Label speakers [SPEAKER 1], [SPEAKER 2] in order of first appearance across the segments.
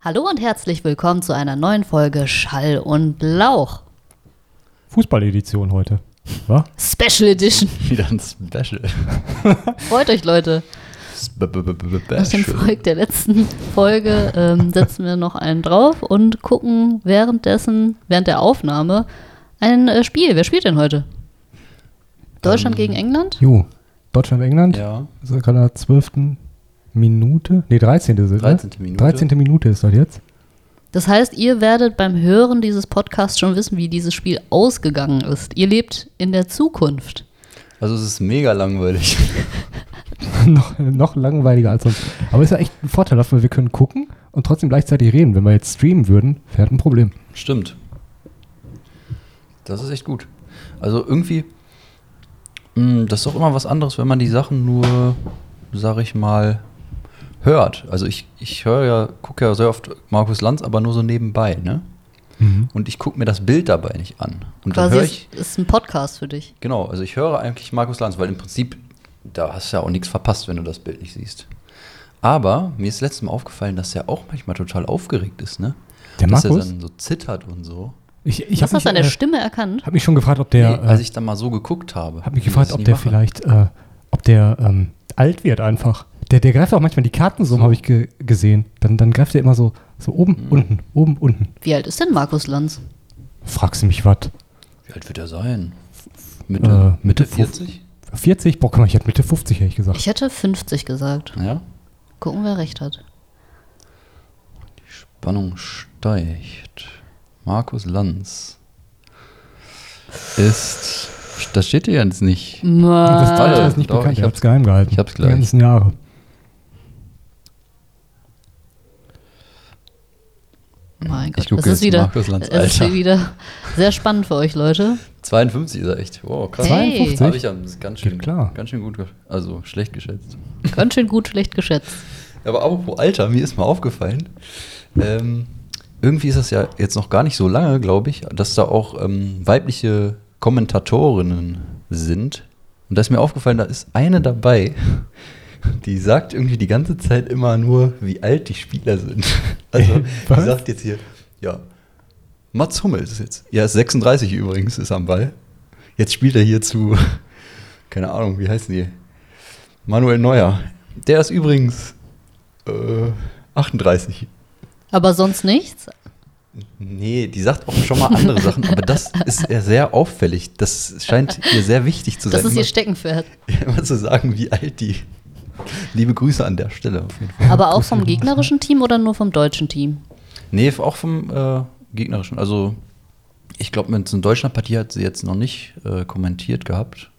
[SPEAKER 1] Hallo und herzlich willkommen zu einer neuen Folge Schall und Lauch.
[SPEAKER 2] Fußballedition heute. wa?
[SPEAKER 1] Special Edition.
[SPEAKER 3] Wieder ein Special.
[SPEAKER 1] Freut euch, Leute. Nach dem
[SPEAKER 3] Special.
[SPEAKER 1] Erfolg der letzten Folge ähm, setzen wir noch einen drauf und gucken währenddessen, während der Aufnahme, ein äh, Spiel. Wer spielt denn heute? Deutschland
[SPEAKER 2] Ähm.
[SPEAKER 1] gegen England?
[SPEAKER 2] Jo. Deutschland, England.
[SPEAKER 3] Ja.
[SPEAKER 2] Ist das gerade in der 12. Minute? Nee, 13. ist es,
[SPEAKER 3] 13.
[SPEAKER 2] Ne?
[SPEAKER 3] Minute.
[SPEAKER 2] 13. Minute ist das jetzt.
[SPEAKER 1] Das heißt, ihr werdet beim Hören dieses Podcasts schon wissen, wie dieses Spiel ausgegangen ist. Ihr lebt in der Zukunft.
[SPEAKER 3] Also es ist mega langweilig.
[SPEAKER 2] noch, noch langweiliger als sonst. Aber ist ja echt ein Vorteil, weil wir können gucken und trotzdem gleichzeitig reden. Wenn wir jetzt streamen würden, wäre ein Problem.
[SPEAKER 3] Stimmt. Das ist echt gut. Also irgendwie, mh, das ist doch immer was anderes, wenn man die Sachen nur, sag ich mal, hört. Also ich, ich höre ja, gucke ja sehr oft Markus Lanz, aber nur so nebenbei, ne? Und ich gucke mir das Bild dabei nicht an. Und dann
[SPEAKER 1] Quasi
[SPEAKER 3] höre
[SPEAKER 1] ist,
[SPEAKER 3] ich,
[SPEAKER 1] ist ein Podcast für dich.
[SPEAKER 3] genau, also ich höre eigentlich Markus Lanz, weil im Prinzip, da hast du ja auch nichts verpasst, wenn du das Bild nicht siehst. Aber mir ist letztes Mal aufgefallen, dass er auch manchmal total aufgeregt ist, ne?
[SPEAKER 2] Der
[SPEAKER 3] dass
[SPEAKER 2] Markus?
[SPEAKER 3] er dann so zittert und so.
[SPEAKER 2] Ich, ich
[SPEAKER 1] Hast
[SPEAKER 2] habe
[SPEAKER 1] du das
[SPEAKER 2] mich,
[SPEAKER 1] an der
[SPEAKER 2] äh,
[SPEAKER 1] Stimme erkannt?
[SPEAKER 2] hab mich schon gefragt, ob der.
[SPEAKER 3] nee, als
[SPEAKER 2] äh,
[SPEAKER 3] ich dann mal so geguckt habe.
[SPEAKER 2] hab mich
[SPEAKER 3] wie
[SPEAKER 2] gefragt,
[SPEAKER 3] das nie
[SPEAKER 2] ob der
[SPEAKER 3] mache.
[SPEAKER 2] vielleicht. Äh, ob der ähm, alt wird einfach. Der, der greift auch manchmal die Karten so, habe ich ge gesehen. Dann, dann greift er immer so, so oben,
[SPEAKER 3] Mhm.
[SPEAKER 2] unten, oben, unten.
[SPEAKER 1] Wie alt ist denn Markus Lanz?
[SPEAKER 2] Fragst du mich was?
[SPEAKER 3] Wie alt wird er sein? Mitte,
[SPEAKER 2] Äh,
[SPEAKER 3] Mitte
[SPEAKER 2] Mitte
[SPEAKER 3] 40?
[SPEAKER 2] 40? Boah, guck mal, ich hätte Mitte 50, ehrlich gesagt.
[SPEAKER 1] Ich hätte 50 gesagt.
[SPEAKER 3] Ja.
[SPEAKER 1] Gucken, wer recht hat.
[SPEAKER 3] Spannung steigt. Markus Lanz ist. Das steht hier jetzt nicht.
[SPEAKER 2] das Alter
[SPEAKER 3] Alter,
[SPEAKER 2] ist nicht
[SPEAKER 3] doch,
[SPEAKER 2] bekannt,
[SPEAKER 3] ich
[SPEAKER 2] ich
[SPEAKER 3] hab's-
[SPEAKER 2] hab's geheim gehalten.
[SPEAKER 3] ich hab's
[SPEAKER 2] Die
[SPEAKER 3] gleich.
[SPEAKER 2] ganzen Jahre.
[SPEAKER 1] Mein Gott,
[SPEAKER 3] gucke
[SPEAKER 1] das ist
[SPEAKER 3] jetzt
[SPEAKER 1] wieder,
[SPEAKER 3] Markus Lanz,
[SPEAKER 1] das ist
[SPEAKER 3] Alter.
[SPEAKER 1] wieder sehr spannend für euch, Leute.
[SPEAKER 3] 52 ist er echt. Wow, krass.
[SPEAKER 1] Hey.
[SPEAKER 2] 52?
[SPEAKER 3] Habe ich ja das ist ganz schön,
[SPEAKER 2] Geht klar.
[SPEAKER 3] ganz schön gut, ge- also schlecht geschätzt.
[SPEAKER 1] Ganz schön gut, schlecht geschätzt.
[SPEAKER 3] Aber apropos Alter, mir ist mal aufgefallen, ähm, irgendwie ist das ja jetzt noch gar nicht so lange, glaube ich, dass da auch ähm, weibliche Kommentatorinnen sind. Und da ist mir aufgefallen, da ist eine dabei, die sagt irgendwie die ganze Zeit immer nur, wie alt die Spieler sind. Also, die
[SPEAKER 2] Was?
[SPEAKER 3] sagt jetzt hier, ja, Mats Hummels ist jetzt, ja, ist 36 übrigens, ist am Ball. Jetzt spielt er hier zu, keine Ahnung, wie heißen die? Manuel Neuer. Der ist übrigens äh, 38.
[SPEAKER 1] Aber sonst nichts.
[SPEAKER 3] Nee, die sagt auch schon mal andere Sachen, aber das ist ja sehr auffällig. Das scheint ihr sehr wichtig zu sein.
[SPEAKER 1] Das ist ihr Steckenpferd.
[SPEAKER 3] immer, immer zu sagen, wie alt die. Liebe Grüße an der Stelle auf jeden Fall.
[SPEAKER 1] Aber auch vom gegnerischen Team oder nur vom deutschen Team?
[SPEAKER 3] Nee, auch vom äh, gegnerischen. Also, ich glaube, mit einer Deutschlandpartie hat sie jetzt noch nicht äh, kommentiert gehabt.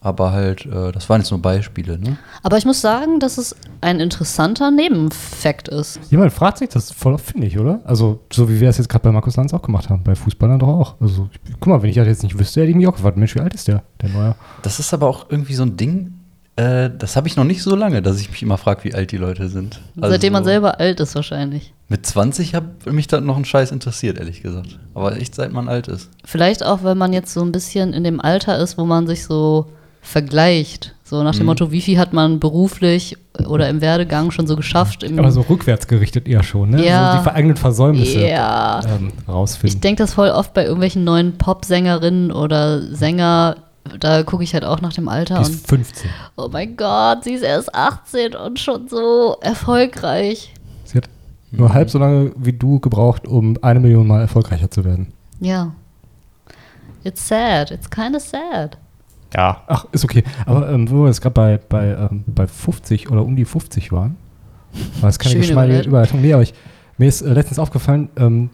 [SPEAKER 3] Aber halt, äh, das waren jetzt nur Beispiele, ne?
[SPEAKER 1] Aber ich muss sagen, dass es ein interessanter Nebenfakt ist.
[SPEAKER 2] Jemand fragt sich das voll oft, finde ich, oder? Also, so wie wir es jetzt gerade bei Markus Lanz auch gemacht haben, bei Fußballern doch auch. Also, ich, guck mal, wenn ich das jetzt nicht wüsste, hätte ich mich auch gefragt, Mensch, wie alt ist der, der Neuer?
[SPEAKER 3] Das ist aber auch irgendwie so ein Ding, äh, das habe ich noch nicht so lange, dass ich mich immer frage, wie alt die Leute sind.
[SPEAKER 1] Seitdem man
[SPEAKER 3] Also,
[SPEAKER 1] selber alt ist wahrscheinlich.
[SPEAKER 3] Mit 20 hat mich dann noch ein Scheiß interessiert, ehrlich gesagt. Aber echt, seit man alt ist.
[SPEAKER 1] Vielleicht auch, weil man jetzt so ein bisschen in dem Alter ist, wo man sich so vergleicht. So
[SPEAKER 2] Mhm.
[SPEAKER 1] nach dem Motto, wie viel hat man beruflich oder im Werdegang schon so geschafft? Im
[SPEAKER 2] Aber so rückwärts gerichtet eher schon, ne?
[SPEAKER 1] Mhm. Ja.
[SPEAKER 2] So die eigenen Versäumnisse
[SPEAKER 1] Ja.
[SPEAKER 2] ähm,
[SPEAKER 1] Ich
[SPEAKER 2] rausfinden.
[SPEAKER 1] denke das voll oft bei irgendwelchen neuen Popsängerinnen oder Sänger. Da gucke ich halt auch nach dem Alter
[SPEAKER 2] Die
[SPEAKER 1] und
[SPEAKER 2] ist 15.
[SPEAKER 1] oh mein Gott, sie ist erst 18 und schon so erfolgreich.
[SPEAKER 2] Sie hat nur halb so lange wie du gebraucht, um eine Million Mal erfolgreicher zu werden.
[SPEAKER 1] Ja. It's sad. It's kinda sad.
[SPEAKER 2] Ja. Ach, ist okay. Aber ähm, wo wir jetzt gerade bei, bei, ähm, bei 50 oder um die 50 waren, war es keine
[SPEAKER 1] Schöne
[SPEAKER 2] geschmeidige
[SPEAKER 1] Überleitung.
[SPEAKER 2] Überleitung. Nee, aber ich, mir ist äh, letztens aufgefallen, ähm,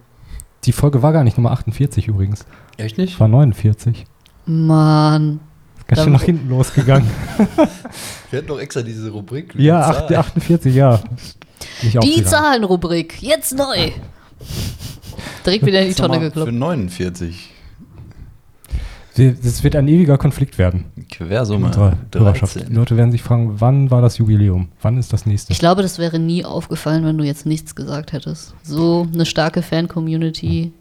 [SPEAKER 2] die Folge war gar nicht Nummer 48 übrigens.
[SPEAKER 3] Echt nicht?
[SPEAKER 2] War 49.
[SPEAKER 1] Mann.
[SPEAKER 2] Ist Ganz
[SPEAKER 1] Dann-
[SPEAKER 2] schön nach hinten losgegangen.
[SPEAKER 3] Wir hatten doch extra diese Rubrik.
[SPEAKER 2] ja, acht,
[SPEAKER 1] äh,
[SPEAKER 2] 48, ja. Nicht
[SPEAKER 1] Die
[SPEAKER 2] aufgegangen.
[SPEAKER 1] Zahlenrubrik. Jetzt neu. Direkt wieder in die Tonne
[SPEAKER 3] Für
[SPEAKER 1] gekloppt.
[SPEAKER 3] 49.
[SPEAKER 2] Wir- Das wird ein ewiger Konflikt werden.
[SPEAKER 3] Quersumme.
[SPEAKER 2] unserer Hörerschaft. Die
[SPEAKER 3] 13.
[SPEAKER 2] Leute werden sich fragen, wann war das Jubiläum? Wann ist das nächste?
[SPEAKER 1] Ich glaube, das wäre nie aufgefallen, wenn du jetzt nichts gesagt hättest. So eine starke Fan-Community.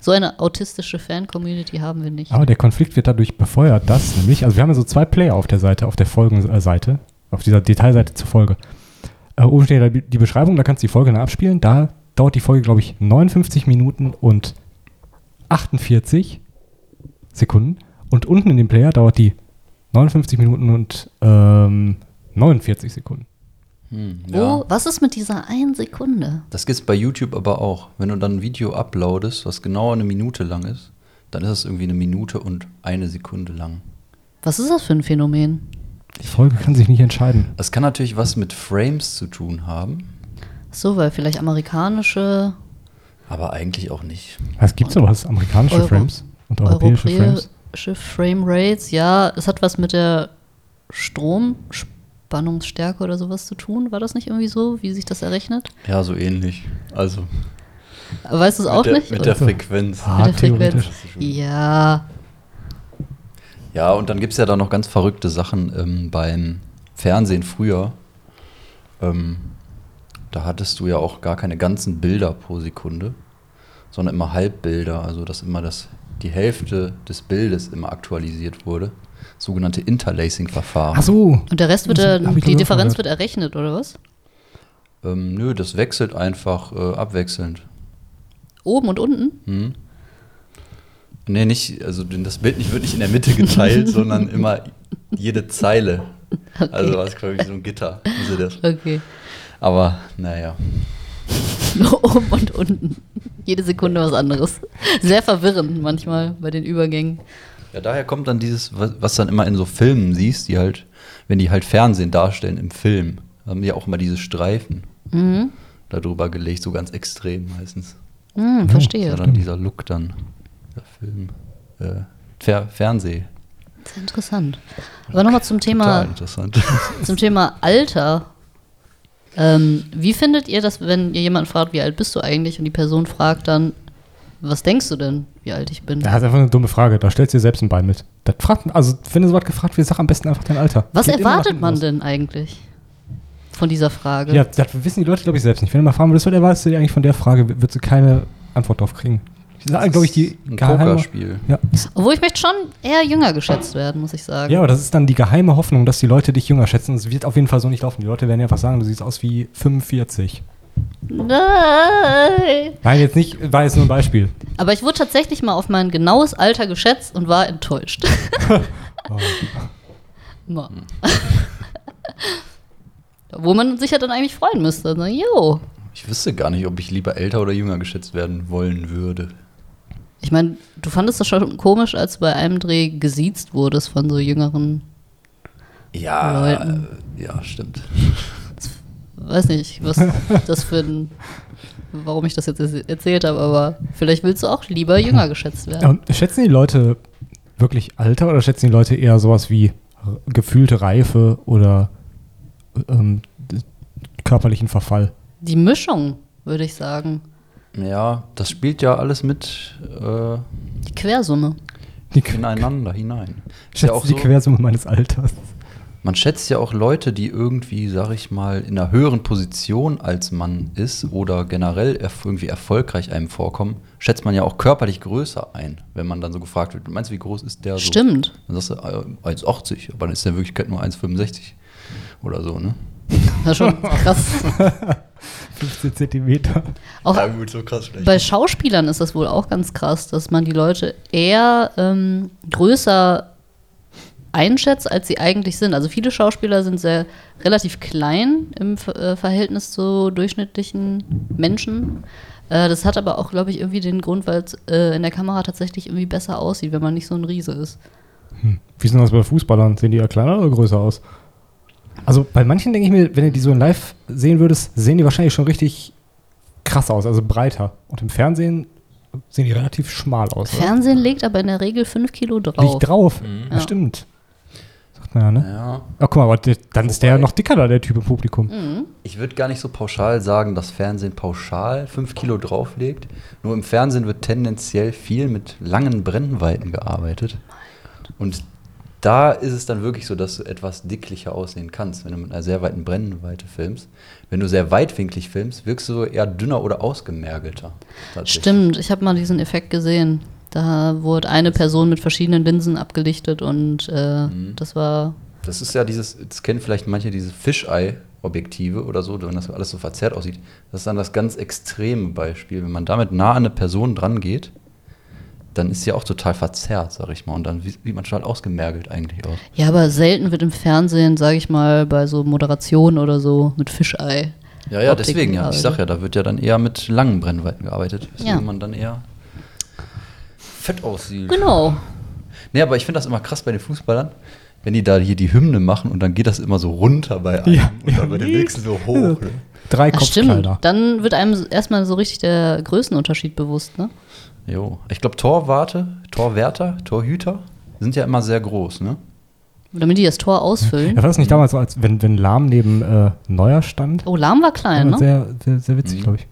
[SPEAKER 1] So eine autistische Fan-Community haben wir nicht.
[SPEAKER 2] Aber der Konflikt wird dadurch befeuert, dass nämlich, also wir haben ja so zwei Player auf der Seite, auf der Folgenseite, auf dieser Detailseite zur Folge. Äh, oben steht ja die die Beschreibung, da kannst du die Folge noch abspielen. Da dauert die Folge, glaube ich, 59 Minuten und 48 Sekunden. Und unten in dem Player dauert die 59 Minuten und ähm, 49 Sekunden.
[SPEAKER 3] Hm,
[SPEAKER 1] Oh, was ist mit dieser einen Sekunde?
[SPEAKER 3] Das gibt's bei YouTube aber auch. Wenn du dann ein Video uploadest, was genau eine Minute lang ist, dann ist es irgendwie eine Minute und eine Sekunde lang.
[SPEAKER 1] Was ist das für ein Phänomen?
[SPEAKER 2] Die Folge kann sich nicht entscheiden.
[SPEAKER 3] Das kann natürlich was mit Frames zu tun haben,
[SPEAKER 1] So, weil vielleicht amerikanische,
[SPEAKER 3] aber eigentlich auch nicht.
[SPEAKER 2] Es gibt sowas, amerikanische
[SPEAKER 1] Euro-
[SPEAKER 2] Frames und europäische Frames.
[SPEAKER 1] europäische Frame Rates, ja, es hat was mit der Stromspannungsstärke oder sowas zu tun. War das nicht irgendwie so, wie sich das errechnet?
[SPEAKER 3] Ja, so ähnlich. Also
[SPEAKER 1] Aber Weißt du es auch
[SPEAKER 3] mit, der,
[SPEAKER 1] nicht?
[SPEAKER 3] mit der
[SPEAKER 2] Also.
[SPEAKER 3] Frequenz.
[SPEAKER 2] Ah, theoretisch.
[SPEAKER 1] Ja,
[SPEAKER 3] Ja, und dann gibt's ja da noch ganz verrückte Sachen ähm, beim Fernsehen früher. Ähm, da hattest du ja auch gar keine ganzen Bilder pro Sekunde, sondern immer Halbbilder, also dass immer das, die Hälfte des Bildes immer aktualisiert wurde. Sogenannte Interlacing-Verfahren.
[SPEAKER 2] Ach so.
[SPEAKER 1] und der Rest wird,
[SPEAKER 2] Das
[SPEAKER 1] er,
[SPEAKER 2] hab ich, glaub
[SPEAKER 1] die
[SPEAKER 2] ich, auch
[SPEAKER 1] Differenz
[SPEAKER 2] gehört.
[SPEAKER 1] wird errechnet, oder was?
[SPEAKER 3] Ähm, nö, das wechselt einfach äh, abwechselnd.
[SPEAKER 1] Oben und unten?
[SPEAKER 3] Hm? Nee, nicht, also denn das Bild nicht, wird nicht in der Mitte geteilt, sondern immer jede Zeile. Also war es quasi so ein Gitter. Wisst ihr das?
[SPEAKER 1] Okay.
[SPEAKER 3] Aber naja.
[SPEAKER 1] Oben und unten. Jede Sekunde was anderes. Sehr verwirrend manchmal bei den Übergängen.
[SPEAKER 3] Ja, daher kommt dann dieses, was, was dann immer in so Filmen siehst, die halt, wenn die halt Fernsehen darstellen im Film, haben die auch immer diese Streifen
[SPEAKER 1] Mhm.
[SPEAKER 3] darüber gelegt, so ganz extrem meistens.
[SPEAKER 1] Hm,
[SPEAKER 3] Ja,
[SPEAKER 1] verstehe.
[SPEAKER 3] dann dieser Look dann. Der Film. Äh, Fer Fernseh.
[SPEAKER 1] Sehr interessant. Aber nochmal zum Thema
[SPEAKER 3] Total interessant.
[SPEAKER 1] Zum Thema Alter. Ähm, wie findet ihr das, wenn ihr jemanden fragt, wie alt bist du eigentlich? Und die Person fragt dann, was denkst du denn, wie alt ich bin?
[SPEAKER 2] Das ist einfach eine dumme Frage. Da stellst du dir selbst ein Bein mit. Das fragt, also, wenn du sowas gefragt wirst, sag am besten einfach dein Alter.
[SPEAKER 1] was
[SPEAKER 2] Geht immer nach
[SPEAKER 1] erwartet
[SPEAKER 2] hinten
[SPEAKER 1] man
[SPEAKER 2] los.
[SPEAKER 1] denn eigentlich von dieser Frage?
[SPEAKER 2] Ja, das wissen die Leute, glaube ich, selbst nicht. Wenn du mal fragen würdest, was erwartest du dir eigentlich von der Frage, w- würdest du keine Antwort drauf kriegen. Ich sage, glaube ich, die
[SPEAKER 3] Ein
[SPEAKER 2] geheime.
[SPEAKER 3] Pokerspiel.
[SPEAKER 2] Ja.
[SPEAKER 1] Obwohl ich möchte schon eher jünger geschätzt werden, muss ich sagen.
[SPEAKER 2] ja, aber das ist dann die geheime Hoffnung, dass die Leute dich jünger schätzen. Es wird auf jeden Fall so nicht laufen. Die Leute werden ja einfach sagen, du siehst aus wie 45.
[SPEAKER 1] Nein.
[SPEAKER 2] Nein, jetzt nicht, war jetzt nur ein Beispiel.
[SPEAKER 1] Aber ich wurde tatsächlich mal auf mein genaues Alter geschätzt und war enttäuscht.
[SPEAKER 2] Oh.
[SPEAKER 1] Ma. Wo man sich ja dann eigentlich freuen müsste. Na, jo,
[SPEAKER 3] Ich wüsste gar nicht, ob ich lieber älter oder jünger geschätzt werden wollen würde.
[SPEAKER 1] Ich meine, du fandest das schon komisch, als du bei einem Dreh gesiezt wurdest von so jüngeren,
[SPEAKER 3] Ja,
[SPEAKER 1] Leuten.
[SPEAKER 3] äh, ja, stimmt.
[SPEAKER 1] weiß nicht, was das für ein, warum ich das jetzt erz- erzählt habe, aber vielleicht willst du auch lieber jünger geschätzt werden.
[SPEAKER 2] Ähm, schätzen die Leute wirklich Alter oder schätzen die Leute eher sowas wie r- gefühlte Reife oder ähm, d- körperlichen Verfall?
[SPEAKER 1] Die Mischung, würde ich sagen.
[SPEAKER 3] Ja, das spielt ja alles mit äh,
[SPEAKER 1] Die Quersumme.
[SPEAKER 2] Die,
[SPEAKER 3] ineinander hinein. Genau. Ist
[SPEAKER 2] schätzen
[SPEAKER 3] ja auch
[SPEAKER 2] die
[SPEAKER 3] so,
[SPEAKER 2] Quersumme meines Alters.
[SPEAKER 3] man schätzt ja auch Leute, die irgendwie, sag ich mal, in einer höheren Position als man ist oder generell erf irgendwie erfolgreich einem vorkommen, schätzt man ja auch körperlich größer ein, wenn man dann so gefragt wird. Meinst du, wie groß ist der so?
[SPEAKER 1] Stimmt.
[SPEAKER 3] Dann sagst du äh, 1,80, aber dann ist der in Wirklichkeit nur 1,65 oder so, ne?
[SPEAKER 1] Das ist schon krass.
[SPEAKER 2] 15 Zentimeter.
[SPEAKER 1] Auch
[SPEAKER 3] gut, so krass schlecht.
[SPEAKER 1] bei Schauspielern ist das wohl auch ganz krass, dass man die Leute eher ähm, größer einschätzt, als sie eigentlich sind. Also viele Schauspieler sind sehr relativ klein im Ver- äh, Verhältnis zu durchschnittlichen Menschen. Äh, das hat aber auch, glaube ich, irgendwie den Grund, weil es äh, in der Kamera tatsächlich irgendwie besser aussieht, wenn man nicht so ein Riese ist.
[SPEAKER 2] Wie sind das bei Fußballern? Sehen die ja kleiner oder größer aus? Also bei manchen denke ich mir, wenn du die so in live sehen würdest, sehen die wahrscheinlich schon richtig krass aus, also breiter. Und im Fernsehen sehen die relativ schmal aus. oder?
[SPEAKER 1] Fernsehen legt aber in der Regel 5 Kilo drauf.
[SPEAKER 2] Liegt drauf.
[SPEAKER 3] Mhm.
[SPEAKER 2] Ja,
[SPEAKER 1] Oh. Ja.
[SPEAKER 2] stimmt. Sagt man ja, ne?
[SPEAKER 3] Ja,
[SPEAKER 2] Ach, guck mal, aber der, dann ist der ja
[SPEAKER 3] Wobei-
[SPEAKER 2] noch dicker da, der Typ im Publikum.
[SPEAKER 3] Ich würde gar nicht so pauschal sagen, dass Fernsehen pauschal 5 Kilo drauflegt. Nur im Fernsehen wird tendenziell viel mit langen Brennweiten gearbeitet. Und da ist es dann wirklich so, dass du etwas dicklicher aussehen kannst, wenn du mit einer sehr weiten Brennweite filmst. Wenn du sehr weitwinklig filmst, wirkst du eher dünner oder ausgemergelter. tatsächlich.
[SPEAKER 1] Stimmt, ich habe mal diesen Effekt gesehen. Da wurde eine Person mit verschiedenen Linsen abgelichtet und äh, das war
[SPEAKER 3] Das ist ja dieses, das kennen vielleicht manche, diese Fisheye Objektive oder so, wenn das alles so verzerrt aussieht. Das ist dann das ganz extreme Beispiel. Wenn man damit nah an eine Person dran geht, dann ist sie auch total verzerrt, sag ich mal. Und dann wie- sieht man schon halt ausgemergelt eigentlich aus.
[SPEAKER 1] Ja, aber selten wird im Fernsehen, sage ich mal, bei so Moderation oder so mit Fischei.
[SPEAKER 3] Ja, ja,
[SPEAKER 1] Optiken
[SPEAKER 3] deswegen genau, ja. Ich sag
[SPEAKER 1] gearbeitet.
[SPEAKER 3] ja, da wird ja dann eher mit langen Brennweiten gearbeitet, weswegen
[SPEAKER 1] Ja.
[SPEAKER 3] man dann eher fett aussieht.
[SPEAKER 1] Genau.
[SPEAKER 3] Nee, aber ich finde das immer krass bei den Fußballern, wenn die da hier die Hymne machen und dann geht das immer so runter bei einem
[SPEAKER 2] Ja.
[SPEAKER 3] und dann bei dem nächsten so hoch. Ne?
[SPEAKER 2] Drei
[SPEAKER 1] Ach, stimmt.
[SPEAKER 2] Kopfkleider.
[SPEAKER 1] Dann wird einem erstmal so richtig der Größenunterschied bewusst, ne?
[SPEAKER 3] Jo. Ich glaube, Torwarte, Torwärter, Torhüter sind ja immer sehr groß, ne?
[SPEAKER 1] Damit die das Tor ausfüllen.
[SPEAKER 2] Ja, war das nicht damals so, als wenn, wenn Lahm neben äh, Neuer stand?
[SPEAKER 1] Oh, Lahm war
[SPEAKER 2] Ja,
[SPEAKER 1] klein, ne?
[SPEAKER 2] sehr, sehr, sehr
[SPEAKER 3] Mhm.
[SPEAKER 2] witzig, glaube ich.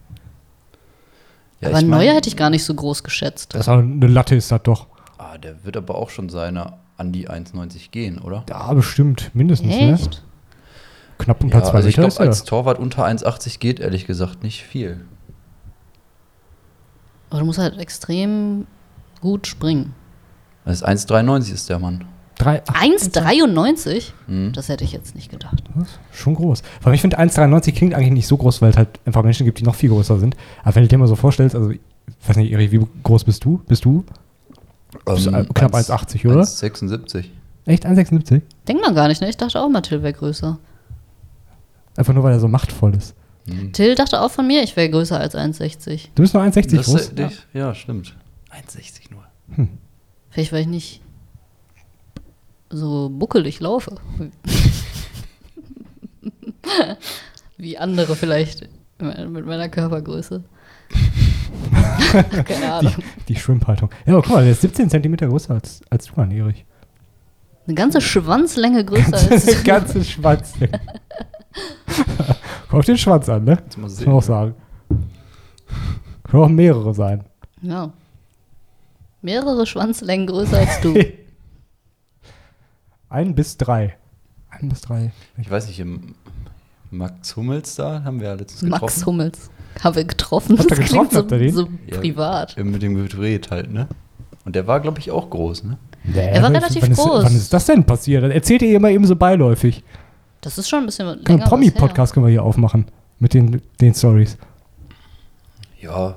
[SPEAKER 3] Ja,
[SPEAKER 1] aber
[SPEAKER 3] ich mein-
[SPEAKER 1] Neuer hätte ich gar nicht so groß geschätzt.
[SPEAKER 2] Das ist auch eine Latte, ist das doch.
[SPEAKER 3] Ah, der wird aber auch schon seine an die 1,90 gehen, oder?
[SPEAKER 2] Ja, bestimmt, mindestens, ne?
[SPEAKER 1] Echt?
[SPEAKER 2] Knapp unter zwei
[SPEAKER 3] also ich
[SPEAKER 2] Meter
[SPEAKER 3] glaube,
[SPEAKER 2] ist er.
[SPEAKER 3] als Torwart unter 1,80 geht ehrlich gesagt nicht viel.
[SPEAKER 1] Aber du musst halt extrem gut springen.
[SPEAKER 3] Also 1,93 ist der Mann.
[SPEAKER 2] Drei, ach,
[SPEAKER 1] 1,93?
[SPEAKER 3] Mhm.
[SPEAKER 1] Das hätte ich jetzt nicht gedacht.
[SPEAKER 2] das ist schon groß. Vor allem, ich finde 1,93 klingt eigentlich nicht so groß, weil es halt einfach Menschen gibt, die noch viel größer sind. Aber wenn du dir mal so vorstellst, also ich weiß nicht, Erik, wie groß bist du? Bist du? Bist
[SPEAKER 3] Ähm,
[SPEAKER 2] du knapp 1,80, oder?
[SPEAKER 3] 1,76.
[SPEAKER 2] Echt 1,76?
[SPEAKER 1] Denkt man gar nicht, ne? Ich dachte auch mal, Till wäre größer.
[SPEAKER 2] Einfach nur, weil er so machtvoll ist.
[SPEAKER 3] Hm.
[SPEAKER 1] Till dachte auch von mir, ich wäre größer als 1,60.
[SPEAKER 2] Du bist nur 1,60
[SPEAKER 3] Das
[SPEAKER 2] groß. Hm.
[SPEAKER 3] ist, ja. ja, stimmt. 1,60 nur.
[SPEAKER 1] Vielleicht, weil ich nicht so buckelig laufe. Wie andere vielleicht mit meiner Körpergröße. Keine Ahnung.
[SPEAKER 2] Die Schwimmhaltung. Ja, aber guck mal, der ist 17 cm größer als, als du an, Erich.
[SPEAKER 1] Eine ganze Schwanzlänge größer
[SPEAKER 2] Das ist
[SPEAKER 1] als
[SPEAKER 2] der ganze Schwanz. Guck auf den Schwanz an, ne?
[SPEAKER 3] Jetzt mal
[SPEAKER 2] Muss man auch sagen. Können auch mehrere sein.
[SPEAKER 1] Ja. Mehrere Schwanzlängen größer als du.
[SPEAKER 2] Ein bis drei. Ein bis drei.
[SPEAKER 3] Ich weiß nicht, im Max Hummels da haben wir ja letztens getroffen.
[SPEAKER 1] Max Hummels. Haben wir getroffen.
[SPEAKER 2] Habt ihr
[SPEAKER 1] Das
[SPEAKER 2] getroffen?
[SPEAKER 1] klingt so,
[SPEAKER 2] Habt ihr den?
[SPEAKER 1] so
[SPEAKER 3] Ja.
[SPEAKER 1] privat.
[SPEAKER 3] Äh, Mit dem Gedreht halt, ne? Und der war, glaube ich, auch groß, ne?
[SPEAKER 1] war relativ
[SPEAKER 2] wann ist,
[SPEAKER 1] groß.
[SPEAKER 2] Wann ist das denn passiert? Das erzählt ihr immer eben so beiläufig.
[SPEAKER 1] Das ist schon ein bisschen länger
[SPEAKER 2] Können
[SPEAKER 1] was
[SPEAKER 2] einen Promi-Podcast können wir hier aufmachen. Mit den, den Stories.
[SPEAKER 3] Ja.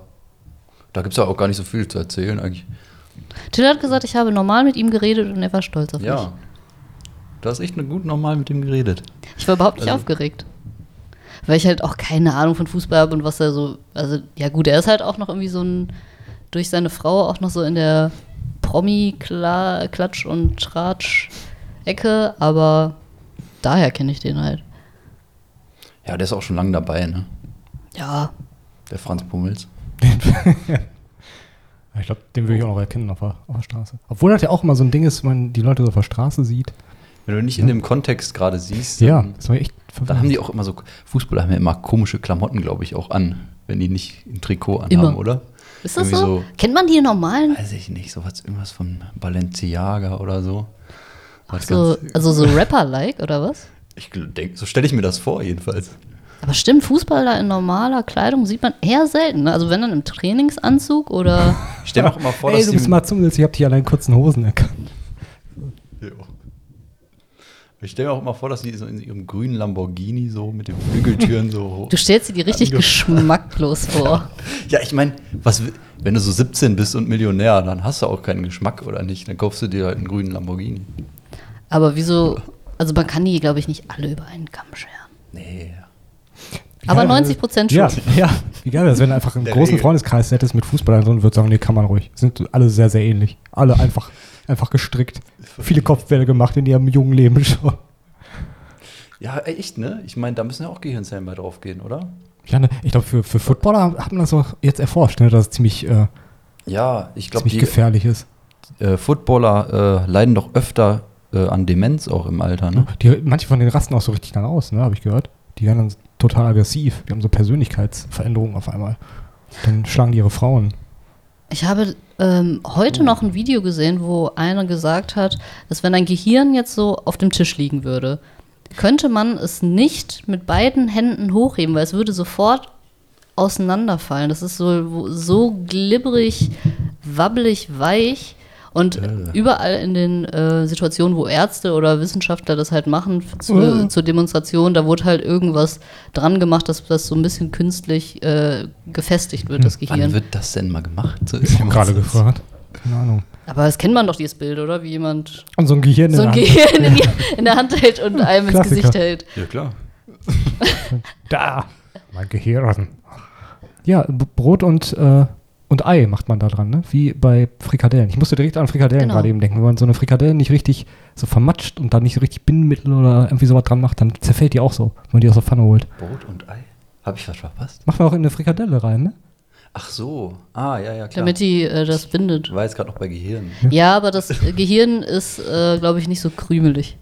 [SPEAKER 3] Da gibt es ja auch gar nicht so viel zu erzählen eigentlich.
[SPEAKER 1] her. Till hat gesagt, ich habe normal mit ihm geredet und er war stolz auf mich.
[SPEAKER 3] Ja. Du hast echt gut normal mit dem geredet.
[SPEAKER 1] Ich war überhaupt nicht
[SPEAKER 3] Also-
[SPEAKER 1] aufgeregt. Weil ich halt auch keine Ahnung von Fußball habe und was er so. Also, ja, gut, er ist halt auch noch irgendwie so ein. Durch seine Frau auch noch so in der Promi-Klatsch- und Tratsch-Ecke, aber daher kenne ich den halt.
[SPEAKER 3] Ja, der ist auch schon lange dabei, ne?
[SPEAKER 1] Ja,
[SPEAKER 3] Der Franz Pummels.
[SPEAKER 2] Ja, Ich glaube, den würde ich auch noch erkennen auf der, auf der Straße. Obwohl das ja auch immer so ein Ding ist, wenn man die Leute so auf der Straße sieht.
[SPEAKER 3] Wenn du nicht in dem Kontext gerade siehst,
[SPEAKER 2] Ja,
[SPEAKER 3] dann,
[SPEAKER 2] das war echt
[SPEAKER 3] dann haben
[SPEAKER 2] verwirrend.
[SPEAKER 3] die auch immer so, Fußballer haben ja immer komische Klamotten, glaube ich, auch an, wenn die nicht ein Trikot anhaben,
[SPEAKER 1] Immer.
[SPEAKER 3] oder?
[SPEAKER 1] ist das
[SPEAKER 3] Irgendwie
[SPEAKER 1] so? Kennt man die normalen?
[SPEAKER 3] Weiß ich nicht, sowas, irgendwas von Balenciaga oder so.
[SPEAKER 1] Ach
[SPEAKER 3] Was
[SPEAKER 1] so,
[SPEAKER 3] ganz-
[SPEAKER 1] also so Rapper-like oder was?
[SPEAKER 3] ich denke, so stelle ich mir das vor, jedenfalls.
[SPEAKER 1] Aber stimmt, Fußballer in normaler Kleidung sieht man eher selten. ne? Also, wenn dann im Trainingsanzug oder.
[SPEAKER 3] Ich stelle mir auch immer vor,
[SPEAKER 2] Ey,
[SPEAKER 3] dass
[SPEAKER 2] du
[SPEAKER 3] die-
[SPEAKER 2] bist mal zum ich hab dich allein kurzen Hosen erkannt.
[SPEAKER 3] Jo. Ich stelle mir auch immer vor, dass die so in ihrem grünen Lamborghini so mit den Flügeltüren so hoch.
[SPEAKER 1] Du stellst dir die richtig
[SPEAKER 3] Ange-
[SPEAKER 1] geschmacklos vor.
[SPEAKER 3] Ja, ich meine, was, wi- wenn du so 17 bist und Millionär, dann hast du auch keinen Geschmack oder nicht. Dann kaufst du dir halt einen grünen Lamborghini.
[SPEAKER 1] Aber wieso? Also man kann die, glaube ich, nicht alle über einen Kamm scheren.
[SPEAKER 3] Nee.
[SPEAKER 2] Wie
[SPEAKER 1] Aber
[SPEAKER 2] geil,
[SPEAKER 1] 90%
[SPEAKER 2] Ja,
[SPEAKER 1] schon.
[SPEAKER 2] ja. Wie geil das, wenn du einfach einen
[SPEAKER 3] Der
[SPEAKER 2] großen
[SPEAKER 3] Regel.
[SPEAKER 2] Freundeskreis hättest mit Fußballern drin, würde sagen, nee, kann man ruhig. Sind alle sehr, sehr ähnlich. Alle einfach, einfach gestrickt. Viele Kopfbälle gemacht in ihrem jungen Leben schon.
[SPEAKER 3] Ja, ey, echt, ne? Ich meine, da müssen ja auch Gehirnzellen bei drauf gehen, oder?
[SPEAKER 2] Ja, ne, ich glaube, für, für Footballer hat man das auch jetzt erforscht, ne, dass es ziemlich, äh,
[SPEAKER 3] Ja, ich glaube,
[SPEAKER 2] ziemlich
[SPEAKER 3] die
[SPEAKER 2] gefährlich ist.
[SPEAKER 3] äh, Footballer äh, leiden doch öfter äh, an Demenz auch im Alter, ne?
[SPEAKER 2] Die, manche von den rasten auch so richtig dann aus, ne, habe ich gehört. Die werden dann total aggressiv. Die haben so Persönlichkeitsveränderungen auf einmal. Dann schlagen die ihre Frauen.
[SPEAKER 1] Ich habe ähm, heute noch ein Video gesehen, wo einer gesagt hat, dass wenn dein Gehirn jetzt so auf dem Tisch liegen würde, könnte man es nicht mit beiden Händen hochheben, weil es würde sofort auseinanderfallen. Das ist so, so glibberig, wabbelig, weich. Und überall in den äh, Situationen, wo Ärzte oder Wissenschaftler das halt machen f- zu, äh, zur Demonstration, da wurde halt irgendwas dran gemacht, dass das so ein bisschen künstlich äh, gefestigt wird, das
[SPEAKER 3] Wann
[SPEAKER 1] Gehirn.
[SPEAKER 3] wird das denn mal gemacht? So
[SPEAKER 2] Ich habe gerade
[SPEAKER 3] das-
[SPEAKER 2] gefragt. Keine Ahnung.
[SPEAKER 1] Aber das kennt man doch, dieses Bild, oder? Wie jemand
[SPEAKER 2] Und so ein Gehirn
[SPEAKER 1] so
[SPEAKER 2] in
[SPEAKER 1] ein
[SPEAKER 2] der Hand.
[SPEAKER 1] Gehirn in, die, in der Hand hält und einem ins
[SPEAKER 2] Klassiker.
[SPEAKER 1] Gesicht hält.
[SPEAKER 3] Ja, klar.
[SPEAKER 2] Da! Mein Gehirn. Ja, B- Brot und, äh, und Ei macht man da dran, ne? Wie bei Frikadellen. Ich musste direkt an Frikadellen
[SPEAKER 1] Genau.
[SPEAKER 2] gerade eben denken. Wenn man so eine Frikadelle nicht richtig so vermatscht und da nicht so richtig Binnenmittel oder irgendwie sowas dran macht, dann zerfällt die auch so, wenn man die aus der Pfanne holt.
[SPEAKER 3] Brot und Ei? Habe ich was verpasst?
[SPEAKER 2] Macht man auch in eine Frikadelle rein, ne?
[SPEAKER 3] Ach so. Ah, ja, ja, klar.
[SPEAKER 1] Damit die äh, das bindet.
[SPEAKER 3] ich war jetzt gerade noch bei Gehirn.
[SPEAKER 1] Ja, aber das äh, Gehirn ist, äh, glaube ich, nicht so krümelig.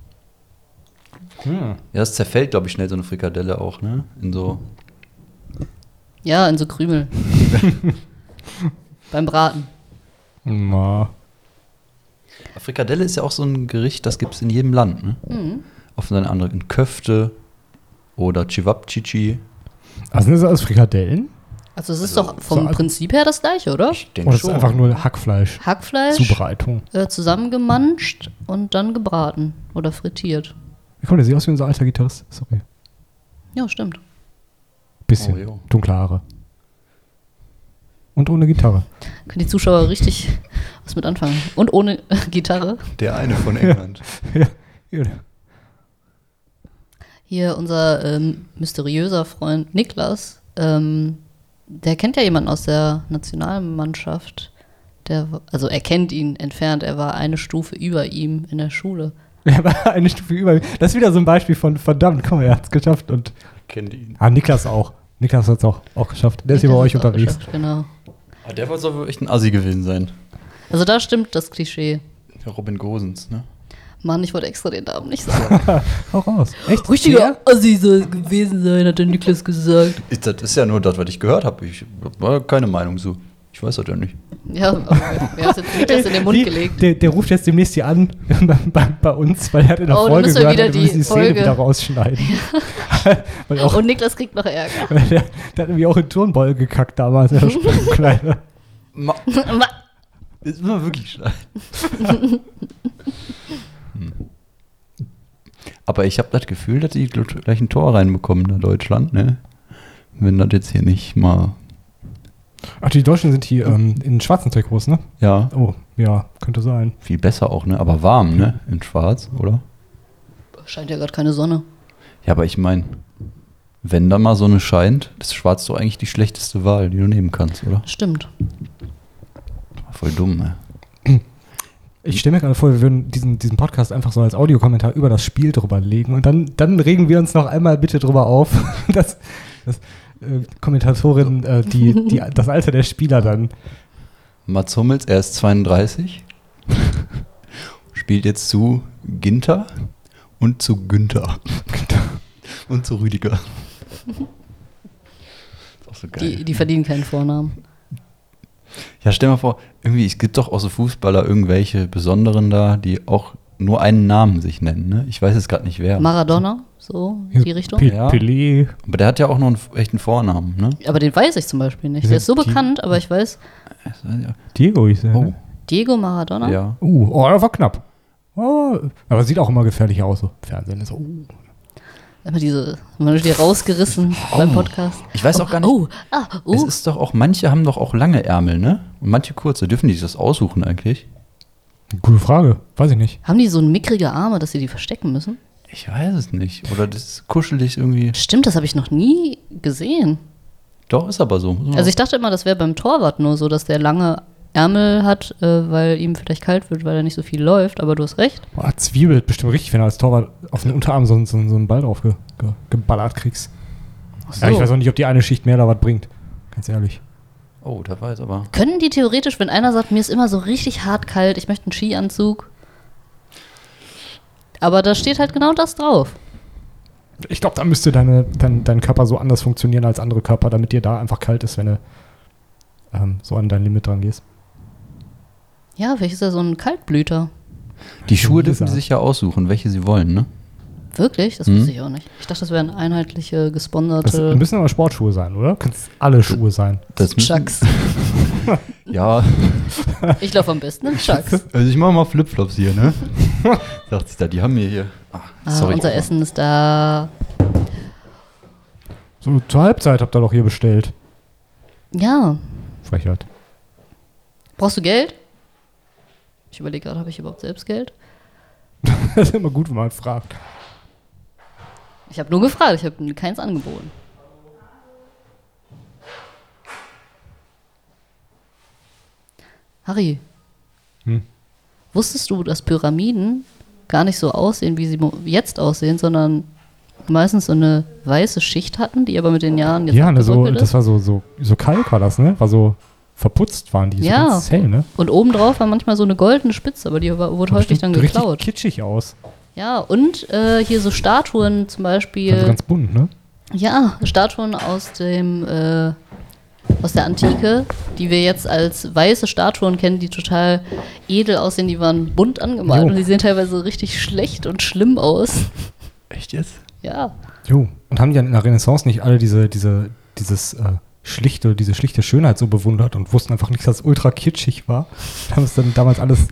[SPEAKER 3] Ja, es zerfällt, glaube ich, schnell so eine Frikadelle auch, ne? In so.
[SPEAKER 1] Ja, in so Krümel. Beim Braten.
[SPEAKER 2] Na.
[SPEAKER 3] Frikadelle ist ja auch so ein Gericht, das gibt es in jedem Land, ne? Auf eine andere. In Köfte oder Chivapchichi.
[SPEAKER 2] Also sind das alles Frikadellen?
[SPEAKER 1] Also es ist
[SPEAKER 3] Also,
[SPEAKER 1] doch vom
[SPEAKER 2] so-
[SPEAKER 1] Prinzip her das gleiche, oder?
[SPEAKER 3] Denk
[SPEAKER 2] Oder Oh, ist einfach nur Hackfleisch?
[SPEAKER 1] Hackfleisch
[SPEAKER 2] Zubereitung.
[SPEAKER 1] äh, zusammengemanscht und dann gebraten oder frittiert.
[SPEAKER 2] Wie kommt der sieht aus wie unser alter Gitarrist? Sorry.
[SPEAKER 1] Ja, stimmt.
[SPEAKER 2] Bisschen.
[SPEAKER 3] Oh, jo.
[SPEAKER 2] Dunkle Haare. Und ohne Gitarre.
[SPEAKER 1] Können die Zuschauer richtig was mit anfangen. Und ohne Gitarre.
[SPEAKER 3] Der eine von England.
[SPEAKER 2] Ja.
[SPEAKER 1] Hier unser ähm, mysteriöser Freund Niklas, ähm, der kennt ja jemanden aus der Nationalmannschaft. Der, w- also er kennt ihn entfernt, er war eine Stufe über ihm in der Schule.
[SPEAKER 2] Er war eine Stufe über mir. Das ist wieder so ein Beispiel von verdammt, komm, er hat's geschafft. Und
[SPEAKER 3] Kennt ihn.
[SPEAKER 2] ah, Niklas auch. Niklas hat's auch, auch geschafft. Der ist hier bei euch unterwegs.
[SPEAKER 1] Genau.
[SPEAKER 3] Ah, der wollte aber echt ein Assi gewesen sein.
[SPEAKER 1] Also da stimmt das Klischee.
[SPEAKER 3] Der Robin Gosens, ne? Mann,
[SPEAKER 1] Mann, ich wollte extra den Namen nicht sagen.
[SPEAKER 2] Auch raus. Echt? Der?
[SPEAKER 1] Richtiger Ossi soll es gewesen sein, hat der Niklas gesagt.
[SPEAKER 3] Ist, das ist ja nur das, was ich gehört habe. Ich habe keine Meinung zu. Ich weiß das ja nicht.
[SPEAKER 1] Ja, aber wer hat jetzt Niklas in den
[SPEAKER 2] Wie?
[SPEAKER 1] Mund gelegt?
[SPEAKER 2] Der, der ruft jetzt demnächst hier an bei, bei, bei uns, weil er hat in der
[SPEAKER 1] Oh, dann
[SPEAKER 2] Folge
[SPEAKER 1] müssen wir
[SPEAKER 2] gehört,
[SPEAKER 1] wieder
[SPEAKER 2] er
[SPEAKER 1] die
[SPEAKER 2] muss die Szene
[SPEAKER 1] Folge-
[SPEAKER 2] wieder rausschneiden. weil auch,
[SPEAKER 1] Und Niklas kriegt noch Ärger.
[SPEAKER 2] weil der, der hat irgendwie auch in Turnball gekackt damals. Der Kleine.
[SPEAKER 3] Ma
[SPEAKER 1] Ma-
[SPEAKER 3] ist immer wirklich schlecht. Hm. Aber ich habe das Gefühl, dass die gl- gleich ein Tor reinbekommen in Deutschland, ne? Wenn das jetzt hier nicht mal.
[SPEAKER 2] Ach, die Deutschen sind hier ähm, in schwarzen Trikots, ne?
[SPEAKER 3] Ja,
[SPEAKER 2] Oh, ja, könnte sein.
[SPEAKER 3] viel besser auch, ne? Aber warm, ne? In Schwarz, oder?
[SPEAKER 1] Scheint ja gerade keine Sonne.
[SPEAKER 3] Ja, aber ich meine, wenn da mal Sonne scheint, ist Schwarz doch eigentlich die schlechteste Wahl, die du nehmen kannst, oder?
[SPEAKER 1] Stimmt.
[SPEAKER 3] Voll dumm, ne?
[SPEAKER 1] Hm.
[SPEAKER 2] Ich stelle mir gerade vor, wir würden diesen, diesen Podcast einfach so als Audiokommentar über das Spiel drüber legen und dann, dann regen wir uns noch einmal bitte drüber auf, dass, dass äh, Kommentatorin äh, die, die, das Alter der Spieler dann.
[SPEAKER 3] Mats Hummels, er ist 32, spielt jetzt zu Ginter und zu Günther und zu Rüdiger. Ist auch so geil.
[SPEAKER 1] Die, die verdienen keinen Vornamen.
[SPEAKER 3] Ja, stell mal vor, irgendwie, es gibt doch auch so Fußballer, irgendwelche Besonderen da, die auch nur einen Namen sich nennen. Ne? Ich weiß jetzt gerade nicht wer.
[SPEAKER 1] Maradona, so in die Richtung.
[SPEAKER 2] Pe-
[SPEAKER 3] Ja.
[SPEAKER 2] Pelé.
[SPEAKER 3] Aber der hat ja auch noch einen echten Vornamen. Ne?
[SPEAKER 1] Aber den weiß ich zum Beispiel nicht. Der ist so bekannt, aber ich weiß,
[SPEAKER 3] Das weiß ich auch.
[SPEAKER 2] Diego hieß er.
[SPEAKER 3] Oh,
[SPEAKER 2] ne?
[SPEAKER 1] Diego Maradona.
[SPEAKER 3] ja.
[SPEAKER 2] Uh, oh, das war knapp. Oh, aber sieht auch immer gefährlicher aus. So. Fernsehen ist so, uh.
[SPEAKER 1] Immer diese, man wird hier rausgerissen beim Podcast.
[SPEAKER 3] Oh. Ich weiß auch gar nicht.
[SPEAKER 1] Oh, ah,
[SPEAKER 3] Es
[SPEAKER 1] oh.
[SPEAKER 3] ist doch auch, manche haben doch auch lange Ärmel, ne? Und manche kurze. Dürfen die sich das aussuchen eigentlich?
[SPEAKER 2] Gute Frage. Weiß ich nicht.
[SPEAKER 1] Haben die so mickrige Arme, dass sie die verstecken müssen?
[SPEAKER 3] Ich weiß es nicht. Oder das ist kuschelig irgendwie.
[SPEAKER 1] Stimmt, das habe ich noch nie gesehen.
[SPEAKER 3] Doch, ist aber so.
[SPEAKER 1] Also ich dachte immer, das wäre beim Torwart nur so, dass der lange Ärmel hat, äh, weil ihm vielleicht kalt wird, weil er nicht so viel läuft. Aber du hast recht.
[SPEAKER 2] Boah, zwiebelt bestimmt richtig, wenn du als Torwart auf den Unterarm so, so, so einen Ball drauf ge, ge, geballert kriegst.
[SPEAKER 1] Ach
[SPEAKER 2] Ja, ich
[SPEAKER 1] so.
[SPEAKER 2] weiß auch nicht, ob die eine Schicht mehr da was bringt. Ganz ehrlich.
[SPEAKER 3] oh, da war jetzt aber.
[SPEAKER 1] Können die theoretisch, wenn einer sagt, mir ist immer so richtig hart kalt, ich möchte einen Skianzug. Aber da steht halt genau das drauf.
[SPEAKER 2] Ich glaube, da müsste deine, dein, dein Körper so anders funktionieren als andere Körper, damit dir da einfach kalt ist, wenn du ähm, so an dein Limit dran gehst.
[SPEAKER 1] Ja, vielleicht ist er so ein Kaltblüter.
[SPEAKER 3] Die Schuhe dürfen
[SPEAKER 2] Lizard.
[SPEAKER 3] die sich ja aussuchen, welche sie wollen, ne?
[SPEAKER 1] Wirklich? Das
[SPEAKER 3] Mhm.
[SPEAKER 1] wusste ich auch nicht. Ich dachte, das wären einheitliche,
[SPEAKER 2] Das
[SPEAKER 1] gesponserte
[SPEAKER 2] müssen aber Sportschuhe sein, oder? Können alle Schuhe sein.
[SPEAKER 3] Das müssen-
[SPEAKER 1] Chucks.
[SPEAKER 3] Ja,
[SPEAKER 1] Ich laufe am besten im Chucks.
[SPEAKER 3] also ich mache mal Flipflops hier, ne? Sagt sie da, die haben wir hier. Ah,
[SPEAKER 1] Ah, unser Essen ist da.
[SPEAKER 2] So zur Halbzeit habt ihr doch hier bestellt.
[SPEAKER 1] Ja.
[SPEAKER 2] Frechheit.
[SPEAKER 1] Brauchst du Geld? Ich überlege gerade, habe ich überhaupt selbst Geld?
[SPEAKER 2] das ist immer gut, wenn man fragt.
[SPEAKER 1] Ich habe nur gefragt, ich habe keins angeboten. Harry,
[SPEAKER 2] Hm.
[SPEAKER 1] wusstest du, dass Pyramiden gar nicht so aussehen, wie sie mo- jetzt aussehen, sondern meistens so eine weiße Schicht hatten, die aber mit den Jahren jetzt
[SPEAKER 2] ja, ne, so,
[SPEAKER 1] abgebröckelt
[SPEAKER 2] das war so, so, so Kalk war das, ne? War so verputzt waren die. So
[SPEAKER 1] Ja.
[SPEAKER 2] ganz hell, ne?
[SPEAKER 1] Und obendrauf war manchmal so eine goldene Spitze, aber die war- wurde
[SPEAKER 2] Sah
[SPEAKER 1] häufig
[SPEAKER 2] bestimmt
[SPEAKER 1] dann
[SPEAKER 2] richtig
[SPEAKER 1] geklaut.
[SPEAKER 2] kitschig aus.
[SPEAKER 1] Ja, und äh, hier so Statuen zum Beispiel.
[SPEAKER 2] Also ganz bunt, ne?
[SPEAKER 1] Ja, Statuen aus dem äh, aus der Antike, die wir jetzt als weiße Statuen kennen, die total edel aussehen, die waren bunt angemalt
[SPEAKER 2] Jo.
[SPEAKER 1] und die sehen teilweise richtig schlecht und schlimm aus.
[SPEAKER 3] Echt jetzt?
[SPEAKER 1] Ja.
[SPEAKER 2] Jo. Und haben die dann in der Renaissance nicht alle diese, diese, dieses äh, schlichte, diese schlichte Schönheit so bewundert und wussten einfach nicht, dass es ultra kitschig war. Und haben es dann damals alles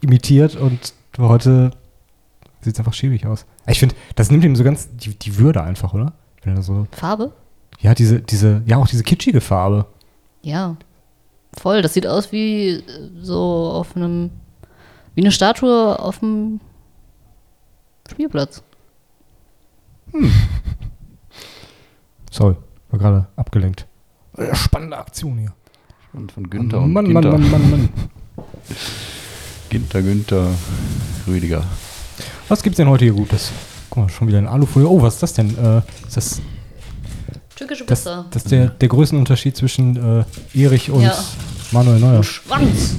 [SPEAKER 2] imitiert und heute sieht es einfach schäbig aus. Ich finde, das nimmt ihm so ganz die, die Würde einfach, oder? Wenn er so,
[SPEAKER 1] Farbe?
[SPEAKER 2] ja, diese, diese, ja, auch diese kitschige Farbe.
[SPEAKER 1] Ja. Voll, das sieht aus wie äh, so auf einem wie eine Statue auf dem Spielplatz.
[SPEAKER 2] Sorry, war gerade abgelenkt. Äh, Spannende Aktion hier.
[SPEAKER 3] Und von Günther und
[SPEAKER 2] Mann, Mann,
[SPEAKER 3] Günther.
[SPEAKER 2] Mann, Mann, Mann.
[SPEAKER 3] Günther, Günther, Rüdiger.
[SPEAKER 2] Was gibt's denn heute hier Gutes? Guck mal, schon wieder ein Alufolie. Oh, was ist das denn? Äh, ist das
[SPEAKER 1] Türkische
[SPEAKER 2] das,
[SPEAKER 1] Pizza.
[SPEAKER 2] das ist der, der Größenunterschied zwischen äh, Erich und
[SPEAKER 1] Ja.
[SPEAKER 2] Manuel Neuer?
[SPEAKER 1] Schwanz.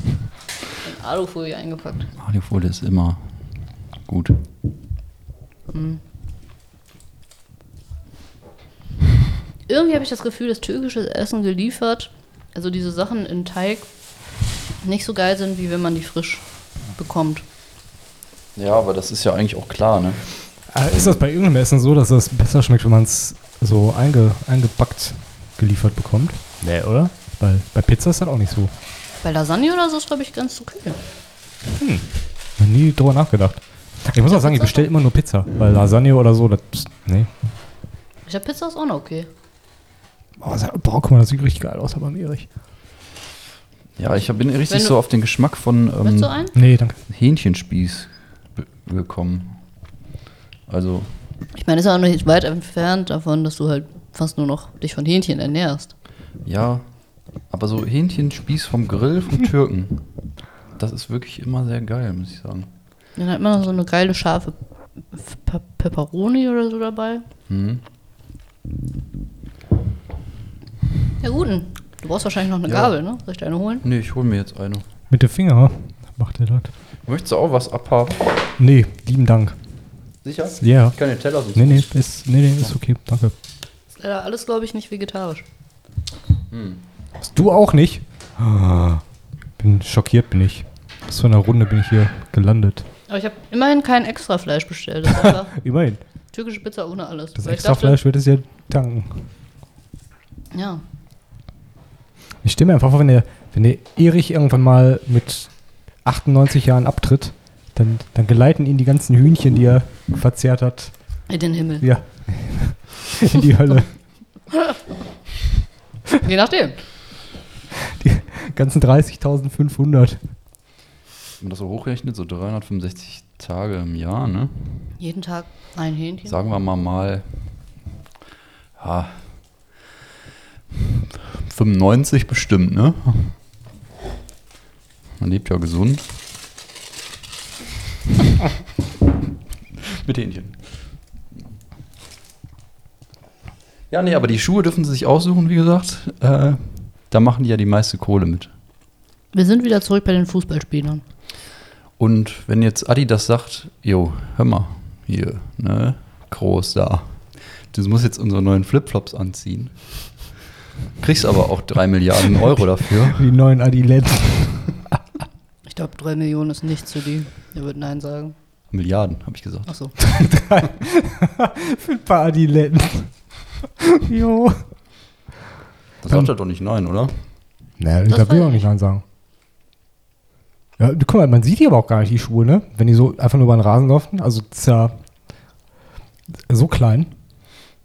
[SPEAKER 1] In Alufolie eingepackt.
[SPEAKER 3] Alufolie ist immer gut.
[SPEAKER 1] Mhm. irgendwie habe ich das Gefühl, dass türkisches Essen geliefert, also diese Sachen in Teig, nicht so geil sind, wie wenn man die frisch bekommt.
[SPEAKER 3] Ja, aber das ist ja eigentlich auch klar, ne?
[SPEAKER 2] Äh, ist das bei irgendeinem Essen so, dass das besser schmeckt, wenn man es so einge, eingebackt geliefert bekommt? Nee, oder? Weil bei Pizza ist das auch nicht so.
[SPEAKER 1] Bei Lasagne oder so ist, glaube ich, ganz okay.
[SPEAKER 2] Noch nie drüber nachgedacht. Ich muss auch sagen, ich bestelle immer nur Pizza, weil Lasagne oder so, das. Nee.
[SPEAKER 1] Ich habe Pizza ist auch noch okay.
[SPEAKER 2] Oh, sag- boah, guck mal, das sieht richtig geil aus, aber Erich.
[SPEAKER 3] Ja, ich hab- bin richtig
[SPEAKER 1] Wenn du-
[SPEAKER 3] so auf den Geschmack von
[SPEAKER 1] Willst
[SPEAKER 3] ähm,
[SPEAKER 1] du einen?
[SPEAKER 2] Nee, danke.
[SPEAKER 3] Hähnchenspieß be- gekommen. Also,
[SPEAKER 1] Ich meine, ist ja auch nicht weit entfernt davon, dass du halt fast nur noch dich von Hähnchen ernährst.
[SPEAKER 3] ja, aber so Hähnchenspieß vom Grill vom Türken, das ist wirklich immer sehr geil, muss ich sagen.
[SPEAKER 1] Dann hat man noch so eine geile scharfe F- Pe- Pepperoni oder so dabei.
[SPEAKER 3] Mhm.
[SPEAKER 1] Ja, guten. Du brauchst wahrscheinlich noch eine
[SPEAKER 3] Ja.
[SPEAKER 1] Gabel, ne? Soll ich deine holen?
[SPEAKER 3] Nee, ich hole mir jetzt eine.
[SPEAKER 2] Mit dem Finger macht er das.
[SPEAKER 3] Möchtest du auch was abhaben?
[SPEAKER 2] Nee, lieben Dank.
[SPEAKER 3] Sicher?
[SPEAKER 2] Ja.
[SPEAKER 3] Ich kann den Teller sonst
[SPEAKER 2] Nee, nee, ist, nee, nee, ist okay, danke.
[SPEAKER 1] Ist leider alles, glaube ich, nicht vegetarisch.
[SPEAKER 2] Hast du auch nicht? Ah, bin schockiert, bin ich. Was für eine Runde bin ich hier gelandet?
[SPEAKER 1] Aber ich habe immerhin kein extra Fleisch bestellt. Das ist einfach
[SPEAKER 2] Immerhin.
[SPEAKER 1] Türkische Pizza ohne alles.
[SPEAKER 2] Das
[SPEAKER 1] Weil ich
[SPEAKER 2] extra Fleisch wird es ja tanken.
[SPEAKER 1] Dachte, ja.
[SPEAKER 2] Ich stimme einfach vor, wenn der, wenn der Erich irgendwann mal mit 98 Jahren abtritt, dann, dann geleiten ihn die ganzen Hühnchen, die er verzehrt hat,
[SPEAKER 1] In den Himmel.
[SPEAKER 2] ja, in die Hölle.
[SPEAKER 1] Je nachdem.
[SPEAKER 2] Die ganzen 30.500.
[SPEAKER 3] Wenn man das so hochrechnet, so 365 Tage im Jahr, ne?
[SPEAKER 1] Jeden Tag ein Hähnchen.
[SPEAKER 3] Sagen wir mal mal ja, 95 bestimmt, ne? Man lebt ja gesund. Mit Hähnchen. Ja, nee, aber die Schuhe dürfen sie sich aussuchen, wie gesagt. Äh, da machen die ja die meiste Kohle mit.
[SPEAKER 1] Wir sind wieder zurück bei den Fußballspielern.
[SPEAKER 3] Und wenn jetzt Adi das sagt, jo, hör mal, hier, ne, groß da. Du musst jetzt unsere neuen Flipflops anziehen. Kriegst aber auch drei Milliarden Euro dafür.
[SPEAKER 2] Die neuen Adiletten.
[SPEAKER 1] Ich glaube, drei Millionen ist nichts für die. Er wird Nein sagen.
[SPEAKER 3] Milliarden, habe ich gesagt.
[SPEAKER 1] Achso.
[SPEAKER 2] Für ein paar Adiletten. jo.
[SPEAKER 3] Das sagt er doch nicht nein, oder?
[SPEAKER 2] Naja,
[SPEAKER 1] Das
[SPEAKER 2] da will ich
[SPEAKER 1] weiß
[SPEAKER 2] auch nicht
[SPEAKER 1] ich.
[SPEAKER 2] Nein sagen. Ja, guck mal, man sieht die aber auch gar nicht, die Schuhe, ne? Wenn die so einfach nur über den Rasen laufen. Also, das ist ja so klein.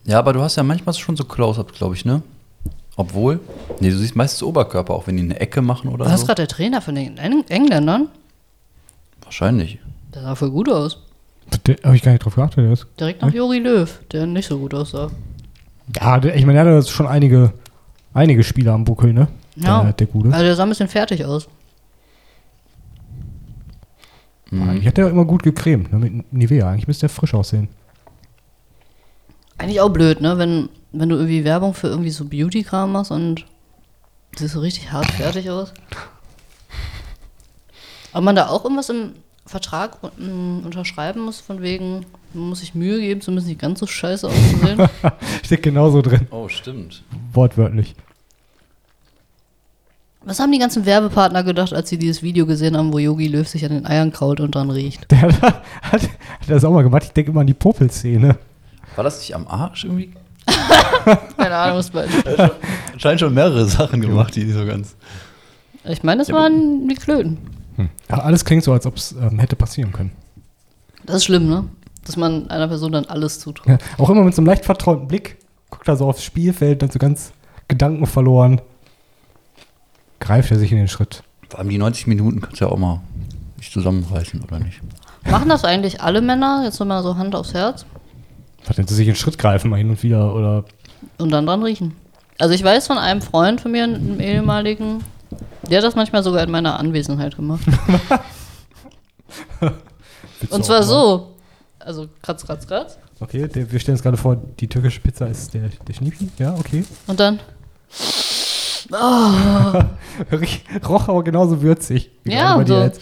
[SPEAKER 3] Ja, aber du hast ja manchmal schon so Close-Ups, glaube ich, ne? Obwohl, nee, du siehst meistens Oberkörper, auch wenn die eine Ecke machen oder
[SPEAKER 1] Was ist
[SPEAKER 3] so.
[SPEAKER 1] gerade der Trainer von den Eng- Engländern?
[SPEAKER 3] Wahrscheinlich.
[SPEAKER 1] Der sah voll gut aus.
[SPEAKER 2] Habe ich gar nicht drauf geachtet. Der ist.
[SPEAKER 1] Direkt nach Jori Löw, der nicht so gut aussah.
[SPEAKER 2] Ja, der, ich meine, der hat jetzt schon einige, einige Spieler am Buckel, ne?
[SPEAKER 1] Ja.
[SPEAKER 2] Der, der Gute.
[SPEAKER 1] Also der sah ein bisschen fertig aus.
[SPEAKER 2] Eigentlich hat der immer gut gecremt, ne? Mit Nivea. Eigentlich müsste der frisch aussehen.
[SPEAKER 1] Eigentlich auch blöd, ne? Wenn, wenn du irgendwie Werbung für irgendwie so Beauty-Kram machst und siehst so richtig hart fertig aus. Ob man da auch irgendwas im Vertrag mm, unterschreiben muss, von wegen, man muss sich Mühe geben, zumindest nicht ganz so scheiße auszusehen.
[SPEAKER 2] Steht genauso drin.
[SPEAKER 3] Oh, stimmt.
[SPEAKER 2] Wortwörtlich.
[SPEAKER 1] Was haben die ganzen Werbepartner gedacht, als sie dieses Video gesehen haben, wo Yogi Löw sich an den Eiern kraut und dann riecht?
[SPEAKER 2] Der hat, hat, hat das auch mal gemacht. Ich denke immer an die Popelszene.
[SPEAKER 3] War das nicht am Arsch irgendwie?
[SPEAKER 1] Keine Ahnung, was bei.
[SPEAKER 3] Scheint schon mehrere Sachen gemacht, die so ganz.
[SPEAKER 1] Ich meine, das waren die Klöten.
[SPEAKER 2] Ja, alles klingt so, als ob es ähm, hätte passieren können.
[SPEAKER 1] Das ist schlimm, ne? Dass man einer Person dann alles zutraut.
[SPEAKER 2] Ja, auch immer mit so einem leicht verträumten Blick. Guckt er so aufs Spielfeld, dann so ganz Gedanken verloren. Greift er sich in den Schritt.
[SPEAKER 3] Vor allem die 90 Minuten kannst du ja auch mal nicht zusammenreißen, oder nicht?
[SPEAKER 1] Machen das eigentlich alle Männer? Jetzt nochmal so Hand aufs Herz.
[SPEAKER 2] Was denn, sich in den Schritt greifen mal hin und wieder oder
[SPEAKER 1] Und dann dran riechen. Also ich weiß von einem Freund von mir, einem ehemaligen, der hat das manchmal sogar in meiner Anwesenheit gemacht. Und
[SPEAKER 2] ne?
[SPEAKER 1] zwar so. Also kratz, kratz, kratz.
[SPEAKER 2] Okay, der, wir stellen uns gerade vor, die türkische Pizza ist der, der Schniepchen. Ja, okay.
[SPEAKER 1] Und dann.
[SPEAKER 2] Riech- Roch aber genauso würzig. wie
[SPEAKER 1] Oh. Ja, also-
[SPEAKER 2] gerade bei dir
[SPEAKER 1] so.
[SPEAKER 2] jetzt.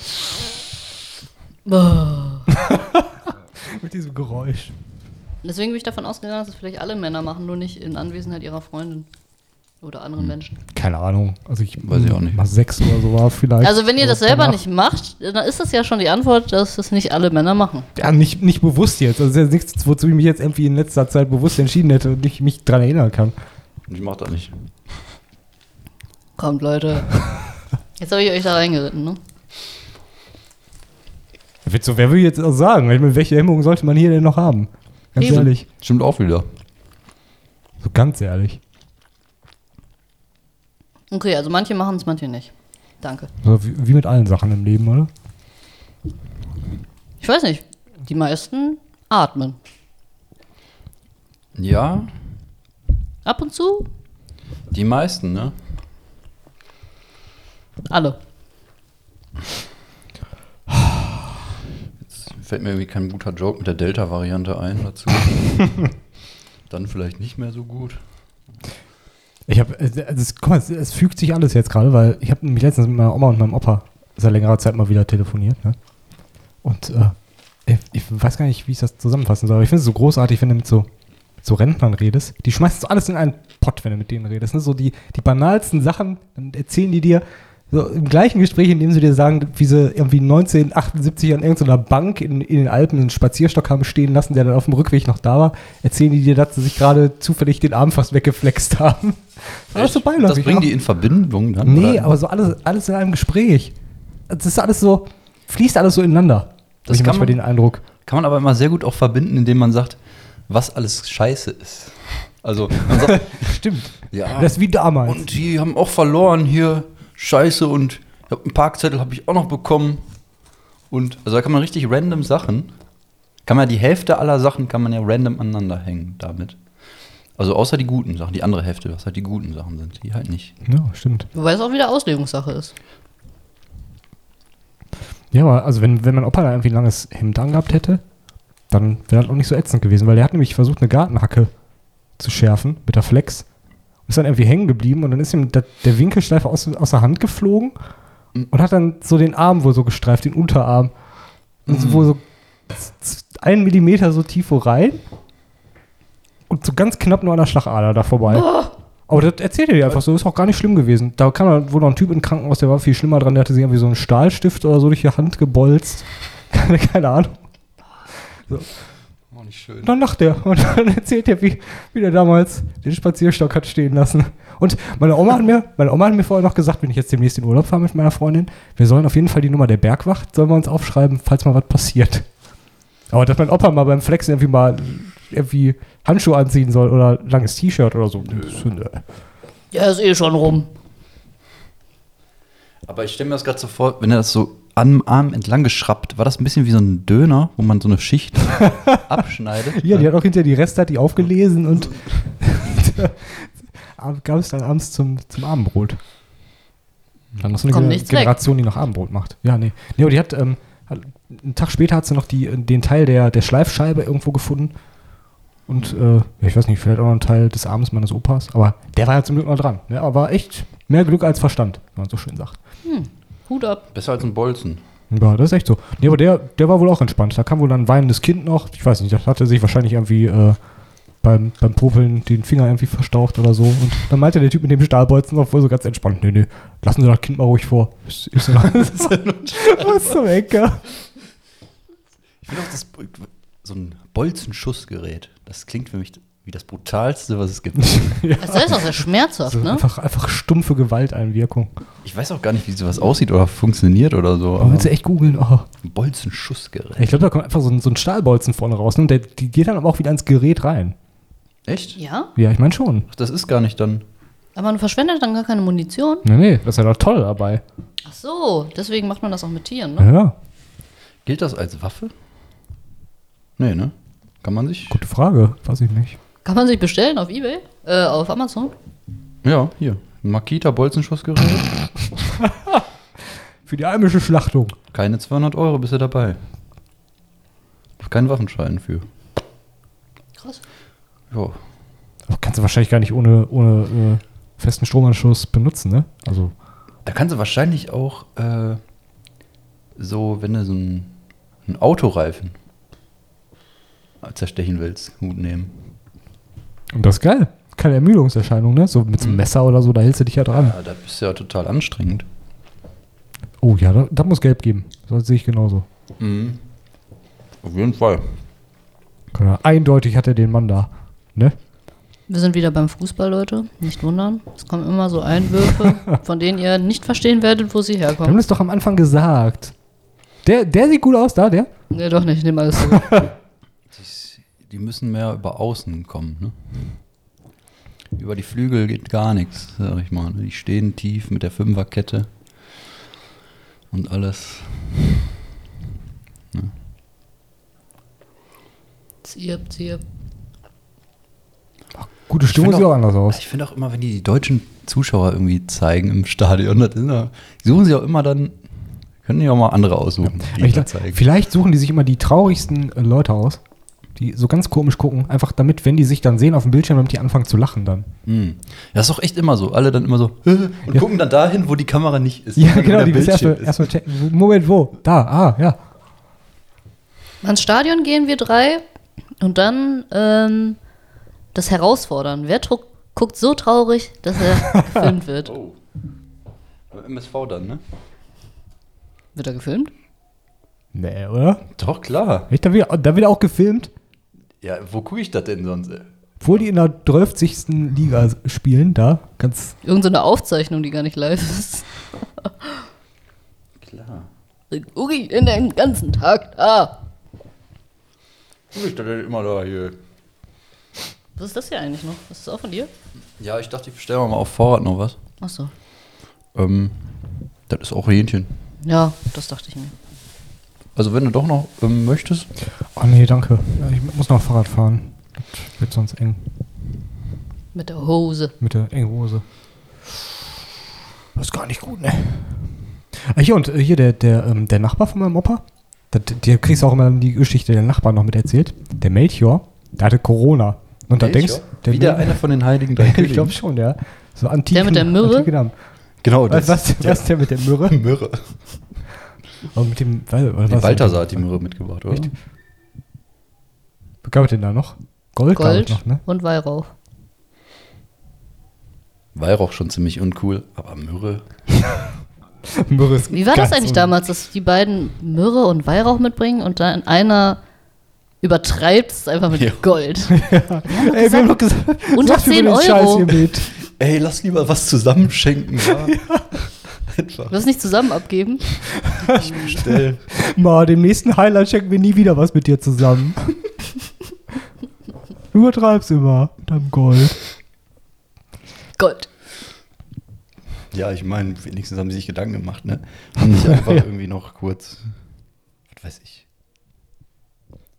[SPEAKER 1] Boah.
[SPEAKER 2] Mit diesem Geräusch.
[SPEAKER 1] Deswegen bin ich davon ausgegangen, dass es vielleicht alle Männer machen, nur nicht in Anwesenheit ihrer Freundin oder anderen
[SPEAKER 2] Hm.
[SPEAKER 1] Menschen.
[SPEAKER 2] Keine Ahnung. Also ich
[SPEAKER 3] Weiß ich auch nicht.
[SPEAKER 2] Mal sechs oder so war vielleicht.
[SPEAKER 1] Also wenn ihr
[SPEAKER 2] Oder
[SPEAKER 1] das selber
[SPEAKER 2] danach.
[SPEAKER 1] nicht macht, dann ist das ja schon die Antwort, dass das nicht alle Männer machen.
[SPEAKER 2] Ja, nicht, nicht bewusst jetzt. Also das ist ja nichts, wozu ich mich jetzt irgendwie in letzter Zeit bewusst entschieden hätte und ich mich dran erinnern kann.
[SPEAKER 3] Ich mach das nicht.
[SPEAKER 1] Kommt, Leute. Jetzt habe ich euch da reingeritten, ne?
[SPEAKER 2] Witz, so, wer will jetzt auch sagen? Ich meine, welche Hemmungen sollte man hier denn noch haben? Ganz
[SPEAKER 1] Eben.
[SPEAKER 2] ehrlich.
[SPEAKER 3] Stimmt auch wieder.
[SPEAKER 2] So ganz ehrlich.
[SPEAKER 1] Okay, also manche machen es, manche nicht. Danke.
[SPEAKER 2] So, wie, wie mit allen Sachen im Leben, oder?
[SPEAKER 1] Ich weiß nicht. Die meisten atmen.
[SPEAKER 3] Ja,
[SPEAKER 1] Ab und zu
[SPEAKER 3] die meisten, ne?
[SPEAKER 1] alle.
[SPEAKER 3] Jetzt fällt mir irgendwie kein guter Joke mit der Delta-Variante ein dazu. Dann vielleicht nicht mehr so gut.
[SPEAKER 2] Ich habe, also es, guck mal, es, es fügt sich alles jetzt gerade, weil ich habe mich letztens mit meiner Oma und meinem Opa seit längerer Zeit mal wieder telefoniert. Ne? Und äh, ich, ich weiß gar nicht, wie ich das zusammenfassen soll, aber ich finde es so großartig, wenn du mit so, mit so Rentnern redest. Die schmeißt so alles in einen Pott, wenn du mit denen redest. Ne? So die, die banalsten Sachen, dann erzählen die dir so im gleichen Gespräch, in dem sie dir sagen, wie sie irgendwie 1978 an irgendeiner Bank in, in den Alpen einen Spazierstock haben stehen lassen, der dann auf dem Rückweg noch da war, erzählen die dir, dass sie sich gerade zufällig den Arm fast weggeflext haben. Alles so beiläufig.
[SPEAKER 3] das bringen
[SPEAKER 2] ne?
[SPEAKER 3] die in Verbindung dann?
[SPEAKER 2] Nee,
[SPEAKER 3] oder?
[SPEAKER 2] aber so alles, alles in einem Gespräch. Das ist alles so, fließt alles so ineinander.
[SPEAKER 3] Das
[SPEAKER 2] Hab ich
[SPEAKER 3] kann
[SPEAKER 2] manchmal
[SPEAKER 3] man-
[SPEAKER 2] den Eindruck.
[SPEAKER 3] Kann man aber immer sehr gut auch verbinden, indem man sagt, was alles scheiße ist. Also, man sagt,
[SPEAKER 2] Stimmt.
[SPEAKER 3] ja,
[SPEAKER 2] Das ist wie damals.
[SPEAKER 3] und die haben auch verloren hier, scheiße, und ich hab einen Parkzettel habe ich auch noch bekommen. Und, also da kann man richtig random Sachen, kann man ja die Hälfte aller Sachen kann man ja random aneinander hängen damit. Also außer die guten Sachen, die andere Hälfte, was halt die guten Sachen sind, die halt nicht.
[SPEAKER 2] ja, stimmt.
[SPEAKER 1] Wobei es auch wieder Auslegungssache ist.
[SPEAKER 2] Ja, aber also wenn, wenn mein Opa da irgendwie ein langes Hemd angehabt hätte, dann wäre das auch nicht so ätzend gewesen, weil der hat nämlich versucht, eine Gartenhacke zu schärfen mit der Flex. Und ist dann irgendwie hängen geblieben und dann ist ihm da, der Winkel steif aus, aus der Hand geflogen und hat dann so den Arm wohl so gestreift, den Unterarm. Und so, wo so z- z- einen Millimeter so tief wo rein und so ganz knapp nur an der Schlagader da vorbei. Aber das erzählt er dir einfach so, ist auch gar nicht schlimm gewesen. Da kam dann wohl noch ein Typ im Krankenhaus, der war viel schlimmer dran, der hatte sich irgendwie so einen Stahlstift oder so durch die Hand gebolzt. Keine, keine Ahnung.
[SPEAKER 3] Auch nicht schön.
[SPEAKER 2] Und dann lacht er und dann erzählt er, wie, wie der damals den Spazierstock hat stehen lassen. Und meine Oma hat mir, meine Oma hat mir vorher noch gesagt, wenn ich jetzt demnächst in Urlaub fahre mit meiner Freundin, wir sollen auf jeden Fall die Nummer der Bergwacht, sollen wir uns aufschreiben, falls mal was passiert. Aber dass mein Opa mal beim Flexen irgendwie mal irgendwie Handschuhe anziehen soll oder langes T-Shirt oder so. das- äh,
[SPEAKER 1] Der ist eh schon rum.
[SPEAKER 3] Aber ich stelle mir das gerade so vor, wenn er das so am Arm entlang geschraubt, war das ein bisschen wie so ein Döner, wo man so eine Schicht abschneidet.
[SPEAKER 2] Ja, die hat auch hinter die Reste hat die aufgelesen und gab es dann abends zum, zum Abendbrot. Dann noch so eine
[SPEAKER 1] Kommt
[SPEAKER 2] Gener-
[SPEAKER 1] nichts weg.
[SPEAKER 2] Generation, die noch Abendbrot macht. Ja, nee. Nee, aber die hat, ähm, hat einen Tag später hat sie noch die, den Teil der, der Schleifscheibe irgendwo gefunden. Und äh, ja, ich weiß nicht, vielleicht auch noch ein Teil des Arms meines Opas, aber der war ja zum Glück noch dran. Ne? Aber war echt mehr Glück als Verstand, wenn man so schön sagt.
[SPEAKER 1] Hut ab.
[SPEAKER 3] Besser als ein Bolzen.
[SPEAKER 2] Ja, das ist echt so. Nee, aber der, der war wohl auch entspannt. Da kam wohl dann ein weinendes Kind noch. Ich weiß nicht, das hatte sich wahrscheinlich irgendwie äh, beim, beim Popeln den Finger irgendwie verstaucht oder so. Und dann meinte der Typ mit dem Stahlbolzen noch wohl so ganz entspannt. Nee, nee, lassen Sie das Kind mal ruhig vor. Ist, ist in Ordnung. Was zum Henker?
[SPEAKER 3] Ich finde auch das, so ein Bolzenschussgerät, das klingt für mich wie das brutalste, was es gibt.
[SPEAKER 1] Das ist auch sehr schmerzhaft,
[SPEAKER 2] Also
[SPEAKER 1] ne?
[SPEAKER 2] einfach, einfach stumpfe Gewalteinwirkung.
[SPEAKER 3] Ich weiß auch gar nicht, wie sowas aussieht oder funktioniert oder so.
[SPEAKER 2] Aber
[SPEAKER 3] Aber
[SPEAKER 2] willst du echt googeln? Oh.
[SPEAKER 3] ein Bolzenschussgerät.
[SPEAKER 2] Ich glaube, da kommt einfach so ein, so ein Stahlbolzen vorne raus. Ne? Und der, die geht dann aber auch wieder ins Gerät rein.
[SPEAKER 3] Echt?
[SPEAKER 1] Ja,
[SPEAKER 2] Ja, ich meine schon.
[SPEAKER 3] Ach, das ist gar nicht dann.
[SPEAKER 1] aber man verschwendet dann gar keine Munition.
[SPEAKER 2] Nee, nee, das ist ja doch toll dabei.
[SPEAKER 1] Ach so, deswegen macht man das auch mit Tieren, ne?
[SPEAKER 2] Ja,
[SPEAKER 3] Gilt das als Waffe? Nee, ne? Kann man sich.
[SPEAKER 2] gute Frage. Weiß ich nicht.
[SPEAKER 1] Kann man sich bestellen auf Ebay? Äh, auf Amazon?
[SPEAKER 3] Ja, hier. Ein Makita Bolzenschussgerät.
[SPEAKER 2] Für die heimische Schlachtung.
[SPEAKER 3] Keine 200 Euro bist du dabei. Kein Waffenschein für.
[SPEAKER 1] Krass.
[SPEAKER 3] Ja.
[SPEAKER 2] Aber kannst du wahrscheinlich gar nicht ohne, ohne äh, festen Stromanschluss benutzen, ne? Also,
[SPEAKER 3] Da kannst du wahrscheinlich auch äh, so, wenn du so ein, ein Autoreifen zerstechen willst, Hut nehmen.
[SPEAKER 2] und das ist geil. Keine Ermüdungserscheinung, ne? So mit so einem Messer oder so, da hältst du dich ja dran.
[SPEAKER 3] Ja, Ah, das ist ja total anstrengend.
[SPEAKER 2] Oh ja, da, da muss gelb geben. Das sehe ich genauso.
[SPEAKER 3] Auf jeden Fall.
[SPEAKER 2] Keine- Eindeutig hat er den Mann da, ne?
[SPEAKER 1] Wir sind wieder beim Fußball, Leute. Nicht wundern. Es kommen immer so Einwürfe, von denen ihr nicht verstehen werdet, wo sie
[SPEAKER 2] Wir haben
[SPEAKER 1] herkommen.
[SPEAKER 2] das doch am Anfang gesagt. Der, der sieht gut aus, da, der?
[SPEAKER 1] Nee, doch nicht. Nimm alles zurück.
[SPEAKER 3] Die müssen mehr über außen kommen, ne? Über die Flügel geht gar nichts, sag ich mal. Die stehen tief mit der Fünferkette und alles.
[SPEAKER 1] Zirp, zirp.
[SPEAKER 2] Gute Stimmung
[SPEAKER 3] Ich
[SPEAKER 2] sieht
[SPEAKER 3] find
[SPEAKER 2] auch anders
[SPEAKER 3] Also
[SPEAKER 2] aus.
[SPEAKER 3] ich finde auch immer, wenn die die deutschen Zuschauer irgendwie zeigen im Stadion, das sind ja, die suchen sie auch immer dann, können die auch mal andere aussuchen, die
[SPEAKER 2] Ich
[SPEAKER 3] da
[SPEAKER 2] glaub,
[SPEAKER 3] zeigen.
[SPEAKER 2] vielleicht suchen die sich immer die traurigsten äh, Leute aus, die so ganz komisch gucken, einfach damit, wenn die sich dann sehen auf dem Bildschirm, damit die anfangen zu lachen dann.
[SPEAKER 3] Hm. Ja, ist doch echt immer so. Alle dann immer so "Hä?" und
[SPEAKER 2] Ja.
[SPEAKER 3] gucken dann dahin, wo die Kamera nicht ist.
[SPEAKER 2] Ja,
[SPEAKER 3] wo
[SPEAKER 2] genau,
[SPEAKER 3] der
[SPEAKER 2] die müssen
[SPEAKER 3] Bildschirm
[SPEAKER 2] erstmal erst checken. Moment, wo? Da, ah, ja.
[SPEAKER 1] Mal Ins Stadion gehen wir drei und dann ähm, das herausfordern. Wer druck, guckt so traurig, dass er gefilmt wird?
[SPEAKER 3] Oh. Aber MSV dann, ne?
[SPEAKER 1] Wird er gefilmt?
[SPEAKER 2] Nee, oder?
[SPEAKER 3] Doch, klar.
[SPEAKER 2] Echt, da wird, da wird auch gefilmt,
[SPEAKER 3] Ja, wo gucke ich das denn sonst? ey?
[SPEAKER 2] obwohl die in der 12. Liga spielen, da. Ganz.
[SPEAKER 1] Irgend so eine Aufzeichnung, die gar nicht live ist.
[SPEAKER 3] Klar.
[SPEAKER 1] Sind Uri in den ganzen Tag da.
[SPEAKER 3] Guck ich das denn immer da hier?
[SPEAKER 1] Was ist das hier eigentlich noch? Ist das auch von dir?
[SPEAKER 3] Ja, ich dachte, ich bestelle mal auf Vorrat noch was.
[SPEAKER 1] Achso.
[SPEAKER 3] Ähm, das ist auch Hähnchen.
[SPEAKER 1] Ja, das dachte ich mir.
[SPEAKER 3] Also, wenn du doch noch ähm, möchtest.
[SPEAKER 2] Oh nee, danke. Ja, Ich muss noch Fahrrad fahren. Das wird sonst eng.
[SPEAKER 1] Mit der Hose.
[SPEAKER 2] Mit der engen Hose. Das ist gar nicht gut, ne? Ah, hier und äh, hier der, der, ähm, der Nachbar von meinem Opa. Der, der kriegst du auch immer die Geschichte der Nachbarn noch mit erzählt. Der Melchior, der hatte Corona. Und da denkst
[SPEAKER 3] du. Wieder
[SPEAKER 2] Mel-
[SPEAKER 3] einer von den Heiligen drei
[SPEAKER 2] Ich glaube
[SPEAKER 3] Königen.
[SPEAKER 2] schon, ja. So antiken,
[SPEAKER 1] mit der Myrrhe?
[SPEAKER 2] antike Namen.
[SPEAKER 3] Genau,
[SPEAKER 2] Was, was, was der mit der Myrrhe?
[SPEAKER 3] Möhre.
[SPEAKER 2] Aber mit dem weil- weil- was-
[SPEAKER 3] Nee, Balthasar hat die Möhre mitgebracht, oder?
[SPEAKER 2] Echt? Was gab es denn da noch? Gold, gab es
[SPEAKER 1] Gold
[SPEAKER 2] noch, ne?
[SPEAKER 1] und Weihrauch.
[SPEAKER 3] Weihrauch schon ziemlich uncool, aber Möhre.
[SPEAKER 2] Myrrhe ist
[SPEAKER 1] Wie war das
[SPEAKER 2] ganz
[SPEAKER 1] eigentlich
[SPEAKER 2] un-
[SPEAKER 1] damals, dass die beiden Myrrhe und Weihrauch mitbringen und dann einer übertreibst es einfach mit
[SPEAKER 3] Ja.
[SPEAKER 1] Gold.
[SPEAKER 2] Ey, wir haben doch gesagt,
[SPEAKER 1] unter
[SPEAKER 2] sagt
[SPEAKER 1] 10
[SPEAKER 2] über den
[SPEAKER 1] Euro.
[SPEAKER 2] Scheiß hier mit.
[SPEAKER 3] Ey, lass lieber was zusammenschenken. wa? Einfach
[SPEAKER 1] Du wirst nicht zusammen abgeben.
[SPEAKER 3] bestell.
[SPEAKER 2] Ma, dem nächsten Highlight schenken wir nie wieder was mit dir zusammen. du übertreibst immer mit deinem Gold.
[SPEAKER 1] Gold.
[SPEAKER 3] Ja, ich meine, wenigstens haben sie sich Gedanken gemacht, ne? Haben sich einfach irgendwie noch kurz, was weiß ich,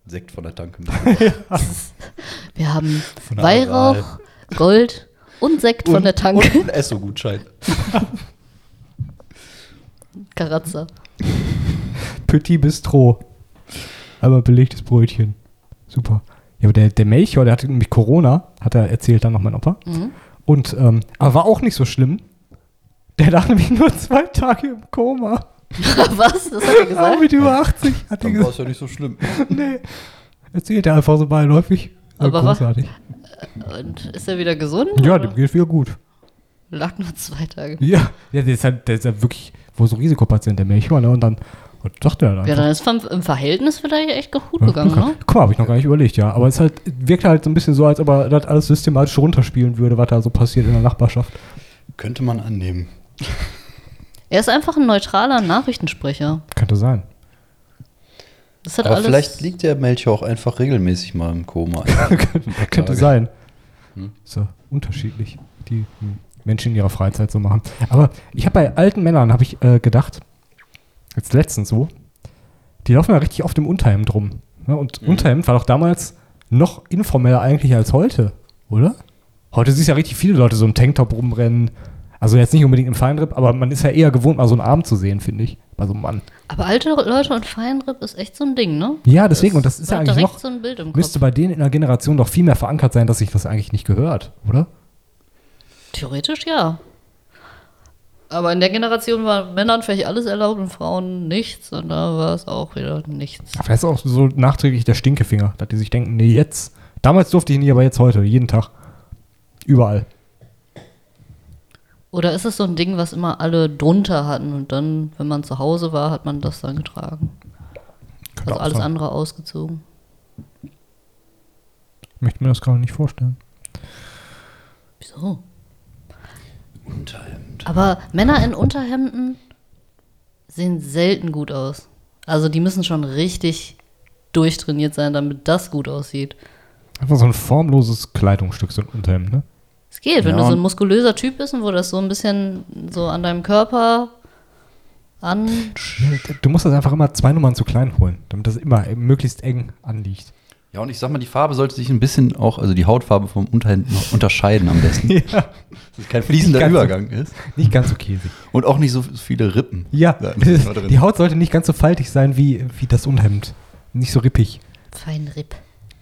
[SPEAKER 3] Sekt von der Tanke mitgebracht.
[SPEAKER 1] Wir haben
[SPEAKER 3] Von der
[SPEAKER 1] Weihrauch, Gold und Sekt von
[SPEAKER 3] Und-
[SPEAKER 1] der Tanke.
[SPEAKER 3] Und ein Esso-Gutschein.
[SPEAKER 1] Karatzer.
[SPEAKER 2] Petit Bistro. Einmal belegtes Brötchen. Super. Ja, aber der, der Melchior, der hatte nämlich Corona, hat er erzählt dann noch mein Opa.
[SPEAKER 1] Mhm.
[SPEAKER 2] Und, ähm, aber war auch nicht so schlimm. Der lag nämlich nur zwei Tage im Koma.
[SPEAKER 1] Was? Das hat er
[SPEAKER 2] Auch
[SPEAKER 1] gesagt?
[SPEAKER 2] mit über 80, hat er
[SPEAKER 3] Dann war
[SPEAKER 2] gesagt.
[SPEAKER 3] es ja nicht so schlimm.
[SPEAKER 2] Nee. Erzählt er einfach so beiläufig. Ja,
[SPEAKER 1] Aber was-
[SPEAKER 2] großartig.
[SPEAKER 1] Und ist er wieder gesund?
[SPEAKER 2] Ja,
[SPEAKER 1] oder?
[SPEAKER 2] dem geht wieder gut.
[SPEAKER 1] Lag nur zwei Tage.
[SPEAKER 2] Ja. ja der, ist halt, der ist halt wirklich wohl so Risikopatient, der Melchior, ne? Und dann und dachte er dann.
[SPEAKER 1] Ja,
[SPEAKER 2] einfach,
[SPEAKER 1] dann ist vom, im Verhältnis vielleicht echt gut
[SPEAKER 2] ja,
[SPEAKER 1] gegangen,
[SPEAKER 2] Glück
[SPEAKER 1] ne?
[SPEAKER 2] gehabt. Guck mal, habe ich noch gar nicht überlegt, ja. Aber es halt, wirkt halt so ein bisschen so, als ob er das alles systematisch runterspielen würde, was da so passiert in der Nachbarschaft.
[SPEAKER 3] Könnte man annehmen.
[SPEAKER 1] Er ist einfach ein neutraler Nachrichtensprecher.
[SPEAKER 2] Könnte sein.
[SPEAKER 1] Das hat
[SPEAKER 3] Aber
[SPEAKER 1] alles.
[SPEAKER 3] vielleicht liegt der Melchior auch einfach regelmäßig mal im Koma.
[SPEAKER 2] Könnte sein.
[SPEAKER 1] Hm?
[SPEAKER 2] Ist ja unterschiedlich, die Menschen in ihrer Freizeit so machen. Aber ich habe bei alten Männern, habe ich äh, gedacht, jetzt letztens so, die laufen ja richtig oft im Unterhemd rum. Ne?
[SPEAKER 1] Mhm.
[SPEAKER 2] Und Unterhemd war doch damals noch informeller eigentlich als heute, oder? Heute siehst du ja richtig viele Leute so im Tanktop rumrennen. Also jetzt nicht unbedingt im Feinripp, aber man ist ja eher gewohnt, mal so einen Arm zu sehen, finde ich, bei so einem Mann.
[SPEAKER 1] Aber alte Leute und Feinripp ist echt so ein Ding, ne?
[SPEAKER 2] Ja, deswegen, und das ist ja
[SPEAKER 1] hat
[SPEAKER 2] eigentlich
[SPEAKER 1] direkt
[SPEAKER 2] noch-
[SPEAKER 1] so ein Bild im Kopf.
[SPEAKER 2] Müsste bei denen in der Generation doch viel mehr verankert sein, dass sich das eigentlich nicht gehört, oder?
[SPEAKER 1] Theoretisch ja. Aber in der Generation war Männern vielleicht alles erlaubt und Frauen nichts. Und da war es auch wieder nichts.
[SPEAKER 2] Ja, Vielleicht ist auch so nachträglich der Stinkefinger, dass die sich denken, nee, jetzt. Damals durfte ich nie, aber jetzt heute, jeden Tag. Überall.
[SPEAKER 1] Oder ist es so ein Ding, was immer alle drunter hatten und dann, wenn man zu Hause war, hat man das dann getragen?
[SPEAKER 2] Könnte
[SPEAKER 1] Also
[SPEAKER 2] auch
[SPEAKER 1] alles
[SPEAKER 2] sein.
[SPEAKER 1] andere ausgezogen.
[SPEAKER 2] Möchte mir das gerade nicht vorstellen.
[SPEAKER 1] Wieso?
[SPEAKER 3] Unterhemd.
[SPEAKER 1] Aber Männer in Unterhemden sehen selten gut aus. Also die müssen schon richtig durchtrainiert sein, damit das gut aussieht.
[SPEAKER 2] Einfach so ein formloses Kleidungsstück, so ein Unterhemd, ne?
[SPEAKER 1] Es geht, wenn
[SPEAKER 3] Ja,
[SPEAKER 1] du so ein
[SPEAKER 3] und-
[SPEAKER 1] muskulöser Typ bist und wo das so ein bisschen so an deinem Körper an.
[SPEAKER 2] Du musst das einfach immer zwei Nummern zu klein holen, damit das immer möglichst eng anliegt.
[SPEAKER 3] Ja, und ich sag mal, die Farbe sollte sich ein bisschen auch, also die Hautfarbe vom Unterhemd noch unterscheiden am besten.
[SPEAKER 2] Ja.
[SPEAKER 3] Dass es kein fließender
[SPEAKER 2] Ganz-
[SPEAKER 3] Übergang ist.
[SPEAKER 2] Nicht ganz so käsig.
[SPEAKER 3] Und auch nicht so viele Rippen.
[SPEAKER 2] Ja,
[SPEAKER 3] Da müssen wir drin.
[SPEAKER 2] die Haut sollte nicht ganz so faltig sein wie, wie das Unterhemd. Nicht so rippig.
[SPEAKER 1] Feinripp.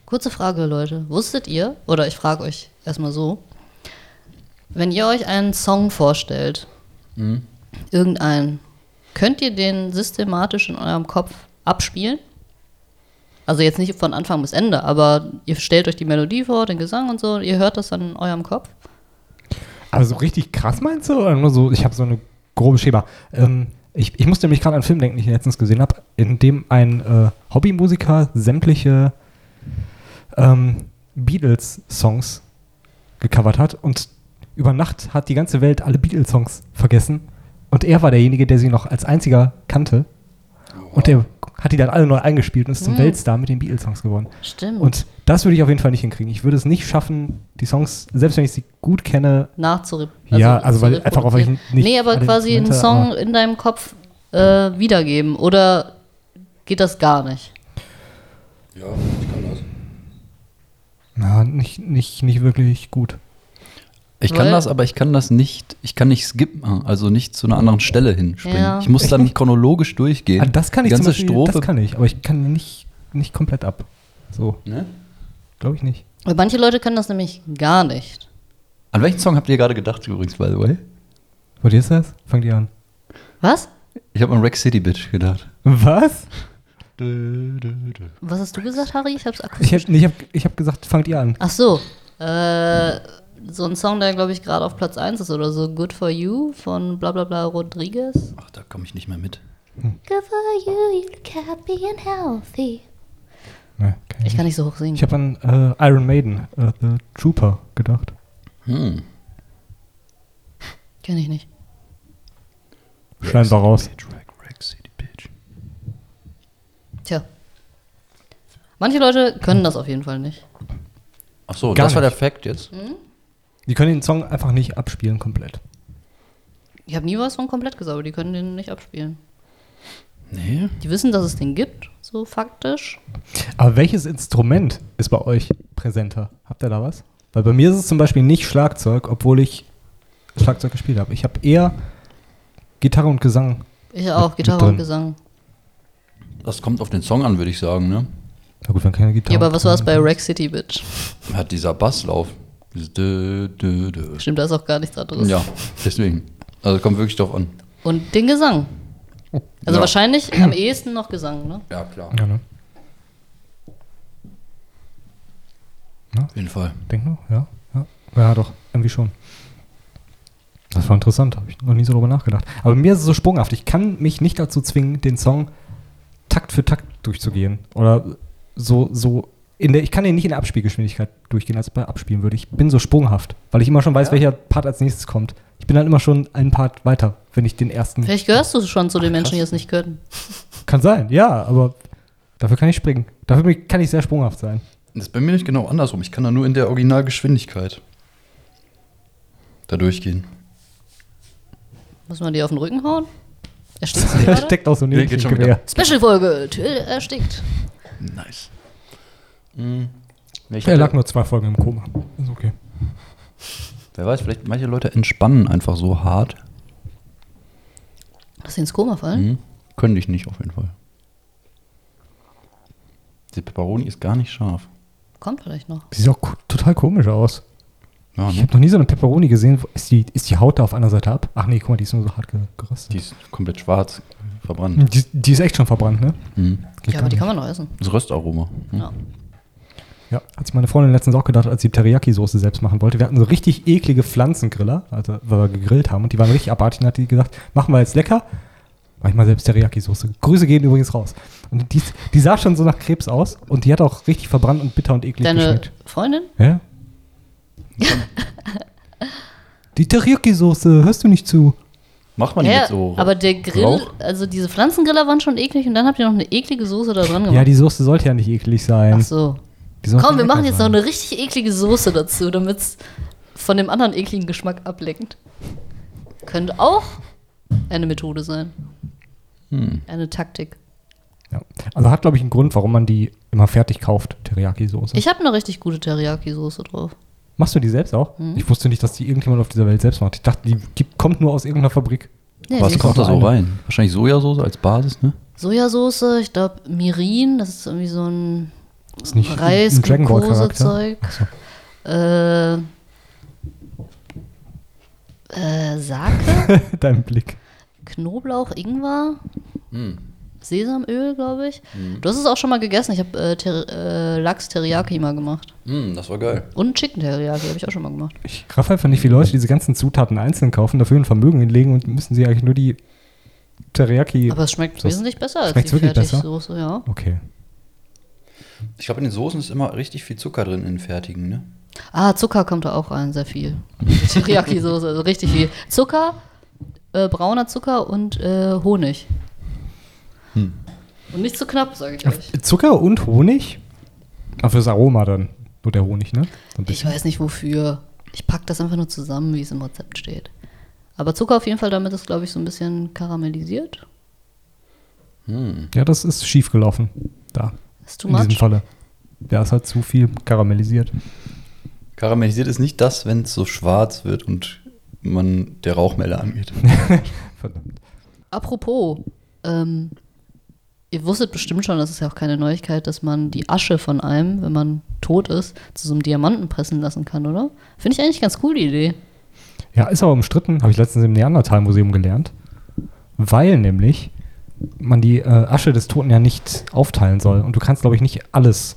[SPEAKER 1] Kurze Frage, Leute. Wusstet ihr, oder ich frage euch erstmal so, wenn ihr euch einen Song vorstellt,
[SPEAKER 3] Mhm.
[SPEAKER 1] irgendeinen, könnt ihr den systematisch in eurem Kopf abspielen? Also jetzt nicht von Anfang bis Ende, aber ihr stellt euch die Melodie vor, den Gesang und so, ihr hört das dann in eurem Kopf.
[SPEAKER 2] Aber so richtig krass meinst du? Oder nur so, ich habe so eine grobe Schema. Ähm, ich, ich musste nämlich gerade an einen Film denken, den ich letztens gesehen habe, in dem ein äh, Hobbymusiker sämtliche ähm, Beatles-Songs gecovert hat und über Nacht hat die ganze Welt alle Beatles-Songs vergessen und er war derjenige, der sie noch als einziger kannte und der hat die dann alle neu eingespielt und ist zum
[SPEAKER 1] Hm.
[SPEAKER 2] Weltstar mit den Beatles-Songs geworden.
[SPEAKER 1] Stimmt.
[SPEAKER 2] Und das würde ich auf jeden Fall nicht hinkriegen. Ich würde es nicht schaffen, die Songs, selbst wenn ich sie gut kenne,
[SPEAKER 1] nachzurep
[SPEAKER 2] Ja, also
[SPEAKER 1] zu
[SPEAKER 2] weil- einfach auch, weil ich
[SPEAKER 1] reproduzieren.
[SPEAKER 2] nicht
[SPEAKER 1] Nee, aber
[SPEAKER 2] alle
[SPEAKER 1] quasi einen
[SPEAKER 2] Instrumente,
[SPEAKER 1] Song
[SPEAKER 2] aber-
[SPEAKER 1] in deinem Kopf äh, wiedergeben. Oder geht das gar nicht?
[SPEAKER 3] Ja, ich kann das.
[SPEAKER 2] Na, nicht, nicht, nicht wirklich gut.
[SPEAKER 3] Ich kann
[SPEAKER 1] Weil-
[SPEAKER 3] das, aber ich kann das nicht, ich kann nicht skippen, also nicht zu einer anderen Stelle hinspringen.
[SPEAKER 1] Ja.
[SPEAKER 3] Ich muss dann chronologisch durchgehen.
[SPEAKER 2] Ah, das kann ich
[SPEAKER 3] Die ganze
[SPEAKER 2] zum Beispiel,
[SPEAKER 3] Strophe.
[SPEAKER 2] das kann ich, aber ich kann nicht, nicht komplett ab. So,
[SPEAKER 3] ne?
[SPEAKER 2] glaube ich nicht.
[SPEAKER 1] Weil manche Leute können das nämlich gar nicht.
[SPEAKER 3] An welchen Song habt ihr gerade gedacht übrigens, by the way?
[SPEAKER 2] Was ist das? Fangt ihr an.
[SPEAKER 1] Was?
[SPEAKER 3] Ich habe an Rack City Bitch gedacht.
[SPEAKER 2] Was?
[SPEAKER 3] Dö, dö, dö.
[SPEAKER 1] Was hast du gesagt, Harry? Ich hab's akustisch.
[SPEAKER 2] Ich habe ich hab, ich hab gesagt, fangt ihr an.
[SPEAKER 1] Ach so. Äh, so ein Song, der, glaube ich, gerade auf Platz 1 ist oder so. Good for You von bla bla bla Rodriguez.
[SPEAKER 3] Ach, da komme ich nicht mehr mit.
[SPEAKER 4] Good for you, you look happy and healthy.
[SPEAKER 2] Ne, Okay.
[SPEAKER 1] Ich kann nicht so hoch singen.
[SPEAKER 2] Ich habe an äh, Iron Maiden, äh, The Trooper, gedacht.
[SPEAKER 3] Hm.
[SPEAKER 1] Kenne ich nicht.
[SPEAKER 2] Schneiden wir raus.
[SPEAKER 1] Tja. Manche Leute können das auf jeden Fall nicht.
[SPEAKER 3] Ach so,
[SPEAKER 2] Gar
[SPEAKER 3] das war der
[SPEAKER 2] nicht.
[SPEAKER 3] Fact jetzt.
[SPEAKER 2] Die können den Song einfach nicht abspielen komplett.
[SPEAKER 1] Ich habe nie was von komplett gesagt, aber die können den nicht abspielen.
[SPEAKER 3] Nee.
[SPEAKER 1] Die wissen, dass es den gibt, so faktisch.
[SPEAKER 2] Aber welches Instrument ist bei euch präsenter? Habt ihr da was? Weil bei mir ist es zum Beispiel nicht Schlagzeug, obwohl ich Schlagzeug gespielt habe. Ich habe eher Gitarre und Gesang.
[SPEAKER 1] Ich auch,
[SPEAKER 2] Mit- mit
[SPEAKER 1] Gitarre und
[SPEAKER 2] drin.
[SPEAKER 1] Gesang.
[SPEAKER 3] Das kommt auf den Song an, würde ich sagen, ne?
[SPEAKER 2] Na gut, wenn keine Gitarre.
[SPEAKER 1] Ja, aber was war es bei
[SPEAKER 2] Rack?
[SPEAKER 1] Rack City, Bitch?
[SPEAKER 3] Hat dieser Basslauf. Dieses Dö, dö, dö.
[SPEAKER 1] Stimmt, da ist auch gar nichts anderes.
[SPEAKER 3] Ja, deswegen. Also kommt wirklich drauf an.
[SPEAKER 1] Und den Gesang. Also
[SPEAKER 3] Ja.
[SPEAKER 1] wahrscheinlich am ehesten noch Gesang, ne?
[SPEAKER 3] Ja, klar.
[SPEAKER 2] Ja, ne?
[SPEAKER 3] Auf jeden Fall.
[SPEAKER 2] Denk noch, ja. Ja, ja doch, irgendwie schon. Das war interessant, habe ich noch nie so drüber nachgedacht. Aber mir ist es so sprunghaft. Ich kann mich nicht dazu zwingen, den Song Takt für Takt durchzugehen. Oder so, so in der, ich kann den nicht in der Abspielgeschwindigkeit durchgehen, als bei Abspielen würde. Ich bin so sprunghaft, weil ich immer schon weiß, welcher Part als nächstes kommt. Ich bin dann immer schon einen Part weiter, wenn ich den ersten.
[SPEAKER 1] Vielleicht gehörst du schon zu den Menschen, die es nicht können.
[SPEAKER 2] Kann sein, ja, aber dafür kann ich springen. Dafür bin ich- kann ich sehr sprunghaft sein.
[SPEAKER 3] Das ist bei mir nicht genau andersrum. Ich kann da nur in der Originalgeschwindigkeit da durchgehen.
[SPEAKER 1] Muss man die auf den Rücken hauen? Erstickt sie
[SPEAKER 2] Der
[SPEAKER 1] gerade?
[SPEAKER 2] steckt auch so neben
[SPEAKER 3] Nee, geht
[SPEAKER 2] dem
[SPEAKER 3] schon wieder.
[SPEAKER 2] Gewehr.
[SPEAKER 1] Special-Folge, Till erstickt.
[SPEAKER 3] Nice. Mhm. Ich
[SPEAKER 2] Er lag
[SPEAKER 3] hatte,
[SPEAKER 2] nur zwei Folgen im Koma. Ist okay.
[SPEAKER 3] wer weiß, vielleicht manche Leute entspannen einfach so hart.
[SPEAKER 1] Lass sie ins Koma fallen?
[SPEAKER 3] Mhm. Könnte ich nicht, auf jeden Fall. Die Peperoni ist gar nicht scharf.
[SPEAKER 1] Kommt vielleicht noch.
[SPEAKER 2] Sieht auch ko- total komisch aus.
[SPEAKER 3] Ja,
[SPEAKER 2] Ich
[SPEAKER 3] ne?
[SPEAKER 2] habe noch nie so eine Pepperoni gesehen. Wo- Ist die, ist die Haut da auf einer Seite ab? Ach nee, guck mal, die ist nur so hart ge- geröstet.
[SPEAKER 3] Die ist komplett schwarz, verbrannt.
[SPEAKER 2] Die, die ist echt schon verbrannt, ne?
[SPEAKER 3] Mhm.
[SPEAKER 2] Geht
[SPEAKER 1] ja, aber die
[SPEAKER 2] gar
[SPEAKER 1] kann man noch essen.
[SPEAKER 3] Das Röstaroma. Mhm.
[SPEAKER 1] Ja.
[SPEAKER 2] nicht. ja, hat sich meine Freundin letztens auch gedacht, als sie Teriyaki-Soße selbst machen wollte. Wir hatten so richtig eklige Pflanzengriller, also weil wir gegrillt haben und die waren richtig abartig und hat die gesagt, machen wir jetzt lecker. Mach ich mal selbst Teriyaki-Soße. Grüße gehen übrigens raus. Und die, die sah schon so nach Krebs aus und die hat auch richtig verbrannt und bitter und eklig
[SPEAKER 1] Deine
[SPEAKER 2] geschmeckt.
[SPEAKER 1] Freundin?
[SPEAKER 2] Ja? die Teriyaki-Soße, hörst du nicht zu?
[SPEAKER 3] Macht man die
[SPEAKER 1] Ja,
[SPEAKER 3] jetzt so?
[SPEAKER 1] aber der Grill,
[SPEAKER 3] Rauch?
[SPEAKER 1] also diese Pflanzengriller waren schon eklig und dann habt ihr noch eine eklige Soße da dran gemacht.
[SPEAKER 2] Ja, die Soße sollte ja nicht eklig sein.
[SPEAKER 1] Ach so.
[SPEAKER 2] Die sollte
[SPEAKER 1] Komm, wir
[SPEAKER 2] lecker
[SPEAKER 1] machen jetzt noch
[SPEAKER 2] sein.
[SPEAKER 1] eine richtig eklige Soße dazu, damit es von dem anderen ekligen Geschmack ablenkt. Könnte auch eine Methode sein.
[SPEAKER 3] Hm.
[SPEAKER 1] Eine Taktik.
[SPEAKER 2] Ja. Also hat, glaube ich, einen Grund, warum man die immer fertig kauft, Teriyaki-Soße.
[SPEAKER 1] Ich habe eine richtig gute Teriyaki-Soße drauf.
[SPEAKER 2] Machst du die selbst auch?
[SPEAKER 1] Mhm.
[SPEAKER 2] Ich wusste nicht, dass die irgendjemand auf dieser Welt selbst macht. Ich dachte, die gibt, kommt nur aus irgendeiner Fabrik.
[SPEAKER 1] Nee, die
[SPEAKER 3] Was
[SPEAKER 1] ist-
[SPEAKER 3] kommt da so
[SPEAKER 2] eine.
[SPEAKER 3] rein? Wahrscheinlich Sojasauce als Basis, ne?
[SPEAKER 1] Sojasauce, ich glaube Mirin, das ist irgendwie so ein
[SPEAKER 2] Ist nicht
[SPEAKER 1] reis
[SPEAKER 2] ein Dragon Ball Charakter.
[SPEAKER 1] Glukosezeug. Äh, äh, Sake,
[SPEAKER 2] Dein Blick.
[SPEAKER 1] Knoblauch, Ingwer,
[SPEAKER 3] Hm.
[SPEAKER 1] Sesamöl, glaube ich.
[SPEAKER 2] Hm.
[SPEAKER 1] Du hast es auch schon mal gegessen. Ich habe äh, Ter äh, Lachs Teriyaki mal gemacht.
[SPEAKER 3] Hm, das war geil.
[SPEAKER 1] Und Chicken Teriyaki habe ich auch schon mal gemacht.
[SPEAKER 2] Ich raff einfach nicht, wie Leute diese ganzen Zutaten einzeln kaufen, dafür ein Vermögen hinlegen und müssen sie eigentlich nur die Teriyaki.
[SPEAKER 1] Aber es schmeckt
[SPEAKER 2] Das
[SPEAKER 1] wesentlich besser als
[SPEAKER 2] schmeckt's
[SPEAKER 1] die
[SPEAKER 2] wirklich besser?
[SPEAKER 1] Fertigsoße, ja.
[SPEAKER 2] Okay.
[SPEAKER 3] Ich glaube, in den Soßen ist immer richtig viel Zucker drin in den fertigen, ne?
[SPEAKER 1] Ah, Zucker kommt da auch rein, sehr viel. Teriyaki-Soße, also richtig viel. Zucker, äh, brauner Zucker und äh, Honig.
[SPEAKER 2] Hm.
[SPEAKER 1] Und nicht zu knapp, sage ich euch.
[SPEAKER 2] Zucker und Honig? Aber fürs Aroma dann. Nur der Honig, ne? So ein
[SPEAKER 1] Ich
[SPEAKER 2] bisschen.
[SPEAKER 1] weiß nicht wofür. Ich packe das einfach nur zusammen, wie es im Rezept steht. Aber Zucker auf jeden Fall, damit ist, glaube ich, so ein bisschen karamellisiert.
[SPEAKER 3] Hm.
[SPEAKER 2] Ja, das ist schief gelaufen. Da.
[SPEAKER 1] Ist too
[SPEAKER 2] in diesem
[SPEAKER 1] much.
[SPEAKER 2] Falle. Ja, es hat zu viel karamellisiert.
[SPEAKER 3] Karamellisiert ist nicht das, wenn es so schwarz wird und man der Rauchmelder angeht.
[SPEAKER 2] Verdammt.
[SPEAKER 1] Apropos, ähm, ihr wusstet bestimmt schon, das ist ja auch keine Neuigkeit, dass man die Asche von einem, wenn man tot ist, zu so einem Diamanten pressen lassen kann, oder? Finde ich eigentlich ganz cool, die Idee.
[SPEAKER 2] Ja, ist aber umstritten, habe ich letztens im Neandertal-Museum gelernt. Weil nämlich man die äh, Asche des Toten ja nicht aufteilen soll. Und du kannst, glaube ich, nicht alles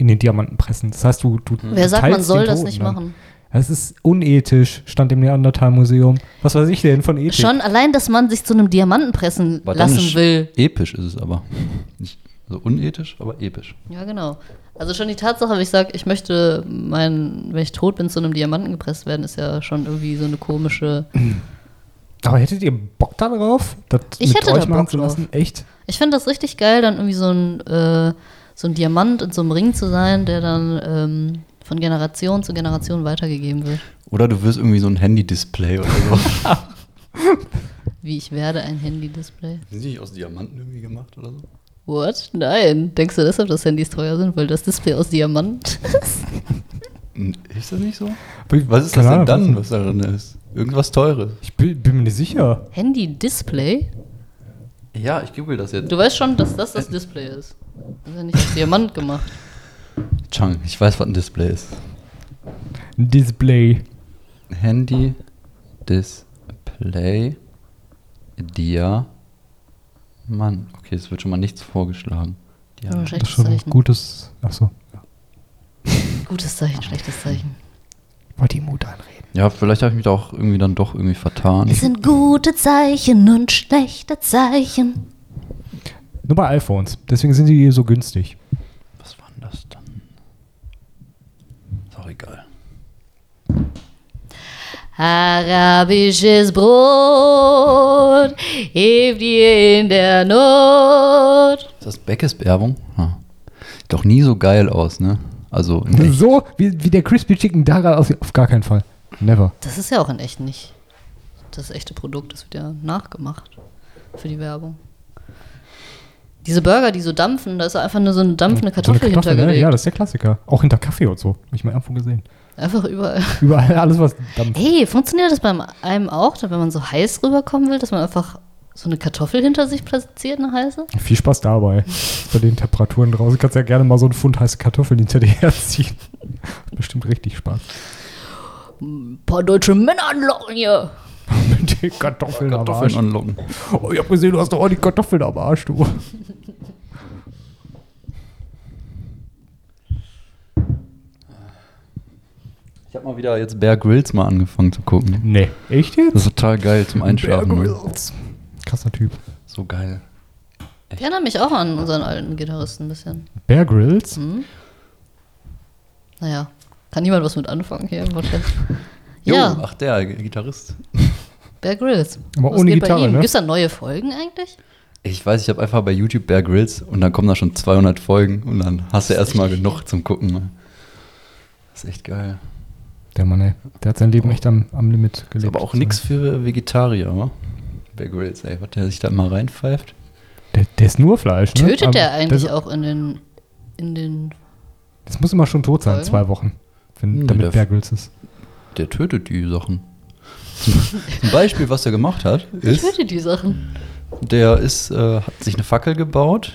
[SPEAKER 2] in den Diamanten pressen. Das heißt, du, du
[SPEAKER 1] Wer sagt, man
[SPEAKER 2] teilst Mhm. den
[SPEAKER 1] soll das
[SPEAKER 2] Toten ne?
[SPEAKER 1] nicht
[SPEAKER 2] dann.
[SPEAKER 1] machen?
[SPEAKER 2] Das ist unethisch, stand im Neandertal-Museum. Was weiß ich denn von Ethik?
[SPEAKER 1] Schon allein, dass man sich zu einem Diamanten pressen
[SPEAKER 3] Aber dann
[SPEAKER 1] lassen
[SPEAKER 3] ist-
[SPEAKER 1] will.
[SPEAKER 3] Episch ist es aber. Also unethisch, aber episch.
[SPEAKER 1] Ja, genau. Also schon die Tatsache, wenn ich sage, ich möchte mein, wenn ich tot bin, zu einem Diamanten gepresst werden, ist ja schon irgendwie so eine komische.
[SPEAKER 2] Aber hättet ihr Bock darauf, das
[SPEAKER 1] Ich hätte da
[SPEAKER 2] machen
[SPEAKER 1] Bock
[SPEAKER 2] zu
[SPEAKER 1] drauf.
[SPEAKER 2] lassen? Echt?
[SPEAKER 1] Ich finde das richtig geil, dann irgendwie so ein, äh, so ein Diamant in so einem Ring zu sein, der dann ähm, von Generation zu Generation weitergegeben wird.
[SPEAKER 3] Oder du wirst irgendwie so ein Handy-Display oder so.
[SPEAKER 1] Wie ich werde ein Handy-Display.
[SPEAKER 3] Sind die nicht aus Diamanten irgendwie gemacht oder so?
[SPEAKER 1] What? Nein. Denkst du deshalb, dass Handys teuer sind, weil das Display aus Diamant ist?
[SPEAKER 3] Ist das nicht so?
[SPEAKER 2] Bin-
[SPEAKER 3] Was ist das
[SPEAKER 2] keine
[SPEAKER 3] denn
[SPEAKER 2] Ahnung,
[SPEAKER 3] dann, was darin ist? Irgendwas Teures.
[SPEAKER 2] Ich bin, bin mir nicht sicher.
[SPEAKER 1] Handy-Display?
[SPEAKER 3] Ja, ich google das jetzt.
[SPEAKER 1] Du weißt schon, dass das das Display ist. Das ist ja nicht aus Diamant gemacht.
[SPEAKER 3] Chang, ich weiß, was ein Display ist.
[SPEAKER 2] Ein Display.
[SPEAKER 3] Handy, Display, Dia, Mann. Okay, es wird schon mal nichts vorgeschlagen.
[SPEAKER 1] Ja,
[SPEAKER 3] Diamant.
[SPEAKER 2] Das ist
[SPEAKER 1] schlechtes
[SPEAKER 2] schon ein
[SPEAKER 1] Zeichen.
[SPEAKER 2] gutes. Achso.
[SPEAKER 1] Gutes Zeichen, schlechtes Zeichen.
[SPEAKER 2] Wollte ihm Mut anreden.
[SPEAKER 3] Ja, vielleicht habe ich mich da auch irgendwie dann doch irgendwie vertan.
[SPEAKER 1] Es sind gute Zeichen und schlechte Zeichen.
[SPEAKER 2] Nur bei iPhones. Deswegen sind die so günstig.
[SPEAKER 3] Was war denn das dann? Ist auch egal.
[SPEAKER 1] Arabisches Brot hebt ihr in der Not.
[SPEAKER 3] Ist das Beckes Werbung? Ja. Sieht doch nie so geil aus, ne? Also in echt.
[SPEAKER 2] So wie, wie der Crispy Chicken da gerade aussieht. Auf gar keinen Fall. Never.
[SPEAKER 1] Das ist ja auch in echt nicht. Das echte Produkt, das wird ja nachgemacht für die Werbung. Diese Burger, die so dampfen, da ist einfach nur so eine dampfende
[SPEAKER 2] So
[SPEAKER 1] Kartoffel,
[SPEAKER 2] ne?
[SPEAKER 1] hintergelegt.
[SPEAKER 2] Ja, das ist der Klassiker. Auch hinter Kaffee und so. Hab ich mal irgendwo gesehen.
[SPEAKER 1] Einfach überall.
[SPEAKER 2] Überall alles, was dampft.
[SPEAKER 1] Hey, funktioniert das bei einem auch, dass wenn man so heiß rüberkommen will, dass man einfach so eine Kartoffel hinter sich platziert, eine heiße?
[SPEAKER 2] Viel Spaß dabei. Bei den Temperaturen draußen kannst du ja gerne mal so einen Pfund heiße Kartoffeln hinter dir herziehen. Hat Bestimmt richtig Spaß.
[SPEAKER 1] Ein paar deutsche Männer anlocken hier.
[SPEAKER 2] Mit den Kartoffeln,
[SPEAKER 3] Kartoffeln
[SPEAKER 2] am
[SPEAKER 3] anlocken.
[SPEAKER 2] Arsch. Oh, ich hab gesehen, du hast doch auch die Kartoffeln am Arsch, du.
[SPEAKER 3] Ich habe mal wieder jetzt Bear Grylls mal angefangen zu gucken.
[SPEAKER 2] Nee. Echt
[SPEAKER 3] Das
[SPEAKER 2] jetzt?
[SPEAKER 3] ist total geil zum Einschlafen.
[SPEAKER 2] Bear
[SPEAKER 3] Ne?
[SPEAKER 2] Grylls. Krasser Typ.
[SPEAKER 3] So geil.
[SPEAKER 1] Ich erinnere mich auch an unseren alten Gitarristen ein bisschen.
[SPEAKER 2] Bear Grylls?
[SPEAKER 1] Naja, kann niemand was mit anfangen hier im Podcast.
[SPEAKER 3] Jo,
[SPEAKER 1] ja,
[SPEAKER 3] ach der G- Gitarrist.
[SPEAKER 1] Bear Grylls.
[SPEAKER 2] Aber ohne Gitarre, ne?
[SPEAKER 1] Gibt es da neue Folgen eigentlich?
[SPEAKER 3] Ich weiß, ich habe einfach bei YouTube Bear Grylls und dann kommen da schon 200 Folgen und dann hast du
[SPEAKER 1] Das ist
[SPEAKER 3] erstmal
[SPEAKER 1] richtig
[SPEAKER 3] genug zum Gucken. Ne? Das ist echt geil.
[SPEAKER 2] Der Mann, ey. Der hat sein Leben echt am, am Limit gelebt.
[SPEAKER 3] Ist aber auch nichts für Vegetarier, wa? Bear Grylls, ey, was der sich da mal reinpfeift.
[SPEAKER 2] Der, der ist nur Fleisch, ne?
[SPEAKER 1] Tötet
[SPEAKER 2] Aber
[SPEAKER 1] der eigentlich
[SPEAKER 2] das,
[SPEAKER 1] auch in den, in den.
[SPEAKER 2] Das muss immer schon tot sein,
[SPEAKER 1] Folgen?
[SPEAKER 2] zwei Wochen. Wenn,
[SPEAKER 3] Nee,
[SPEAKER 2] damit
[SPEAKER 3] der-
[SPEAKER 2] Bear Grylls ist.
[SPEAKER 3] Der tötet die Sachen. Ein Beispiel, was er gemacht hat,
[SPEAKER 1] Ich
[SPEAKER 3] ist,
[SPEAKER 1] töte die Sachen.
[SPEAKER 3] der ist, äh, hat sich eine Fackel gebaut,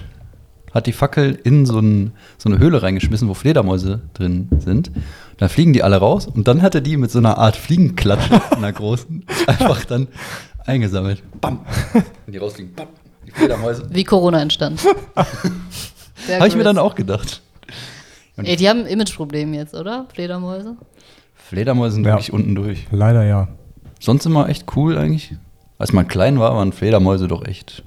[SPEAKER 3] hat die Fackel in so, ein, so eine Höhle reingeschmissen, wo Fledermäuse drin sind. Dann fliegen die alle raus und dann hat er die mit so einer Art Fliegenklatsche, einer großen, einfach dann eingesammelt. Bam! Wenn die rausfliegen, bam! Die Fledermäuse.
[SPEAKER 1] Wie Corona entstand. Bear
[SPEAKER 3] Habe ich mir
[SPEAKER 1] Grylls.
[SPEAKER 3] dann auch gedacht.
[SPEAKER 1] Ey, die haben ein Imageproblem jetzt, oder? Fledermäuse?
[SPEAKER 3] Fledermäuse sind
[SPEAKER 2] Ja.
[SPEAKER 3] wirklich unten durch.
[SPEAKER 2] Leider ja.
[SPEAKER 3] Sonst immer echt cool eigentlich. Als man klein war, waren Fledermäuse doch echt.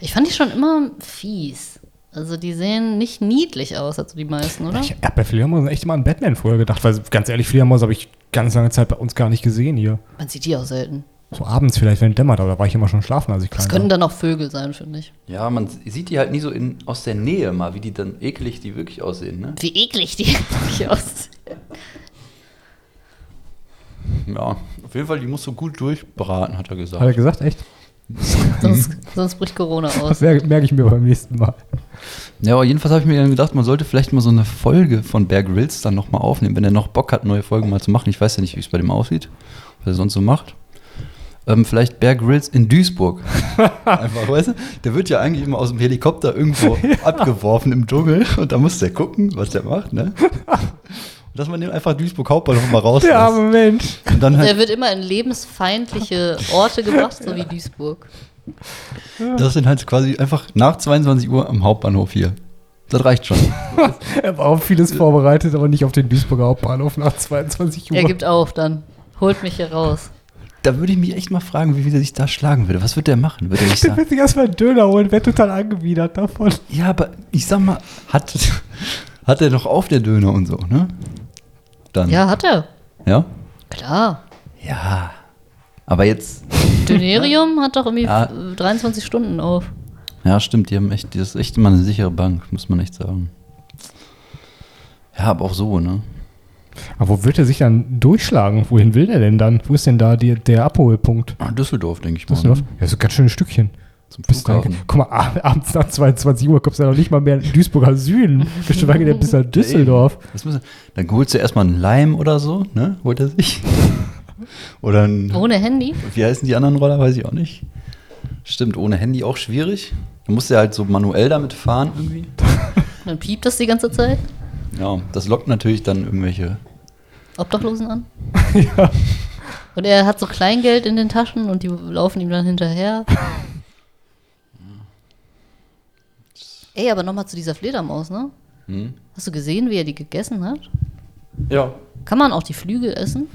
[SPEAKER 1] Ich fand die schon immer fies. Also die sehen nicht niedlich aus, also die meisten, oder?
[SPEAKER 2] Ich hab bei Fledermäusen echt immer an Batman vorher gedacht, weil ganz ehrlich, Fledermäuse habe ich ganz lange Zeit bei uns gar nicht gesehen hier.
[SPEAKER 1] Man sieht die auch selten.
[SPEAKER 2] So abends vielleicht, wenn es dämmert, aber da war ich immer schon schlafen, als ich klein
[SPEAKER 1] Das könnten
[SPEAKER 2] war.
[SPEAKER 1] dann auch Vögel sein, finde ich.
[SPEAKER 3] Ja, man sieht die halt nie so in, aus der Nähe mal, wie die dann eklig die wirklich aussehen, ne?
[SPEAKER 1] Wie eklig die eigentlich aussehen.
[SPEAKER 3] Ja, auf jeden Fall, die musst du gut durchbraten, hat er gesagt.
[SPEAKER 2] Hat er gesagt, echt?
[SPEAKER 1] Sonst, sonst bricht Corona
[SPEAKER 2] Das
[SPEAKER 1] aus.
[SPEAKER 2] mer- merke ich mir beim nächsten Mal.
[SPEAKER 3] Ja, aber jedenfalls habe ich mir dann gedacht, man sollte vielleicht mal so eine Folge von Bear Grylls dann nochmal aufnehmen, wenn er noch Bock hat, neue Folgen mal zu machen. Ich weiß ja nicht, wie es bei dem aussieht, was er sonst so macht. Ähm, vielleicht Bear Grylls in Duisburg. Einfach, weißt du? Der wird ja eigentlich immer aus dem Helikopter irgendwo abgeworfen im Dschungel und da muss der gucken, was der macht, ne? Und dass man den einfach Duisburg Hauptbahnhof mal rauslässt.
[SPEAKER 2] Der arme Mensch.
[SPEAKER 3] und dann
[SPEAKER 1] Der
[SPEAKER 3] halt,
[SPEAKER 1] wird immer in lebensfeindliche Orte gebracht, so wie Duisburg.
[SPEAKER 3] das sind halt quasi einfach nach 22 Uhr am Hauptbahnhof hier. Das reicht schon.
[SPEAKER 2] Er war auf vieles vorbereitet, aber nicht auf den Duisburger Hauptbahnhof nach 22 Uhr.
[SPEAKER 1] Er gibt auf dann. Holt mich hier raus.
[SPEAKER 3] da würde ich mich echt mal fragen, wie, wie der sich da schlagen würde. Was wird der machen? Wird er nicht
[SPEAKER 2] Der
[SPEAKER 3] sagen,
[SPEAKER 2] wird sich erstmal einen Döner holen, wird total angewidert davon.
[SPEAKER 3] ja, aber ich sag mal, hat, hat er doch auf der Döner und so, ne? Dann.
[SPEAKER 1] Ja, hat er.
[SPEAKER 3] Ja?
[SPEAKER 1] Klar.
[SPEAKER 3] Ja. Aber jetzt,
[SPEAKER 1] Dönerium hat doch irgendwie
[SPEAKER 3] Ja.
[SPEAKER 1] äh, 23 Stunden auf.
[SPEAKER 3] ja, stimmt, die haben echt, das ist echt mal eine sichere Bank, muss man echt sagen. Ja, aber auch so, ne?
[SPEAKER 2] Aber wo wird er sich dann durchschlagen? Wohin will er denn dann? Wo ist denn da die, der Abholpunkt?
[SPEAKER 3] Ah, Düsseldorf, denke ich mal.
[SPEAKER 2] Düsseldorf?
[SPEAKER 3] Ne?
[SPEAKER 2] Ja, so Mhm. ein ganz schönes Stückchen.
[SPEAKER 3] Zum
[SPEAKER 2] Bist du
[SPEAKER 3] Flughafen.
[SPEAKER 2] guck mal, ab- abends nach 22 Uhr kommst du ja noch nicht mal mehr in Duisburger Süden. Geschweige denn bis nach Düsseldorf.
[SPEAKER 3] Das müssen, dann holst du erstmal einen Leim oder so, ne? Holt er sich. oder ein,
[SPEAKER 1] Ohne Handy?
[SPEAKER 3] wie heißen die anderen Roller, weiß ich auch nicht. Stimmt, ohne Handy auch schwierig. Du musst ja halt so manuell damit fahren irgendwie.
[SPEAKER 1] Dann piept das die ganze Zeit.
[SPEAKER 3] Ja, das lockt natürlich dann irgendwelche.
[SPEAKER 1] Obdachlosen an.
[SPEAKER 2] ja.
[SPEAKER 1] Und er hat so Kleingeld in den Taschen und die laufen ihm dann hinterher. Ey, aber nochmal zu dieser Fledermaus, ne?
[SPEAKER 3] Hm?
[SPEAKER 1] Hast du gesehen, wie er die gegessen hat?
[SPEAKER 3] Ja.
[SPEAKER 1] Kann man auch die Flügel essen?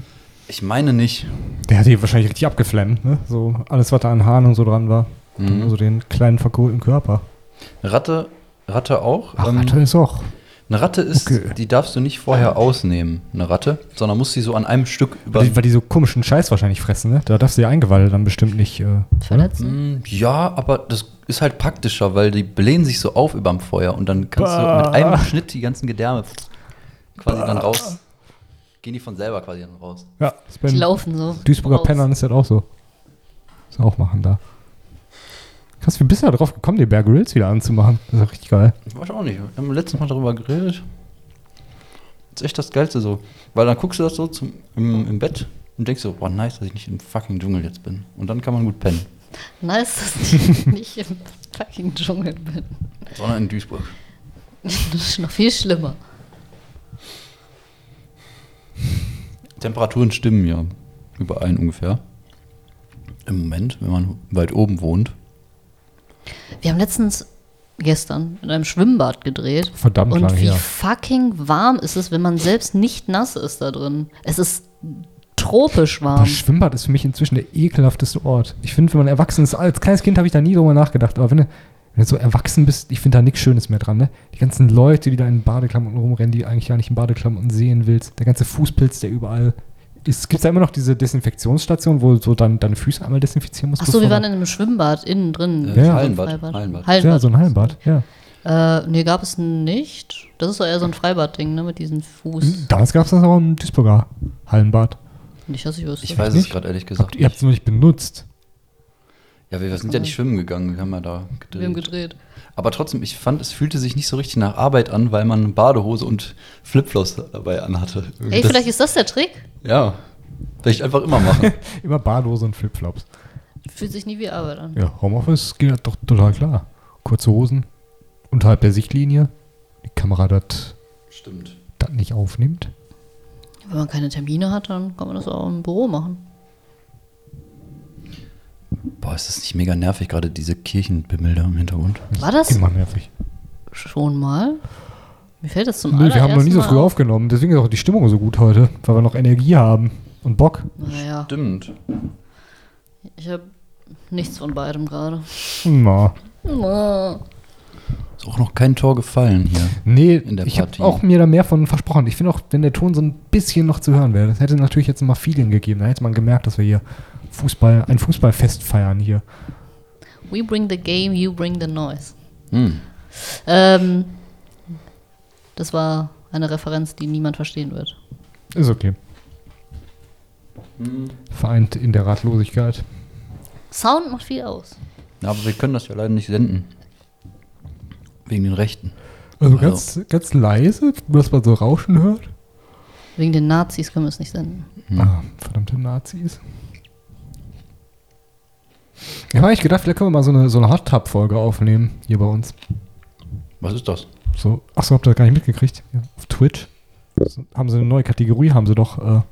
[SPEAKER 3] Ich meine nicht.
[SPEAKER 2] Der hat die wahrscheinlich richtig abgeflammt, ne? So alles, was da an Haaren und so dran war.
[SPEAKER 3] Mhm.
[SPEAKER 2] So den kleinen, verkohlten Körper.
[SPEAKER 3] Ratte, Ratte auch.
[SPEAKER 2] Ach,
[SPEAKER 3] ähm,
[SPEAKER 2] Ratte ist auch.
[SPEAKER 3] Eine Ratte ist,
[SPEAKER 2] Okay.
[SPEAKER 3] die darfst du nicht vorher ausnehmen, eine Ratte, sondern musst sie so an einem Stück über.
[SPEAKER 2] Weil die, weil die so komischen Scheiß wahrscheinlich fressen, ne? Da darfst du die Eingeweide dann bestimmt nicht. Äh, oder?
[SPEAKER 1] Verletzen?
[SPEAKER 3] Mm, Ja, aber das ist halt praktischer, weil die blähen sich so auf überm Feuer und dann kannst du mit
[SPEAKER 2] Bah.
[SPEAKER 3] einem Schnitt die ganzen Gedärme quasi dann raus. Gehen die von selber quasi dann raus.
[SPEAKER 2] ja, ist
[SPEAKER 1] Die
[SPEAKER 2] beim
[SPEAKER 1] laufen so.
[SPEAKER 2] Duisburger
[SPEAKER 1] raus.
[SPEAKER 2] Pennern ist das auch so. Ist auch machen da. Krass, wie bist du da drauf gekommen, den Bear Grylls wieder anzumachen? Das ist auch richtig geil.
[SPEAKER 3] Ich weiß auch nicht. Wir haben letztens mal darüber geredet. Das ist echt das Geilste so. Weil dann guckst du das so zum, im, im Bett und denkst so, boah, nice, dass ich nicht im fucking Dschungel jetzt bin. Und dann kann man gut pennen.
[SPEAKER 1] Nice, dass ich nicht im fucking Dschungel bin.
[SPEAKER 3] Sondern in Duisburg.
[SPEAKER 1] Das ist noch viel schlimmer.
[SPEAKER 3] Temperaturen stimmen ja überall ungefähr. Im Moment, wenn man weit oben wohnt.
[SPEAKER 1] Wir haben letztens gestern in einem Schwimmbad gedreht.
[SPEAKER 2] Verdammt
[SPEAKER 1] Und
[SPEAKER 2] lange
[SPEAKER 1] wie
[SPEAKER 2] her.
[SPEAKER 1] fucking warm ist es, wenn man selbst nicht nass ist da drin. Es ist tropisch warm.
[SPEAKER 2] Das Schwimmbad ist für mich inzwischen der ekelhafteste Ort. Ich finde, wenn man erwachsen ist, als kleines Kind habe ich da nie drüber nachgedacht, aber wenn du, wenn du so erwachsen bist, ich finde da nichts Schönes mehr dran. Ne? Die ganzen Leute, die da in Badeklamotten rumrennen, die du eigentlich gar nicht in Badeklamotten sehen willst, der ganze Fußpilz, der überall ist. Gibt es da immer noch diese Desinfektionsstation, wo du so dann deine Füße einmal desinfizieren musst?
[SPEAKER 1] Achso, wir
[SPEAKER 2] bevor
[SPEAKER 1] waren in einem Schwimmbad innen drin.
[SPEAKER 2] Ja, ja.
[SPEAKER 3] Hallenbad,
[SPEAKER 1] Freibad.
[SPEAKER 3] Hallenbad.
[SPEAKER 2] du- Ja, so ein Hallenbad, ja.
[SPEAKER 1] Äh, nee, gab es nicht. Das ist doch eher so ein Freibad-Ding, ne, mit diesem Fuß.
[SPEAKER 2] Damals gab es das auch im Duisburger Hallenbad.
[SPEAKER 1] Nicht, dass ich wüsste.
[SPEAKER 3] Ich weiß es
[SPEAKER 2] nicht.
[SPEAKER 3] gerade ehrlich gesagt.
[SPEAKER 2] Habt, ihr habt es noch nicht benutzt.
[SPEAKER 3] ja, wir sind ja nicht schwimmen gegangen, wir haben ja da
[SPEAKER 1] Wir haben
[SPEAKER 3] gedreht.
[SPEAKER 1] gedreht.
[SPEAKER 3] Aber trotzdem, ich fand, es fühlte sich nicht so richtig nach Arbeit an, weil man Badehose und Flipflops dabei anhatte. Irgendwie
[SPEAKER 1] Ey,
[SPEAKER 3] das-
[SPEAKER 1] vielleicht ist das der Trick.
[SPEAKER 3] Ja. Vielleicht einfach immer machen.
[SPEAKER 2] Immer Badhose und Flipflops.
[SPEAKER 1] Fühlt sich nie wie Arbeit an.
[SPEAKER 2] Ja, Homeoffice geht doch total klar. Kurze Hosen, unterhalb der Sichtlinie, die Kamera das
[SPEAKER 3] Stimmt.
[SPEAKER 2] das nicht aufnimmt.
[SPEAKER 1] Wenn man keine Termine hat, dann kann man das auch im Büro machen.
[SPEAKER 3] Boah, ist das nicht mega nervig, gerade diese Kirchenbimmel da im Hintergrund?
[SPEAKER 1] War das
[SPEAKER 2] Immer nervig.
[SPEAKER 1] schon mal? Mir fällt das zum
[SPEAKER 2] Nö, wir haben noch nie so
[SPEAKER 1] allerersten
[SPEAKER 2] früh
[SPEAKER 1] Mal
[SPEAKER 2] aufgenommen, deswegen ist auch die Stimmung so gut heute, weil wir noch Energie haben und Bock.
[SPEAKER 1] auf. Naja,
[SPEAKER 3] Stimmt.
[SPEAKER 1] ich habe nichts von beidem gerade.
[SPEAKER 2] Na.
[SPEAKER 3] Ist auch noch kein Tor gefallen hier.
[SPEAKER 2] Nee,
[SPEAKER 3] In der
[SPEAKER 2] ich habe
[SPEAKER 3] Partie.
[SPEAKER 2] auch mir da mehr von versprochen. Ich finde auch, wenn der Ton so ein bisschen noch zu hören wäre, das hätte natürlich jetzt mal Feeling gegeben. Da hätte man gemerkt, dass wir hier Fußball, ein Fußballfest feiern hier.
[SPEAKER 1] We bring the game, you bring the noise.
[SPEAKER 3] Hm.
[SPEAKER 1] Ähm, das war eine Referenz, die niemand verstehen wird.
[SPEAKER 2] Ist okay.
[SPEAKER 3] Hm.
[SPEAKER 2] Vereint in der Ratlosigkeit.
[SPEAKER 1] Sound macht viel aus.
[SPEAKER 3] Ja, aber wir können das ja leider nicht senden. Wegen den Rechten.
[SPEAKER 2] Also,
[SPEAKER 3] Also-
[SPEAKER 2] Ganz, ganz leise, dass man so Rauschen hört.
[SPEAKER 1] Wegen den Nazis können wir es nicht senden.
[SPEAKER 3] Hm.
[SPEAKER 2] Ah, verdammte Nazis. Ich habe eigentlich gedacht, vielleicht können wir mal so eine, so eine Hot Tub-Folge aufnehmen hier bei uns.
[SPEAKER 3] Was ist das?
[SPEAKER 2] So, achso, habt ihr das gar nicht mitgekriegt? Ja. Auf Twitch. So, haben sie eine neue Kategorie, haben sie doch. Äh,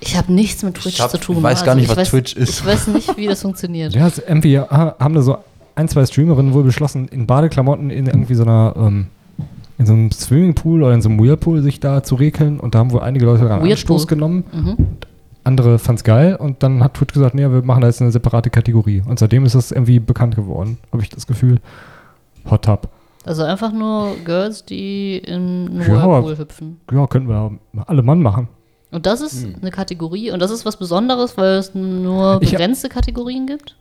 [SPEAKER 1] Ich habe nichts mit Twitch
[SPEAKER 3] Ich hab-
[SPEAKER 1] zu tun.
[SPEAKER 3] ich weiß gar nicht,
[SPEAKER 1] ich
[SPEAKER 3] was
[SPEAKER 1] weiß,
[SPEAKER 3] Twitch ist.
[SPEAKER 1] Ich weiß nicht, wie das funktioniert.
[SPEAKER 2] ja, es- irgendwie ha- haben da so ein, zwei Streamerinnen wohl beschlossen, in Badeklamotten in irgendwie so einer, ähm, in so einem Swimmingpool oder in so einem Whirlpool sich da zu regeln und da haben wohl einige Leute daran
[SPEAKER 1] Whirlpool.
[SPEAKER 2] Anstoß genommen.
[SPEAKER 1] Mhm.
[SPEAKER 2] andere fand's geil und dann hat Twitch gesagt, nee, wir machen da jetzt eine separate Kategorie. Und seitdem ist das irgendwie bekannt geworden, habe ich das Gefühl. Hot Tub.
[SPEAKER 1] Also einfach nur Girls, die in
[SPEAKER 2] Ja,
[SPEAKER 1] einen Whirlpool
[SPEAKER 2] aber-
[SPEAKER 1] hüpfen.
[SPEAKER 2] Ja, können wir alle Mann machen.
[SPEAKER 1] Und das ist eine Kategorie und das ist was Besonderes, weil es nur
[SPEAKER 2] Hm. Ich hab-
[SPEAKER 1] begrenzte Kategorien gibt.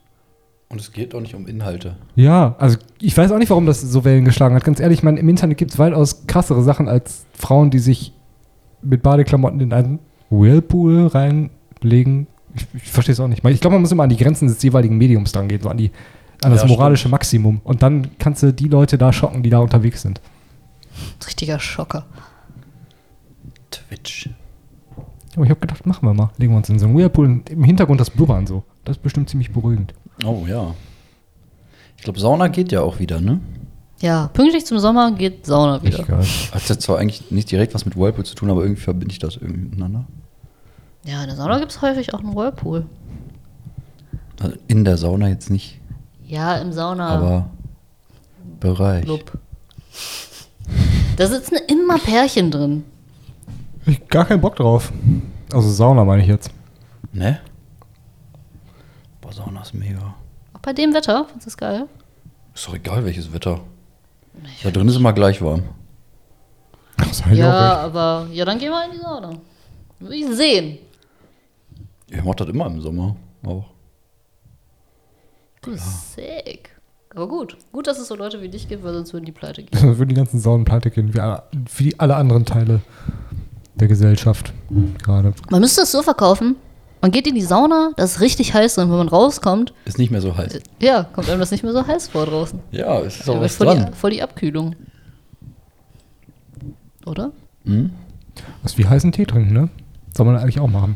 [SPEAKER 3] Und es geht auch nicht um Inhalte.
[SPEAKER 2] Ja, also ich weiß auch nicht, warum das so Wellen geschlagen hat. Ganz ehrlich, ich meine, im Internet gibt's weitaus krassere Sachen als Frauen, die sich mit Badeklamotten in einen Whirlpool reinlegen. Ich, ich verstehe es auch nicht. Ich glaube, man muss immer an die Grenzen des jeweiligen Mediums dran gehen, so an, die, an das
[SPEAKER 3] Ja,
[SPEAKER 2] moralische Maximum. Und dann kannst du die Leute da schocken, die da unterwegs sind.
[SPEAKER 1] Richtiger Schocker.
[SPEAKER 3] Twitch.
[SPEAKER 2] Aber ich habe gedacht, machen wir mal. Legen wir uns in so einen Whirlpool und im Hintergrund das Blubbern so. Das ist bestimmt ziemlich beruhigend.
[SPEAKER 3] Oh ja. Ich glaube, Sauna geht ja auch wieder, ne?
[SPEAKER 1] Ja, pünktlich zum Sommer geht Sauna wieder.
[SPEAKER 2] Echt geil.
[SPEAKER 3] Hat jetzt zwar eigentlich nicht direkt was mit Whirlpool zu tun, aber irgendwie verbinde ich das irgendwie miteinander.
[SPEAKER 1] Ja, in der Sauna gibt es häufig auch einen Whirlpool.
[SPEAKER 3] Also in der Sauna jetzt nicht,
[SPEAKER 1] Ja, im Sauna.
[SPEAKER 3] aber Bereich.
[SPEAKER 1] Club. Da sitzen immer Pärchen drin.
[SPEAKER 2] Ich gar keinen Bock drauf. Also Sauna meine ich jetzt.
[SPEAKER 3] Ne? Boah, Sauna ist mega.
[SPEAKER 1] Auch bei dem Wetter, findest du das geil?
[SPEAKER 3] Ist doch egal, welches Wetter. Da drin ist immer gleich warm.
[SPEAKER 2] Das hab ich
[SPEAKER 1] Ja,
[SPEAKER 2] auch
[SPEAKER 1] aber ja, dann gehen wir in die Sauna. Will ich sehen.
[SPEAKER 3] Ich mach das immer im Sommer auch.
[SPEAKER 1] Du sick. Aber gut. Gut, dass es so Leute wie dich gibt, weil sonst würden die pleite gehen.
[SPEAKER 2] echt. Dann würden die ganzen Saunen pleite gehen, wie alle, wie alle anderen Teile der Gesellschaft gerade.
[SPEAKER 1] Man müsste es so verkaufen. Man geht in die Sauna, das ist richtig heiß und wenn man rauskommt, äh,
[SPEAKER 3] Ist nicht mehr so heiß.
[SPEAKER 1] ja, kommt einem das nicht mehr so heiß vor draußen.
[SPEAKER 3] Ja, es ist
[SPEAKER 1] Da
[SPEAKER 3] auch
[SPEAKER 1] wird
[SPEAKER 3] was
[SPEAKER 1] voll,
[SPEAKER 3] dran.
[SPEAKER 1] die, voll die Abkühlung. Oder?
[SPEAKER 3] Hm?
[SPEAKER 2] Was wie heißen Tee trinken, ne? Soll man eigentlich auch machen.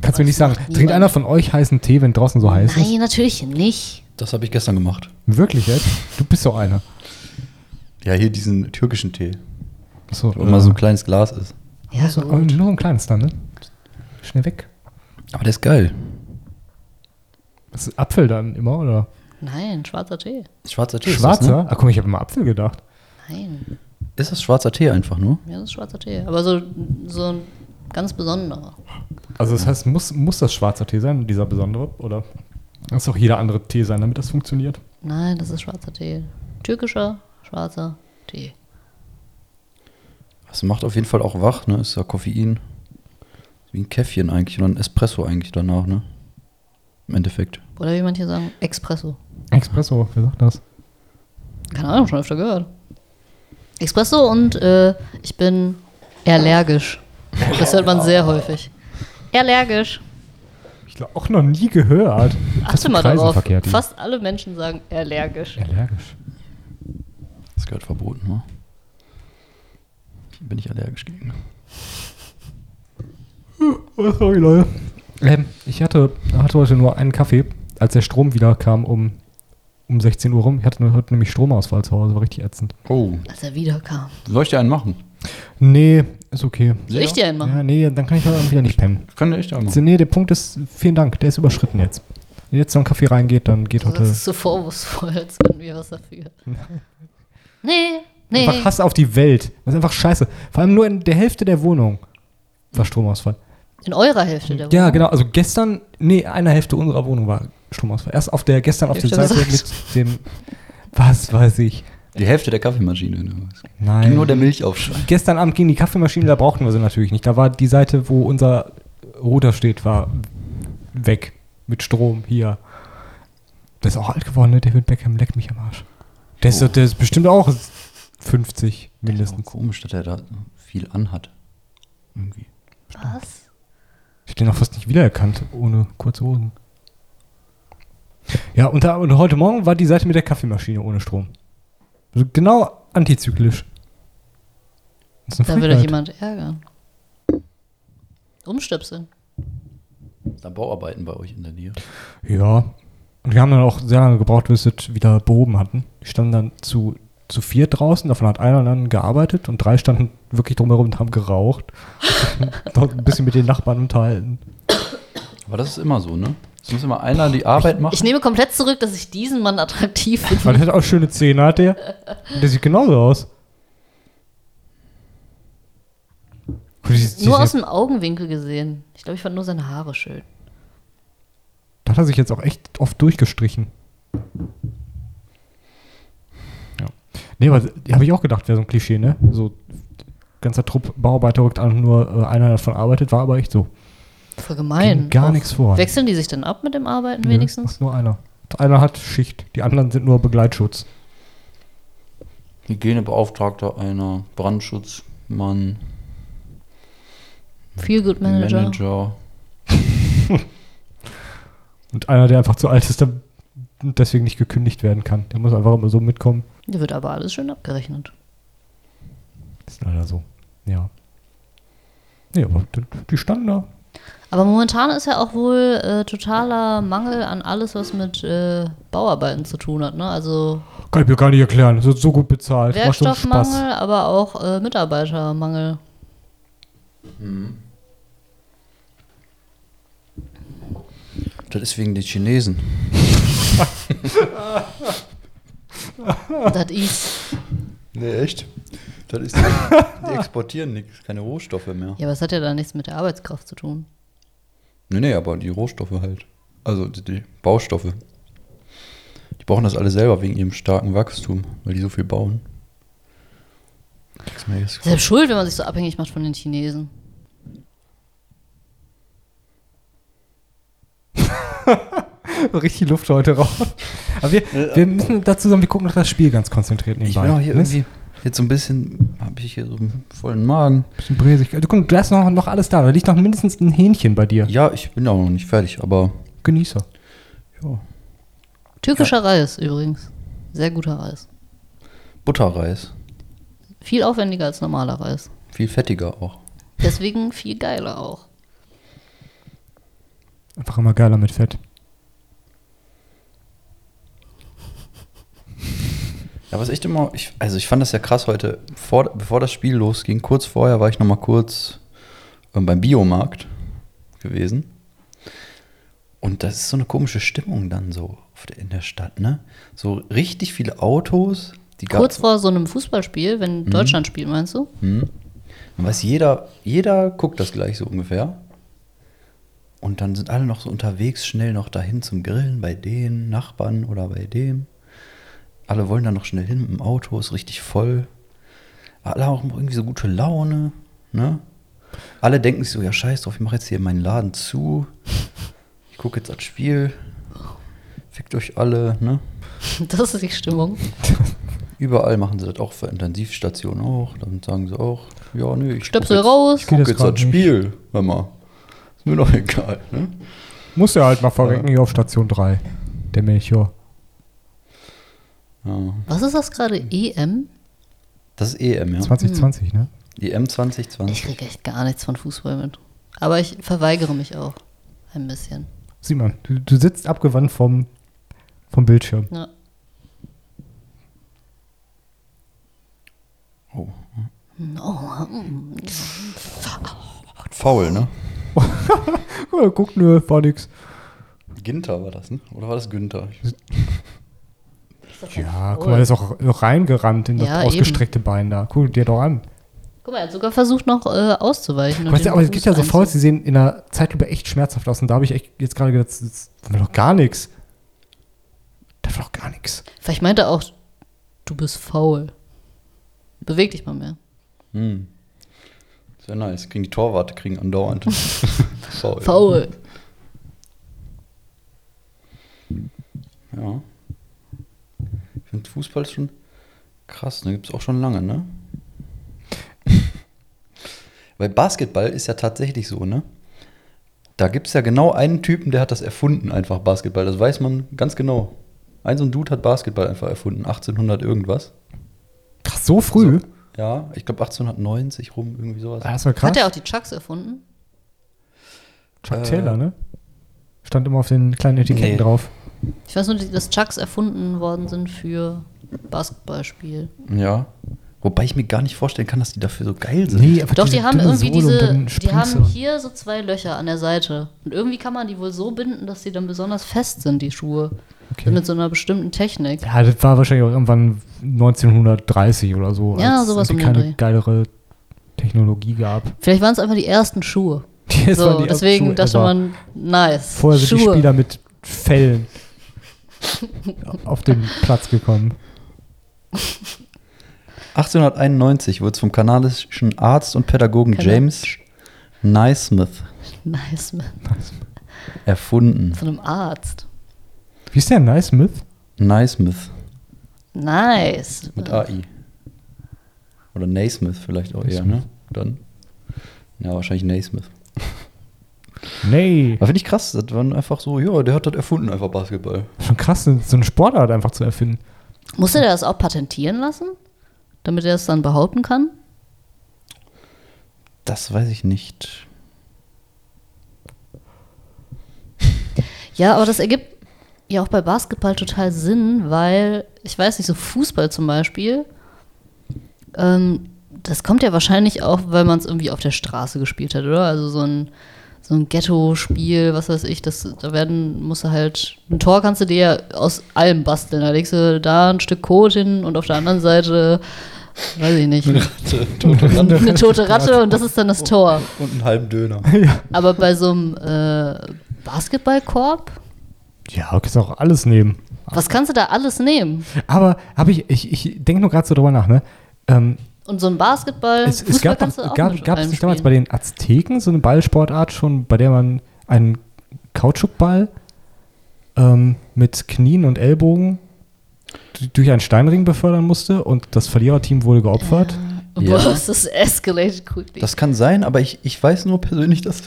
[SPEAKER 2] Kannst du mir
[SPEAKER 1] Das
[SPEAKER 2] nicht sagen,
[SPEAKER 1] macht
[SPEAKER 2] trinkt
[SPEAKER 1] niemand.
[SPEAKER 2] einer von euch heißen Tee, wenn draußen so heiß ist?
[SPEAKER 1] Nein, natürlich nicht.
[SPEAKER 3] Das habe ich gestern gemacht.
[SPEAKER 2] Wirklich jetzt? Du bist so einer.
[SPEAKER 3] Ja, hier diesen türkischen Tee.
[SPEAKER 2] Achso,
[SPEAKER 3] Wo immer so ein kleines Glas ist.
[SPEAKER 1] Ja,
[SPEAKER 2] so,
[SPEAKER 1] gut.
[SPEAKER 2] aber nur ein kleines dann, ne? Schnell weg.
[SPEAKER 3] Aber der ist geil.
[SPEAKER 2] Das ist Apfel dann immer, oder?
[SPEAKER 1] Nein, schwarzer Tee.
[SPEAKER 3] Schwarzer Tee.
[SPEAKER 2] Schwarzer?
[SPEAKER 3] Ist das, ne?
[SPEAKER 2] Ach guck mal, ich habe immer Apfel gedacht.
[SPEAKER 1] Nein.
[SPEAKER 3] ist das schwarzer Tee einfach nur?
[SPEAKER 1] Ja, das ist schwarzer Tee. Aber so, so ein ganz besonderer.
[SPEAKER 2] Also das heißt, muss, muss das schwarzer Tee sein, dieser besondere? Oder muss auch jeder andere Tee sein, damit das funktioniert?
[SPEAKER 1] Nein, das ist schwarzer Tee. Türkischer schwarzer Tee.
[SPEAKER 3] Das macht auf jeden Fall auch wach, ne? Ist ja Koffein. Ist Wie ein Käffchen eigentlich und ein Espresso eigentlich danach, ne? Im Endeffekt.
[SPEAKER 1] Oder wie manche sagen, Espresso.
[SPEAKER 2] Espresso, wer sagt das?
[SPEAKER 1] Keine Ahnung, schon öfter gehört. Espresso und äh, ich bin allergisch. Das hört man sehr häufig. Allergisch.
[SPEAKER 2] Ich glaube, auch noch nie gehört. Was
[SPEAKER 1] Achte
[SPEAKER 2] für
[SPEAKER 1] mal
[SPEAKER 2] Kreisen
[SPEAKER 1] darauf.
[SPEAKER 2] verkehrt die?
[SPEAKER 1] Fast alle Menschen sagen allergisch.
[SPEAKER 2] Allergisch.
[SPEAKER 3] Das gehört verboten, ne? Bin ich allergisch gegen.
[SPEAKER 2] Oh, sorry, Leute. Ähm, ich hatte, hatte heute nur einen Kaffee, als der Strom wieder kam um, um 16 Uhr rum. Ich hatte heute nämlich Stromausfall zu Hause, war richtig ätzend.
[SPEAKER 3] Oh,
[SPEAKER 1] Als er wiederkam.
[SPEAKER 3] soll ich dir einen machen?
[SPEAKER 2] Nee, ist okay.
[SPEAKER 1] Soll ich dir einen machen?
[SPEAKER 2] Ja, nee, dann kann ich heute wieder nicht pennen.
[SPEAKER 3] Ich kann dir echt einen machen.
[SPEAKER 2] Nee, der Punkt ist, vielen Dank, der ist überschritten jetzt. Wenn jetzt noch ein Kaffee reingeht, dann geht
[SPEAKER 1] Das
[SPEAKER 2] heute
[SPEAKER 1] ist so vorwurfsvoll, als könnten wir was dafür. Nee, nee.
[SPEAKER 2] einfach Hass auf die Welt. Das ist einfach scheiße. Vor allem nur in der Hälfte der Wohnung war Stromausfall.
[SPEAKER 1] In eurer Hälfte der
[SPEAKER 2] Ja,
[SPEAKER 1] Wohnung.
[SPEAKER 2] genau. Also gestern, nee, eine Hälfte unserer Wohnung war Stromausfall. Erst auf der, gestern auf
[SPEAKER 1] Hab
[SPEAKER 2] der
[SPEAKER 1] ich
[SPEAKER 2] Seite
[SPEAKER 1] schon
[SPEAKER 2] mit dem, was weiß ich.
[SPEAKER 3] Die Hälfte der Kaffeemaschine. Ne?
[SPEAKER 2] Nein.
[SPEAKER 3] Nur der Milchaufschlag.
[SPEAKER 2] gestern Abend ging die Kaffeemaschine, da brauchten wir sie natürlich nicht. Da war die Seite, wo unser Router steht, war weg. Mit Strom hier. Der ist auch alt geworden, ne? David Beckham leckt mich am Arsch. Der ist,
[SPEAKER 3] Oh.
[SPEAKER 2] der ist bestimmt auch 50 mindestens.
[SPEAKER 3] Komisch, dass er da viel anhat. Irgendwie.
[SPEAKER 1] Was?
[SPEAKER 2] Ich hab den auch fast nicht wiedererkannt, ohne kurze Hosen. Ja, und, da, und heute Morgen war die Seite mit der Kaffeemaschine ohne Strom. Also genau antizyklisch. Das ist
[SPEAKER 1] Da
[SPEAKER 2] eine
[SPEAKER 1] will euch
[SPEAKER 2] Frechheit.
[SPEAKER 1] jemand ärgern. Umstöpseln.
[SPEAKER 3] Da Bauarbeiten bei euch in der Nähe.
[SPEAKER 2] Ja. Und wir haben dann auch sehr lange gebraucht, bis wir es wieder behoben hatten. Die standen dann zu, zu vier draußen, davon hat einer dann gearbeitet und drei standen wirklich drumherum und haben geraucht. Noch ein bisschen mit den Nachbarn unterhalten.
[SPEAKER 3] Aber das ist immer so, ne? Es muss immer einer die Arbeit machen.
[SPEAKER 1] Ich nehme komplett zurück, dass ich diesen Mann attraktiv
[SPEAKER 2] Weil
[SPEAKER 1] finde.
[SPEAKER 2] der hat auch schöne Zähne, hat der. Und Der sieht genauso aus. Gut, die- die-
[SPEAKER 1] Nur
[SPEAKER 2] die-
[SPEAKER 1] aus dem Augenwinkel gesehen. Ich glaube, ich fand nur seine Haare schön.
[SPEAKER 2] Da hat er sich jetzt auch echt oft durchgestrichen. Ja. Nee, aber habe ich auch gedacht, wäre so ein Klischee, ne? So ganzer Trupp Bauarbeiter rückt an, nur äh, einer davon arbeitet, war aber echt so.
[SPEAKER 1] Voll gemein.
[SPEAKER 2] Ging gar
[SPEAKER 1] Auch.
[SPEAKER 2] nichts vor.
[SPEAKER 1] Wechseln die sich dann ab mit dem Arbeiten
[SPEAKER 2] Nö,
[SPEAKER 1] wenigstens?
[SPEAKER 2] macht Nur einer. Einer hat Schicht, die anderen sind nur Begleitschutz.
[SPEAKER 3] Hygienebeauftragter, einer Brandschutzmann,
[SPEAKER 1] Feel Good Manager.
[SPEAKER 3] Manager.
[SPEAKER 2] Und einer, der einfach zu alt ist, der und deswegen nicht gekündigt werden kann. Der muss einfach immer so mitkommen.
[SPEAKER 1] Da wird aber alles schön abgerechnet.
[SPEAKER 2] Ist leider so. Ja. Nee, aber die, die standen da.
[SPEAKER 1] Aber momentan ist ja auch wohl äh, totaler Mangel an alles, was mit äh, Bauarbeiten zu tun hat. Ne? Also
[SPEAKER 2] Kann ich mir gar nicht erklären. Das wird so gut bezahlt. Macht so einen Spaß.
[SPEAKER 1] Werkstoffmangel, aber auch äh, Mitarbeitermangel.
[SPEAKER 3] Das ist wegen den Chinesen.
[SPEAKER 1] Das ist.
[SPEAKER 3] Nee, echt? Das ist, die exportieren nichts, keine Rohstoffe mehr.
[SPEAKER 1] Ja, aber es hat ja da nichts mit der Arbeitskraft zu tun.
[SPEAKER 3] Nee, nee, aber die Rohstoffe halt. Also die, die Baustoffe. Die brauchen das alle selber wegen ihrem starken Wachstum, weil die so viel bauen. Kriegst du mir jetzt-
[SPEAKER 1] Selbst schuld, wenn man sich so abhängig macht von den Chinesen.
[SPEAKER 2] Richtig Luft heute raus. Aber wir, wir müssen dazu sagen, wir gucken noch das Spiel ganz konzentriert
[SPEAKER 3] Ich
[SPEAKER 2] nebenbei.
[SPEAKER 3] bin auch hier
[SPEAKER 2] Ne?
[SPEAKER 3] irgendwie jetzt so ein bisschen, habe ich hier so einen vollen Magen.
[SPEAKER 2] Bisschen bräsig. Du, guck, du hast noch, noch alles da. Da liegt noch mindestens ein Hähnchen bei dir.
[SPEAKER 3] Ja, ich bin auch noch nicht fertig, aber
[SPEAKER 2] Genießer.
[SPEAKER 3] ja.
[SPEAKER 1] Türkischer Reis übrigens. Sehr guter Reis.
[SPEAKER 3] Butterreis.
[SPEAKER 1] Viel aufwendiger als normaler Reis.
[SPEAKER 3] Viel fettiger auch.
[SPEAKER 1] Deswegen viel geiler auch.
[SPEAKER 2] Einfach immer geiler mit Fett.
[SPEAKER 3] Ja, was echt immer, ich, also ich fand das ja krass heute, vor, bevor das Spiel losging, kurz vorher war ich nochmal kurz ähm, beim Biomarkt gewesen. Und das ist so eine komische Stimmung dann so auf der, in der Stadt, ne? So richtig viele Autos, die gab-
[SPEAKER 1] Kurz vor so einem Fußballspiel,
[SPEAKER 2] Mhm.
[SPEAKER 1] wenn Deutschland spielt, meinst du?
[SPEAKER 3] Hm. Dann weiß jeder, jeder guckt das gleich so ungefähr. Und dann sind alle noch so unterwegs, schnell noch dahin zum Grillen, bei den Nachbarn oder bei dem. Alle wollen dann noch schnell hin mit dem Auto, ist richtig voll. Alle auch irgendwie so gute Laune, ne? Alle denken sich so, ja scheiß drauf, ich mache jetzt hier meinen Laden zu. Ich gucke jetzt das Spiel. Fickt euch alle, ne?
[SPEAKER 1] Das ist die Stimmung.
[SPEAKER 3] Überall machen sie das auch, für Intensivstationen auch. Dann sagen sie auch, ja, nö, ich
[SPEAKER 1] Stöpsel
[SPEAKER 3] guck jetzt-
[SPEAKER 1] raus.
[SPEAKER 2] Ich
[SPEAKER 3] guck
[SPEAKER 2] das
[SPEAKER 3] jetzt
[SPEAKER 2] grad
[SPEAKER 3] das
[SPEAKER 2] nicht.
[SPEAKER 3] Spiel, hör mal. Ist mir doch egal, ne?
[SPEAKER 2] Muss ja halt mal verrecken hier auf Station 3. Der Melchior.
[SPEAKER 3] Ja.
[SPEAKER 1] Was ist das gerade? E EM?
[SPEAKER 3] Das ist EM, ja.
[SPEAKER 2] 2020, ne?
[SPEAKER 3] EM
[SPEAKER 1] Ich
[SPEAKER 3] 2020.
[SPEAKER 1] kriege echt gar nichts von Fußball mit. Aber ich verweigere mich auch. Ein bisschen.
[SPEAKER 2] Sieh mal, du, du sitzt abgewandt vom, vom Bildschirm.
[SPEAKER 1] Ja.
[SPEAKER 3] Oh.
[SPEAKER 1] No.
[SPEAKER 3] Faul, ne?
[SPEAKER 2] Ja, guck, nö, war nix.
[SPEAKER 3] Ginter war das, ne? Oder war das Günther?
[SPEAKER 2] Ja, guck mal, der ist auch noch reingerannt in das
[SPEAKER 1] Ja,
[SPEAKER 2] Oh. ausgestreckte Bein da. Guck dir doch an.
[SPEAKER 1] Guck mal, er hat sogar versucht, noch äh, auszuweichen. und
[SPEAKER 2] Weißt du,
[SPEAKER 1] den
[SPEAKER 2] aber es
[SPEAKER 1] Fuß
[SPEAKER 2] gibt ja so
[SPEAKER 1] einzu-
[SPEAKER 2] Fouls, die sehen in der Zeitlupe echt schmerzhaft aus. Und da habe ich echt jetzt gerade gedacht, das ist das war doch gar nichts. Das war doch gar nichts.
[SPEAKER 1] Vielleicht meint er auch, du bist faul. Beweg dich mal mehr.
[SPEAKER 3] Hm. Sehr nice. Kriegen die Torwarte, kriegen andauernd.
[SPEAKER 2] Äh,
[SPEAKER 3] Faul.
[SPEAKER 1] Faul.
[SPEAKER 3] Ja. Ich finde Fußball ist schon krass, ne? Gibt es auch schon lange, ne? Weil Basketball ist ja tatsächlich so, ne? Da gibt es ja genau einen Typen, der hat das erfunden, einfach Basketball. Das weiß man ganz genau. Ein so ein Dude hat Basketball einfach erfunden, 1800 irgendwas.
[SPEAKER 2] Krass, so früh?
[SPEAKER 3] So. Ja, ich glaube 1890 rum, irgendwie sowas.
[SPEAKER 2] Ah, Das war krass.
[SPEAKER 1] Hat er auch die Chucks erfunden?
[SPEAKER 2] Chuck
[SPEAKER 3] äh,
[SPEAKER 2] Taylor, ne? Stand immer auf den kleinen Etiketten
[SPEAKER 3] Nee.
[SPEAKER 2] drauf.
[SPEAKER 1] Ich weiß nur, dass Chucks erfunden worden sind für Basketballspiel.
[SPEAKER 3] Ja. Wobei ich mir gar nicht vorstellen kann, dass die dafür so geil sind.
[SPEAKER 2] Nee, einfach
[SPEAKER 1] Doch,
[SPEAKER 2] diese
[SPEAKER 1] Also die haben
[SPEAKER 2] dünne
[SPEAKER 1] irgendwie
[SPEAKER 2] Sohle und
[SPEAKER 1] diese,
[SPEAKER 2] dann
[SPEAKER 1] die
[SPEAKER 2] springst
[SPEAKER 1] haben
[SPEAKER 2] du.
[SPEAKER 1] hier so zwei Löcher an der Seite. Und irgendwie kann man die wohl so binden, dass die dann besonders fest sind, die Schuhe.
[SPEAKER 2] Okay.
[SPEAKER 1] So Mit so einer bestimmten Technik.
[SPEAKER 2] Ja, das war wahrscheinlich auch irgendwann 1930 oder so.
[SPEAKER 1] Ja,
[SPEAKER 2] als
[SPEAKER 1] sowas
[SPEAKER 2] irgendwie
[SPEAKER 1] um den
[SPEAKER 2] keine
[SPEAKER 1] Dreh.
[SPEAKER 2] geilere Technologie gab.
[SPEAKER 1] Vielleicht waren es einfach die ersten Schuhe.
[SPEAKER 2] Die- es
[SPEAKER 1] so,
[SPEAKER 2] waren die ersten
[SPEAKER 1] deswegen
[SPEAKER 2] Schuhe
[SPEAKER 1] dachte
[SPEAKER 2] ever.
[SPEAKER 1] man, nice.
[SPEAKER 2] Vorher sind die
[SPEAKER 1] Schuhe.
[SPEAKER 2] Spieler mit Fellen auf den Platz gekommen.
[SPEAKER 3] 1891 wurde es vom kanadischen Arzt und Pädagogen
[SPEAKER 1] Kanadisch.
[SPEAKER 3] James Naismith
[SPEAKER 1] Nice, man.
[SPEAKER 3] erfunden.
[SPEAKER 1] Von einem Arzt.
[SPEAKER 2] Wie ist der Nice Smith?
[SPEAKER 3] Naismith
[SPEAKER 1] Nice.
[SPEAKER 3] mit AI. Oder Naismith vielleicht auch eher, ne? Dann. Ja, wahrscheinlich Naismith.
[SPEAKER 2] Nee.
[SPEAKER 3] Aber finde ich krass, das waren einfach so, ja, der hat das erfunden, einfach Basketball.
[SPEAKER 2] Schon krass, so so eine Sportart einfach zu erfinden.
[SPEAKER 1] Musste der das auch patentieren lassen? Damit er es dann behaupten kann?
[SPEAKER 3] Das weiß ich nicht.
[SPEAKER 1] Ja, aber das ergibt ja auch bei Basketball total Sinn, weil, ich weiß nicht, so Fußball zum Beispiel, ähm, das kommt ja wahrscheinlich auch, weil man es irgendwie auf der Straße gespielt hat, oder? Also so ein, so ein Ghetto-Spiel, was weiß ich, das, da werden, musst du halt, ein Tor kannst du dir ja aus allem basteln. Da legst du da ein Stück Kot hin und auf der anderen Seite, weiß ich nicht, eine tote Ratte und das ist dann das Tor.
[SPEAKER 3] Und einen halben Döner.
[SPEAKER 1] Aber bei so einem äh, Basketballkorb,
[SPEAKER 2] Ja, kannst auch alles nehmen.
[SPEAKER 1] was kannst du da alles nehmen?
[SPEAKER 2] Aber habe ich, ich, ich denke nur gerade so drüber nach, ne? Ähm,
[SPEAKER 1] Und so ein Basketball,
[SPEAKER 2] es, es
[SPEAKER 1] Äh, Fußball
[SPEAKER 2] gab
[SPEAKER 1] kannst
[SPEAKER 2] doch,
[SPEAKER 1] du auch
[SPEAKER 2] gab,
[SPEAKER 1] mit
[SPEAKER 2] gab es
[SPEAKER 1] allem
[SPEAKER 2] nicht damals bei
[SPEAKER 1] spielen.
[SPEAKER 2] den Azteken so eine Ballsportart schon, bei der man einen Kautschukball ähm, mit Knien und Ellbogen d- durch einen Steinring befördern musste und das Verliererteam wurde geopfert?
[SPEAKER 3] Ja.
[SPEAKER 1] Boah, es Oh ist escalated quickly.
[SPEAKER 3] Das kann sein, aber ich, ich weiß nur persönlich, dass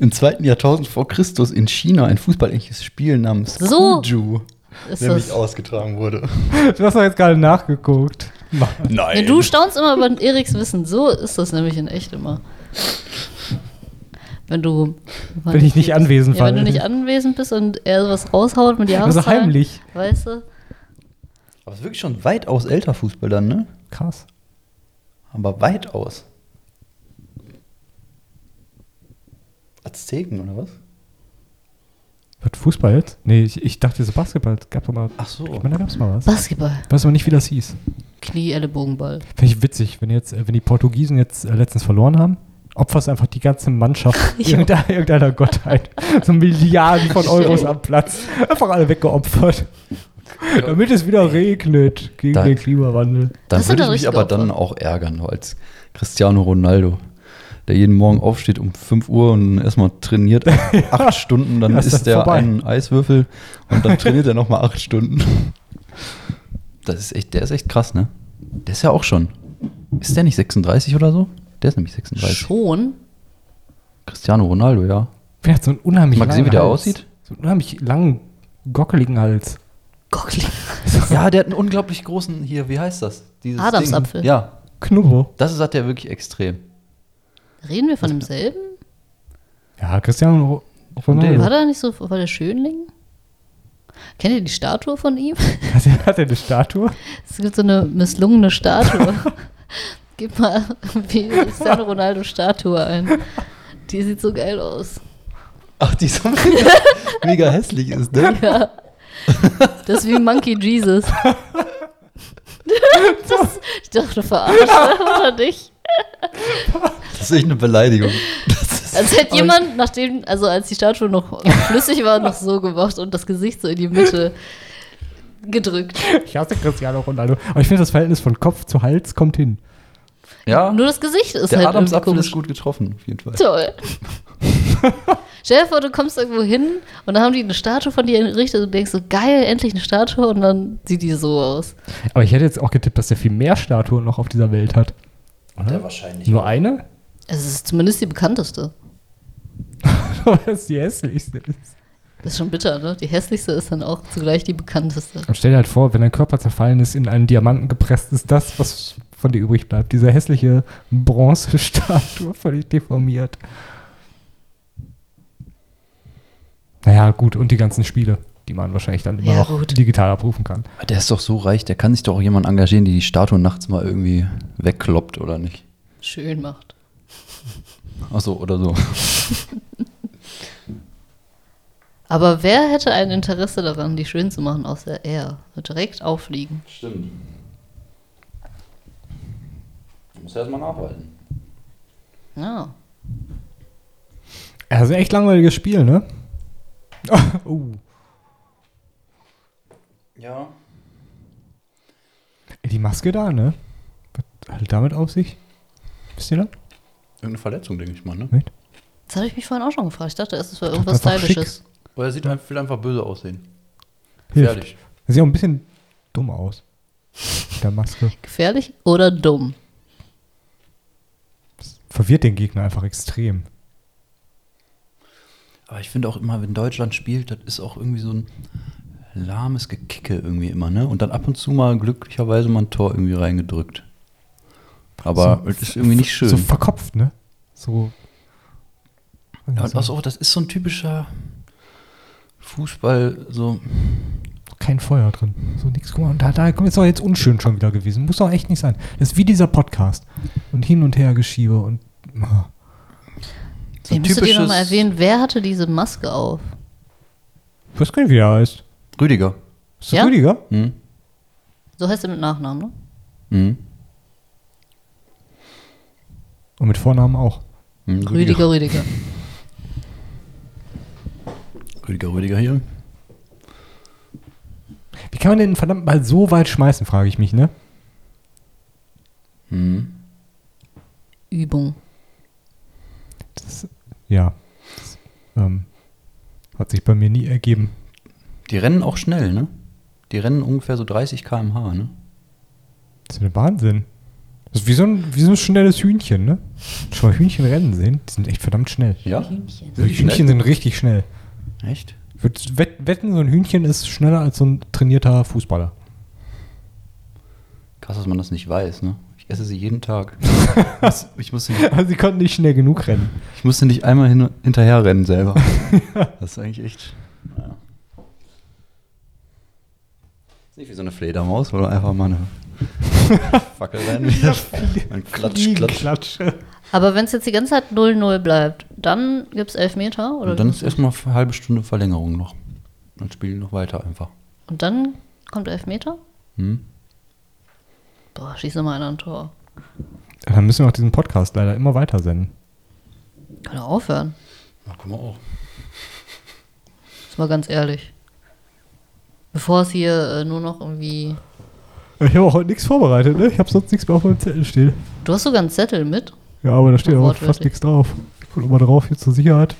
[SPEAKER 3] im zweiten Jahrtausend vor Christus in China ein fußballähnliches Spiel namens
[SPEAKER 1] So
[SPEAKER 3] Kuju
[SPEAKER 1] ist
[SPEAKER 3] nämlich
[SPEAKER 1] das.
[SPEAKER 3] ausgetragen wurde.
[SPEAKER 2] Du hast doch jetzt gerade nachgeguckt.
[SPEAKER 3] Nein.
[SPEAKER 1] Ja, du staunst immer über Eriks Wissen. So ist das nämlich in echt immer. Wenn du.
[SPEAKER 2] Wenn ich nicht anwesend
[SPEAKER 1] ja,
[SPEAKER 2] war.
[SPEAKER 1] Wenn du nicht anwesend bist und er sowas raushaut mit
[SPEAKER 2] Also
[SPEAKER 1] Jahreszahlen.
[SPEAKER 2] heimlich.
[SPEAKER 1] Weißt du?
[SPEAKER 3] Aber es ist wirklich schon weitaus älter Fußball dann, ne?
[SPEAKER 2] Krass.
[SPEAKER 3] Aber weitaus. Azteken oder was?
[SPEAKER 2] Was, Fußball jetzt? Nee, ich, ich dachte, so Basketball gab doch mal.
[SPEAKER 3] Ach so.
[SPEAKER 2] Ich meine, da gab es mal was.
[SPEAKER 1] Basketball.
[SPEAKER 2] Ich weiß aber nicht, wie das hieß.
[SPEAKER 1] Knie, Ellenbogenball.
[SPEAKER 2] Finde ich witzig, wenn jetzt, äh, wenn die Portugiesen jetzt äh, letztens verloren haben, opferst einfach die ganze Mannschaft irgendeiner, irgendeiner Gottheit. So Milliarden von Euros am Platz. Einfach alle weggeopfert. Damit es wieder regnet gegen
[SPEAKER 3] Da-
[SPEAKER 2] den Klimawandel.
[SPEAKER 3] Dann
[SPEAKER 1] Das sind
[SPEAKER 3] würde ich
[SPEAKER 1] doch
[SPEAKER 3] mich
[SPEAKER 1] richtige
[SPEAKER 3] aber dann auch ärgern, so als Cristiano Ronaldo, der jeden Morgen aufsteht um 5 Uhr und erstmal trainiert acht Stunden, dann
[SPEAKER 2] Ja, ist
[SPEAKER 3] isst
[SPEAKER 2] dann
[SPEAKER 3] er
[SPEAKER 2] vorbei.
[SPEAKER 3] einen Eiswürfel und dann trainiert er nochmal acht Stunden. Das ist echt, der ist echt krass, ne? Der ist ja auch schon. Ist der nicht 36 oder so? Der ist nämlich 36.
[SPEAKER 1] Schon.
[SPEAKER 3] Cristiano Ronaldo, ja.
[SPEAKER 2] Wer hat halt so einen unheimlich
[SPEAKER 3] Magst du sehen, wie der aussieht?
[SPEAKER 2] So einen unheimlich langen, gockeligen Hals.
[SPEAKER 1] Gockling.
[SPEAKER 3] Ja, der hat einen unglaublich großen hier, wie heißt das? Dieses
[SPEAKER 1] Adamsapfel.
[SPEAKER 3] Ding. Ja,
[SPEAKER 2] Knubbo.
[SPEAKER 3] das hat der wirklich extrem.
[SPEAKER 1] Reden wir von demselben?
[SPEAKER 2] Ja, Cristiano Ro-
[SPEAKER 3] Von dem.
[SPEAKER 2] Ronaldo.
[SPEAKER 1] War da nicht so, war der Schönling? Kennt ihr die Statue von ihm?
[SPEAKER 2] Hat er, hat er eine Statue?
[SPEAKER 1] Es gibt so eine misslungene Statue. Gib mal wie Cristiano Ronaldo Statue ein. Die sieht so geil aus.
[SPEAKER 3] Ach, die so mega, mega hässlich ist, ne?
[SPEAKER 1] Ja. Das ist wie Monkey Jesus. Das, ich dachte, verarscht oder nicht?
[SPEAKER 3] Das ist echt eine Beleidigung.
[SPEAKER 1] Als hätte jemand, nachdem, also als die Statue noch flüssig war, noch so gemacht und das Gesicht so in die Mitte gedrückt.
[SPEAKER 2] Ich hasse Cristiano Ronaldo. Aber ich finde, das Verhältnis von Kopf zu Hals kommt hin.
[SPEAKER 3] Ja,
[SPEAKER 1] Nur das Gesicht ist
[SPEAKER 3] der
[SPEAKER 1] halt irgendwie
[SPEAKER 3] Adamsapfel
[SPEAKER 1] komisch.
[SPEAKER 3] ist gut getroffen, auf jeden Fall.
[SPEAKER 1] Toll. Stell dir vor, du kommst irgendwo hin und dann haben die eine Statue von dir errichtet und du denkst so, geil, endlich eine Statue und dann sieht die so aus.
[SPEAKER 2] Aber ich hätte jetzt auch getippt, dass der viel mehr Statuen noch auf dieser Welt hat. Oder?
[SPEAKER 3] wahrscheinlich.
[SPEAKER 2] Nur eine?
[SPEAKER 1] Es ist zumindest die bekannteste.
[SPEAKER 2] das ist die hässlichste. ist.
[SPEAKER 1] Das ist schon bitter, ne? Die hässlichste ist dann auch zugleich die bekannteste.
[SPEAKER 2] Und stell dir halt vor, wenn dein Körper zerfallen ist, in einen Diamanten gepresst, ist das, was von dir übrig bleibt. Diese hässliche Bronzestatue, völlig deformiert. Naja, gut, und die ganzen Spiele, die man wahrscheinlich dann immer
[SPEAKER 1] Ja,
[SPEAKER 2] noch
[SPEAKER 1] gut.
[SPEAKER 2] digital abrufen kann.
[SPEAKER 3] Der ist doch so reich, der kann sich doch auch jemand engagieren, die die Statue nachts mal irgendwie wegkloppt, oder nicht?
[SPEAKER 1] Schön macht.
[SPEAKER 3] Achso, oder so.
[SPEAKER 1] Aber wer hätte ein Interesse daran, die schön zu machen, außer er? So direkt auffliegen.
[SPEAKER 3] Stimmt. Muss erstmal nachhalten.
[SPEAKER 1] Ja.
[SPEAKER 2] Also echt langweiliges Spiel, ne? Oh.
[SPEAKER 3] Ja.
[SPEAKER 2] Die Maske da, ne? Was hat damit auf sich? Wisst ihr das?
[SPEAKER 3] Irgendeine Verletzung, denke ich mal, ne?
[SPEAKER 1] Das habe ich mich vorhin auch schon gefragt. Ich dachte, es ist
[SPEAKER 2] dachte,
[SPEAKER 1] irgendwas
[SPEAKER 2] das war schick.
[SPEAKER 1] Stylisches.
[SPEAKER 3] Oder er sieht einfach, will einfach böse aussehen.
[SPEAKER 2] Hilft.
[SPEAKER 3] Gefährlich.
[SPEAKER 2] Das sieht auch ein bisschen dumm aus. Mit der Maske.
[SPEAKER 1] Gefährlich oder dumm?
[SPEAKER 2] Verwirrt den Gegner einfach extrem.
[SPEAKER 3] Aber ich finde auch immer, wenn Deutschland spielt, das ist auch irgendwie so ein lahmes Gekicke irgendwie immer, ne? Und dann ab und zu mal glücklicherweise mal ein Tor irgendwie reingedrückt. Aber
[SPEAKER 2] So-
[SPEAKER 3] es ist irgendwie nicht schön.
[SPEAKER 2] So verkopft, ne? So.
[SPEAKER 3] Ja, und
[SPEAKER 2] so-
[SPEAKER 3] also, das ist so ein typischer Fußball, so.
[SPEAKER 2] kein Feuer drin. So nix. Guck mal, und da, da komm, ist doch jetzt unschön schon wieder gewesen. Muss doch echt nicht sein. Das ist wie dieser Podcast. Und hin und her geschiebe und. ah.
[SPEAKER 1] Ich
[SPEAKER 3] so ein
[SPEAKER 1] müsste dir
[SPEAKER 3] typisches
[SPEAKER 1] nochmal erwähnen, wer hatte diese Maske auf?
[SPEAKER 2] Ich weiß gar nicht, wie der heißt.
[SPEAKER 3] Rüdiger.
[SPEAKER 2] Ist das
[SPEAKER 1] Ja?
[SPEAKER 2] Rüdiger?
[SPEAKER 3] Hm?
[SPEAKER 1] So heißt er mit Nachnamen, ne?
[SPEAKER 3] Hm?
[SPEAKER 2] Und mit Vornamen auch.
[SPEAKER 3] Hm,
[SPEAKER 1] Rüdiger, Rüdiger.
[SPEAKER 3] Rüdiger, Rüdiger hier.
[SPEAKER 2] Wie kann man den verdammt mal so weit schmeißen, frage ich mich, ne?
[SPEAKER 3] Hm.
[SPEAKER 1] Übung.
[SPEAKER 2] Das, ja. Das, ähm, hat sich bei mir nie ergeben.
[SPEAKER 3] Die rennen auch schnell, ne? Die rennen ungefähr so 30 km/h, ne?
[SPEAKER 2] Das ist ja der Wahnsinn. Das ist wie so ein, wie so ein schnelles Hühnchen, ne? Schon mal Hühnchen rennen sehen? Die sind echt verdammt schnell.
[SPEAKER 3] Ja?
[SPEAKER 1] Hühnchen.
[SPEAKER 3] Wirklich
[SPEAKER 2] Hühnchen
[SPEAKER 3] schnell?
[SPEAKER 2] sind richtig schnell.
[SPEAKER 3] Echt?
[SPEAKER 2] Ich würd wett- wetten, so ein Hühnchen ist schneller als so ein trainierter Fußballer.
[SPEAKER 3] Krass, dass man das nicht weiß, ne? Ich esse sie jeden Tag. ich, musste,
[SPEAKER 2] Also sie konnten nicht schnell genug rennen.
[SPEAKER 3] ich musste nicht einmal hin, hinterher rennen selber. Das ist eigentlich echt. Naja. Ist nicht wie so eine Fledermaus, sondern einfach mal eine Fackel rein. Ein Klatsch, Klatsch.
[SPEAKER 2] Klatsche.
[SPEAKER 1] Aber wenn es jetzt die ganze Zeit 0-0 bleibt, dann gibt es Elfmeter? Oder
[SPEAKER 3] Und dann ist erstmal eine halbe Stunde Verlängerung noch. Dann spielen die noch weiter einfach.
[SPEAKER 1] Und dann kommt Elfmeter?
[SPEAKER 3] Hm?
[SPEAKER 1] Boah, schieß nochmal einer ein Tor.
[SPEAKER 2] Dann müssen wir auch diesen Podcast leider immer weiter senden.
[SPEAKER 1] Kann er aufhören.
[SPEAKER 3] Na, guck mal auch.
[SPEAKER 1] Ist mal ganz ehrlich. Bevor es hier äh, nur noch irgendwie.
[SPEAKER 2] Ich habe auch heute nichts vorbereitet, ne? Ich habe sonst nichts mehr auf meinem Zettel stehen.
[SPEAKER 1] Du hast sogar einen Zettel mit.
[SPEAKER 2] Ja, aber da steht auch
[SPEAKER 1] Wortwörtlich.
[SPEAKER 2] fast nichts drauf. Ich guck mal drauf, hier zur Sicherheit.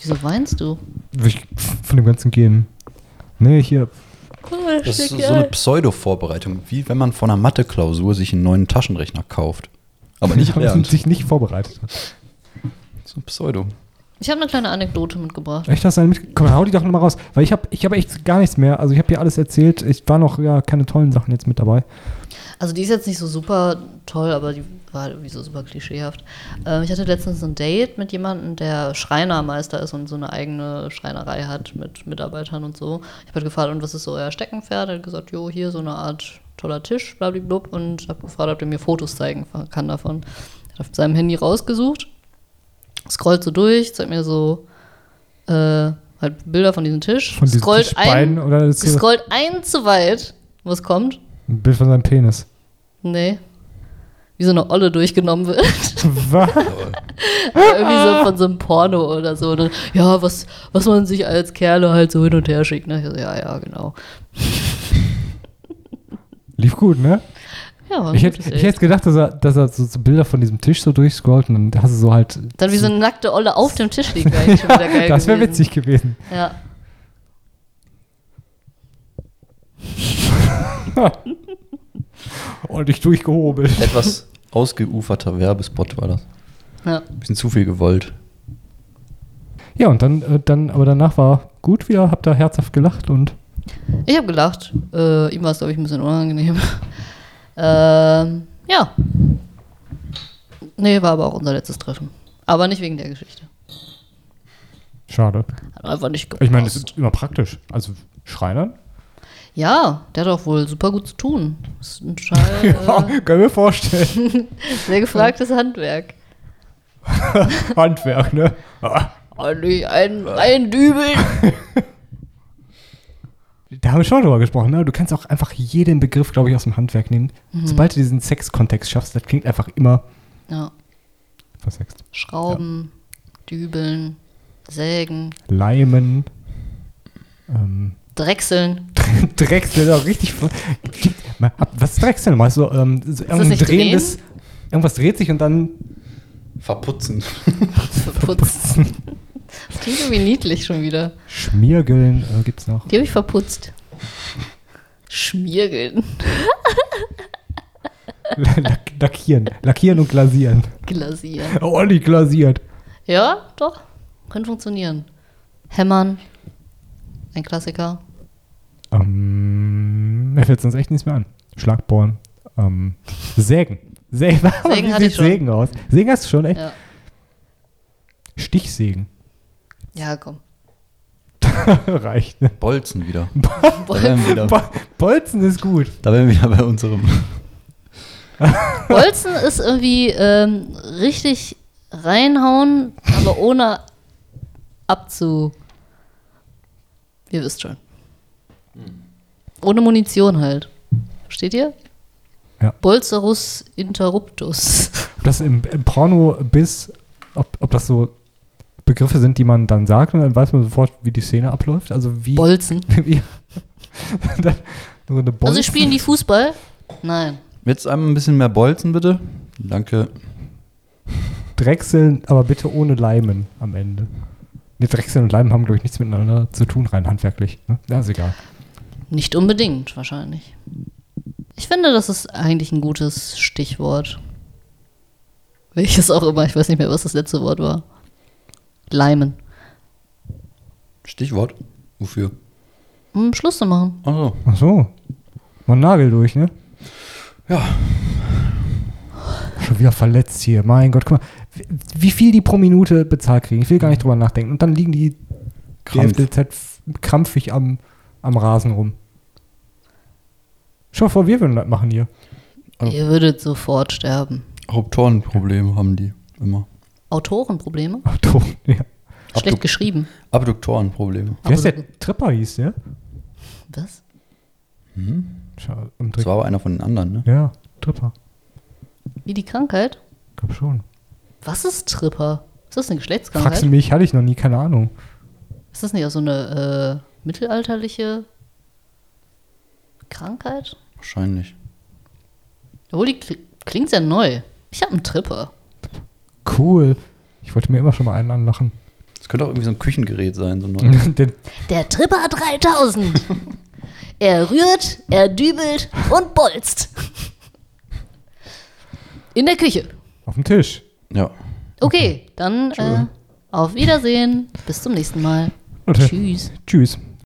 [SPEAKER 1] Wieso weinst du?
[SPEAKER 2] Ich, von dem ganzen Gehen. Nee, hier.
[SPEAKER 3] Das ist so so eine Pseudo-Vorbereitung, wie wenn man vor einer Mathe-Klausur sich einen neuen Taschenrechner kauft. Aber nicht
[SPEAKER 2] haben sie
[SPEAKER 3] lernt.
[SPEAKER 2] sich nicht vorbereitet. hat.
[SPEAKER 3] So ein Pseudo.
[SPEAKER 1] Ich habe eine kleine Anekdote mitgebracht.
[SPEAKER 2] Echt, hast du eine mit? Komm, hau die doch nochmal raus. Weil ich habe ich hab echt gar nichts mehr. Also ich habe dir alles erzählt. Ich war noch ja, keine tollen Sachen jetzt mit dabei.
[SPEAKER 1] Also die ist jetzt nicht so super toll, aber die war irgendwie so super klischeehaft. Ähm, ich hatte letztens ein Date mit jemandem, der Schreinermeister ist und so eine eigene Schreinerei hat mit Mitarbeitern und so. Ich habe halt gefragt, und was ist so euer Steckenpferd? Er hat gesagt, jo, hier so eine Art toller Tisch, blablablub. Und habe gefragt, ob er mir Fotos zeigen kann davon. Er hat auf seinem Handy rausgesucht, scrollt so durch, zeigt mir so äh, halt Bilder von diesem Tisch,
[SPEAKER 2] Von diesen
[SPEAKER 1] scrollt
[SPEAKER 2] Tischbeinen
[SPEAKER 1] ein,
[SPEAKER 2] oder das-
[SPEAKER 1] scrollt ein zu weit, was kommt.
[SPEAKER 2] Ein Bild von seinem Penis.
[SPEAKER 1] Nee. Wie so eine Olle durchgenommen wird.
[SPEAKER 2] Was?
[SPEAKER 1] Irgendwie so von so einem Porno oder so. Und dann, ja, was, was man sich als Kerle halt so hin und her schickt. Ne? Ich so, ja, ja, genau.
[SPEAKER 2] Lief gut, ne?
[SPEAKER 1] Ja, war ein
[SPEAKER 2] Ich hätte,
[SPEAKER 1] gutes
[SPEAKER 2] ich
[SPEAKER 1] Date.
[SPEAKER 2] hätte gedacht, dass er, dass er so, so Bilder von diesem Tisch so durchscrollt und dann hast du so halt.
[SPEAKER 1] Dann wie so eine nackte Olle auf dem Tisch liegt. Wäre eigentlich schon wieder geil
[SPEAKER 2] das wäre
[SPEAKER 1] gewesen.
[SPEAKER 2] witzig gewesen.
[SPEAKER 1] Ja.
[SPEAKER 2] Ordentlich durchgehobelt.
[SPEAKER 3] Etwas ausgeuferter Werbespot war das.
[SPEAKER 1] ja.
[SPEAKER 3] Ein bisschen zu viel gewollt.
[SPEAKER 2] Ja, und dann, äh, dann, aber danach war gut wieder, hab da herzhaft gelacht und
[SPEAKER 1] Ich habe gelacht. Äh, ihm war es, glaube ich, ein bisschen unangenehm. ähm, ja. Nee, war aber auch unser letztes Treffen. Aber nicht wegen der Geschichte.
[SPEAKER 2] schade.
[SPEAKER 1] Hat einfach nicht gepasst.
[SPEAKER 2] Ich meine, das ist immer praktisch. Also Schreinern?
[SPEAKER 1] Ja, der hat auch wohl super gut zu tun. Das ist ein Schall, äh,
[SPEAKER 2] können wir vorstellen.
[SPEAKER 1] sehr gefragtes Handwerk.
[SPEAKER 2] Handwerk, ne?
[SPEAKER 1] Olli, Ah, ein, ein Dübel.
[SPEAKER 2] Da haben wir schon drüber gesprochen, ne? Du kannst auch einfach jeden Begriff, glaube ich, aus dem Handwerk nehmen. Sobald du diesen Sexkontext schaffst, das klingt einfach immer
[SPEAKER 1] Ja.
[SPEAKER 2] versext.
[SPEAKER 1] Schrauben, Dübeln, Sägen,
[SPEAKER 2] Leimen. Ähm,
[SPEAKER 1] Drechseln.
[SPEAKER 2] Drechsel, auch richtig. voll- Gibt- mal- hab- Was ist Drechsel? Meinst du, ähm, so irgendein
[SPEAKER 1] nicht drehen?
[SPEAKER 2] drehendes- Irgendwas dreht sich und dann.
[SPEAKER 3] Verputzen.
[SPEAKER 1] Verputzt. Das klingt irgendwie niedlich schon wieder.
[SPEAKER 2] Schmiergeln äh, gibt's noch.
[SPEAKER 1] Die habe ich verputzt. Schmiergeln.
[SPEAKER 2] Lack, lackieren. Lackieren und glasieren.
[SPEAKER 1] Glasieren.
[SPEAKER 2] Oh, Olli glasiert.
[SPEAKER 1] Ja, doch. Könnte funktionieren. Hämmern. Ein Klassiker.
[SPEAKER 2] Ähm, mir fällt sonst echt nichts mehr an. Schlagbohren. Ähm, Sägen. Sägen, Wie
[SPEAKER 1] hatte
[SPEAKER 2] sieht
[SPEAKER 1] ich schon.
[SPEAKER 2] Sägen aus? Sägen hast du schon, echt?
[SPEAKER 1] Ja,
[SPEAKER 2] Stichsägen.
[SPEAKER 1] ja komm.
[SPEAKER 2] Reicht. Ne?
[SPEAKER 3] Bolzen wieder. Da
[SPEAKER 1] Bol
[SPEAKER 3] wären wir wieder,
[SPEAKER 2] Bo Bolzen ist gut.
[SPEAKER 3] da wären wir wieder bei unserem.
[SPEAKER 1] Bolzen ist irgendwie ähm, richtig reinhauen, aber ohne abzu. Ihr wisst schon.
[SPEAKER 2] Hm.
[SPEAKER 1] Ohne Munition halt. Versteht ihr?
[SPEAKER 2] Ja.
[SPEAKER 1] Bolzerus interruptus.
[SPEAKER 2] Ob das im, im Porno bis, ob, ob das so Begriffe sind, die man dann sagt und dann weiß man sofort, wie die Szene abläuft. Also wie.
[SPEAKER 1] Bolzen.
[SPEAKER 2] wie dann nur eine Bolzen.
[SPEAKER 1] Also spielen die Fußball? Nein.
[SPEAKER 3] Jetzt einmal ein bisschen mehr Bolzen, bitte. Danke.
[SPEAKER 2] Drechseln, aber bitte ohne Leimen am Ende. Nee, Drechseln und Leimen haben, glaube ich, nichts miteinander zu tun, rein handwerklich. Ne? Ja, ist egal.
[SPEAKER 1] Nicht unbedingt, wahrscheinlich. Ich finde, das ist eigentlich ein gutes Stichwort. Welches auch immer, ich weiß nicht mehr, was das letzte Wort war. Leimen.
[SPEAKER 3] Stichwort. Wofür?
[SPEAKER 1] Um Schluss zu machen.
[SPEAKER 3] Achso.
[SPEAKER 2] Ach so. Man Nagel durch, ne?
[SPEAKER 3] Ja.
[SPEAKER 2] Schon wieder verletzt hier. Mein Gott, guck mal. wie- Wie viel die pro Minute bezahlt kriegen. Ich will gar nicht drüber nachdenken. Und dann liegen die
[SPEAKER 3] Krampf.
[SPEAKER 2] DFDZ f- krampfig am, am Rasen rum. Schon vor, wir würden das machen hier.
[SPEAKER 3] Oh.
[SPEAKER 1] Ihr würdet sofort sterben.
[SPEAKER 3] Hauptorenprobleme haben die immer.
[SPEAKER 1] Autorenprobleme?
[SPEAKER 2] Ach, du, ja.
[SPEAKER 1] Schlecht geschrieben.
[SPEAKER 3] Abduktorenprobleme.
[SPEAKER 2] Wer ist
[SPEAKER 1] Aber-
[SPEAKER 2] der Tripper hieß, ne?
[SPEAKER 1] Was?
[SPEAKER 3] Mhm.
[SPEAKER 2] Schau, Im
[SPEAKER 3] Das
[SPEAKER 2] Trick.
[SPEAKER 3] war aber einer von den anderen, ne?
[SPEAKER 2] Ja, Tripper.
[SPEAKER 1] Wie die Krankheit?
[SPEAKER 2] Glaub schon.
[SPEAKER 1] Was ist Tripper? Ist das eine
[SPEAKER 2] Fragst du
[SPEAKER 1] Geschlechtskrankheit?
[SPEAKER 2] mich, hatte ich noch nie, keine Ahnung.
[SPEAKER 1] Ist das nicht auch so eine äh, mittelalterliche Krankheit?
[SPEAKER 3] Wahrscheinlich.
[SPEAKER 1] Obwohl, die kli- klingt ja neu. Ich habe einen Tripper.
[SPEAKER 2] Cool. Ich wollte mir immer schon mal einen anlachen.
[SPEAKER 3] Das könnte auch irgendwie so ein Küchengerät sein, so ein neues.
[SPEAKER 2] Den-
[SPEAKER 1] Der Tripper 3000. er rührt, er dübelt und bolzt. In der Küche.
[SPEAKER 2] auf dem Tisch.
[SPEAKER 3] Ja.
[SPEAKER 1] Okay, dann äh, auf Wiedersehen. Bis zum nächsten Mal.
[SPEAKER 2] Okay.
[SPEAKER 1] Tschüss.
[SPEAKER 2] Tschüss.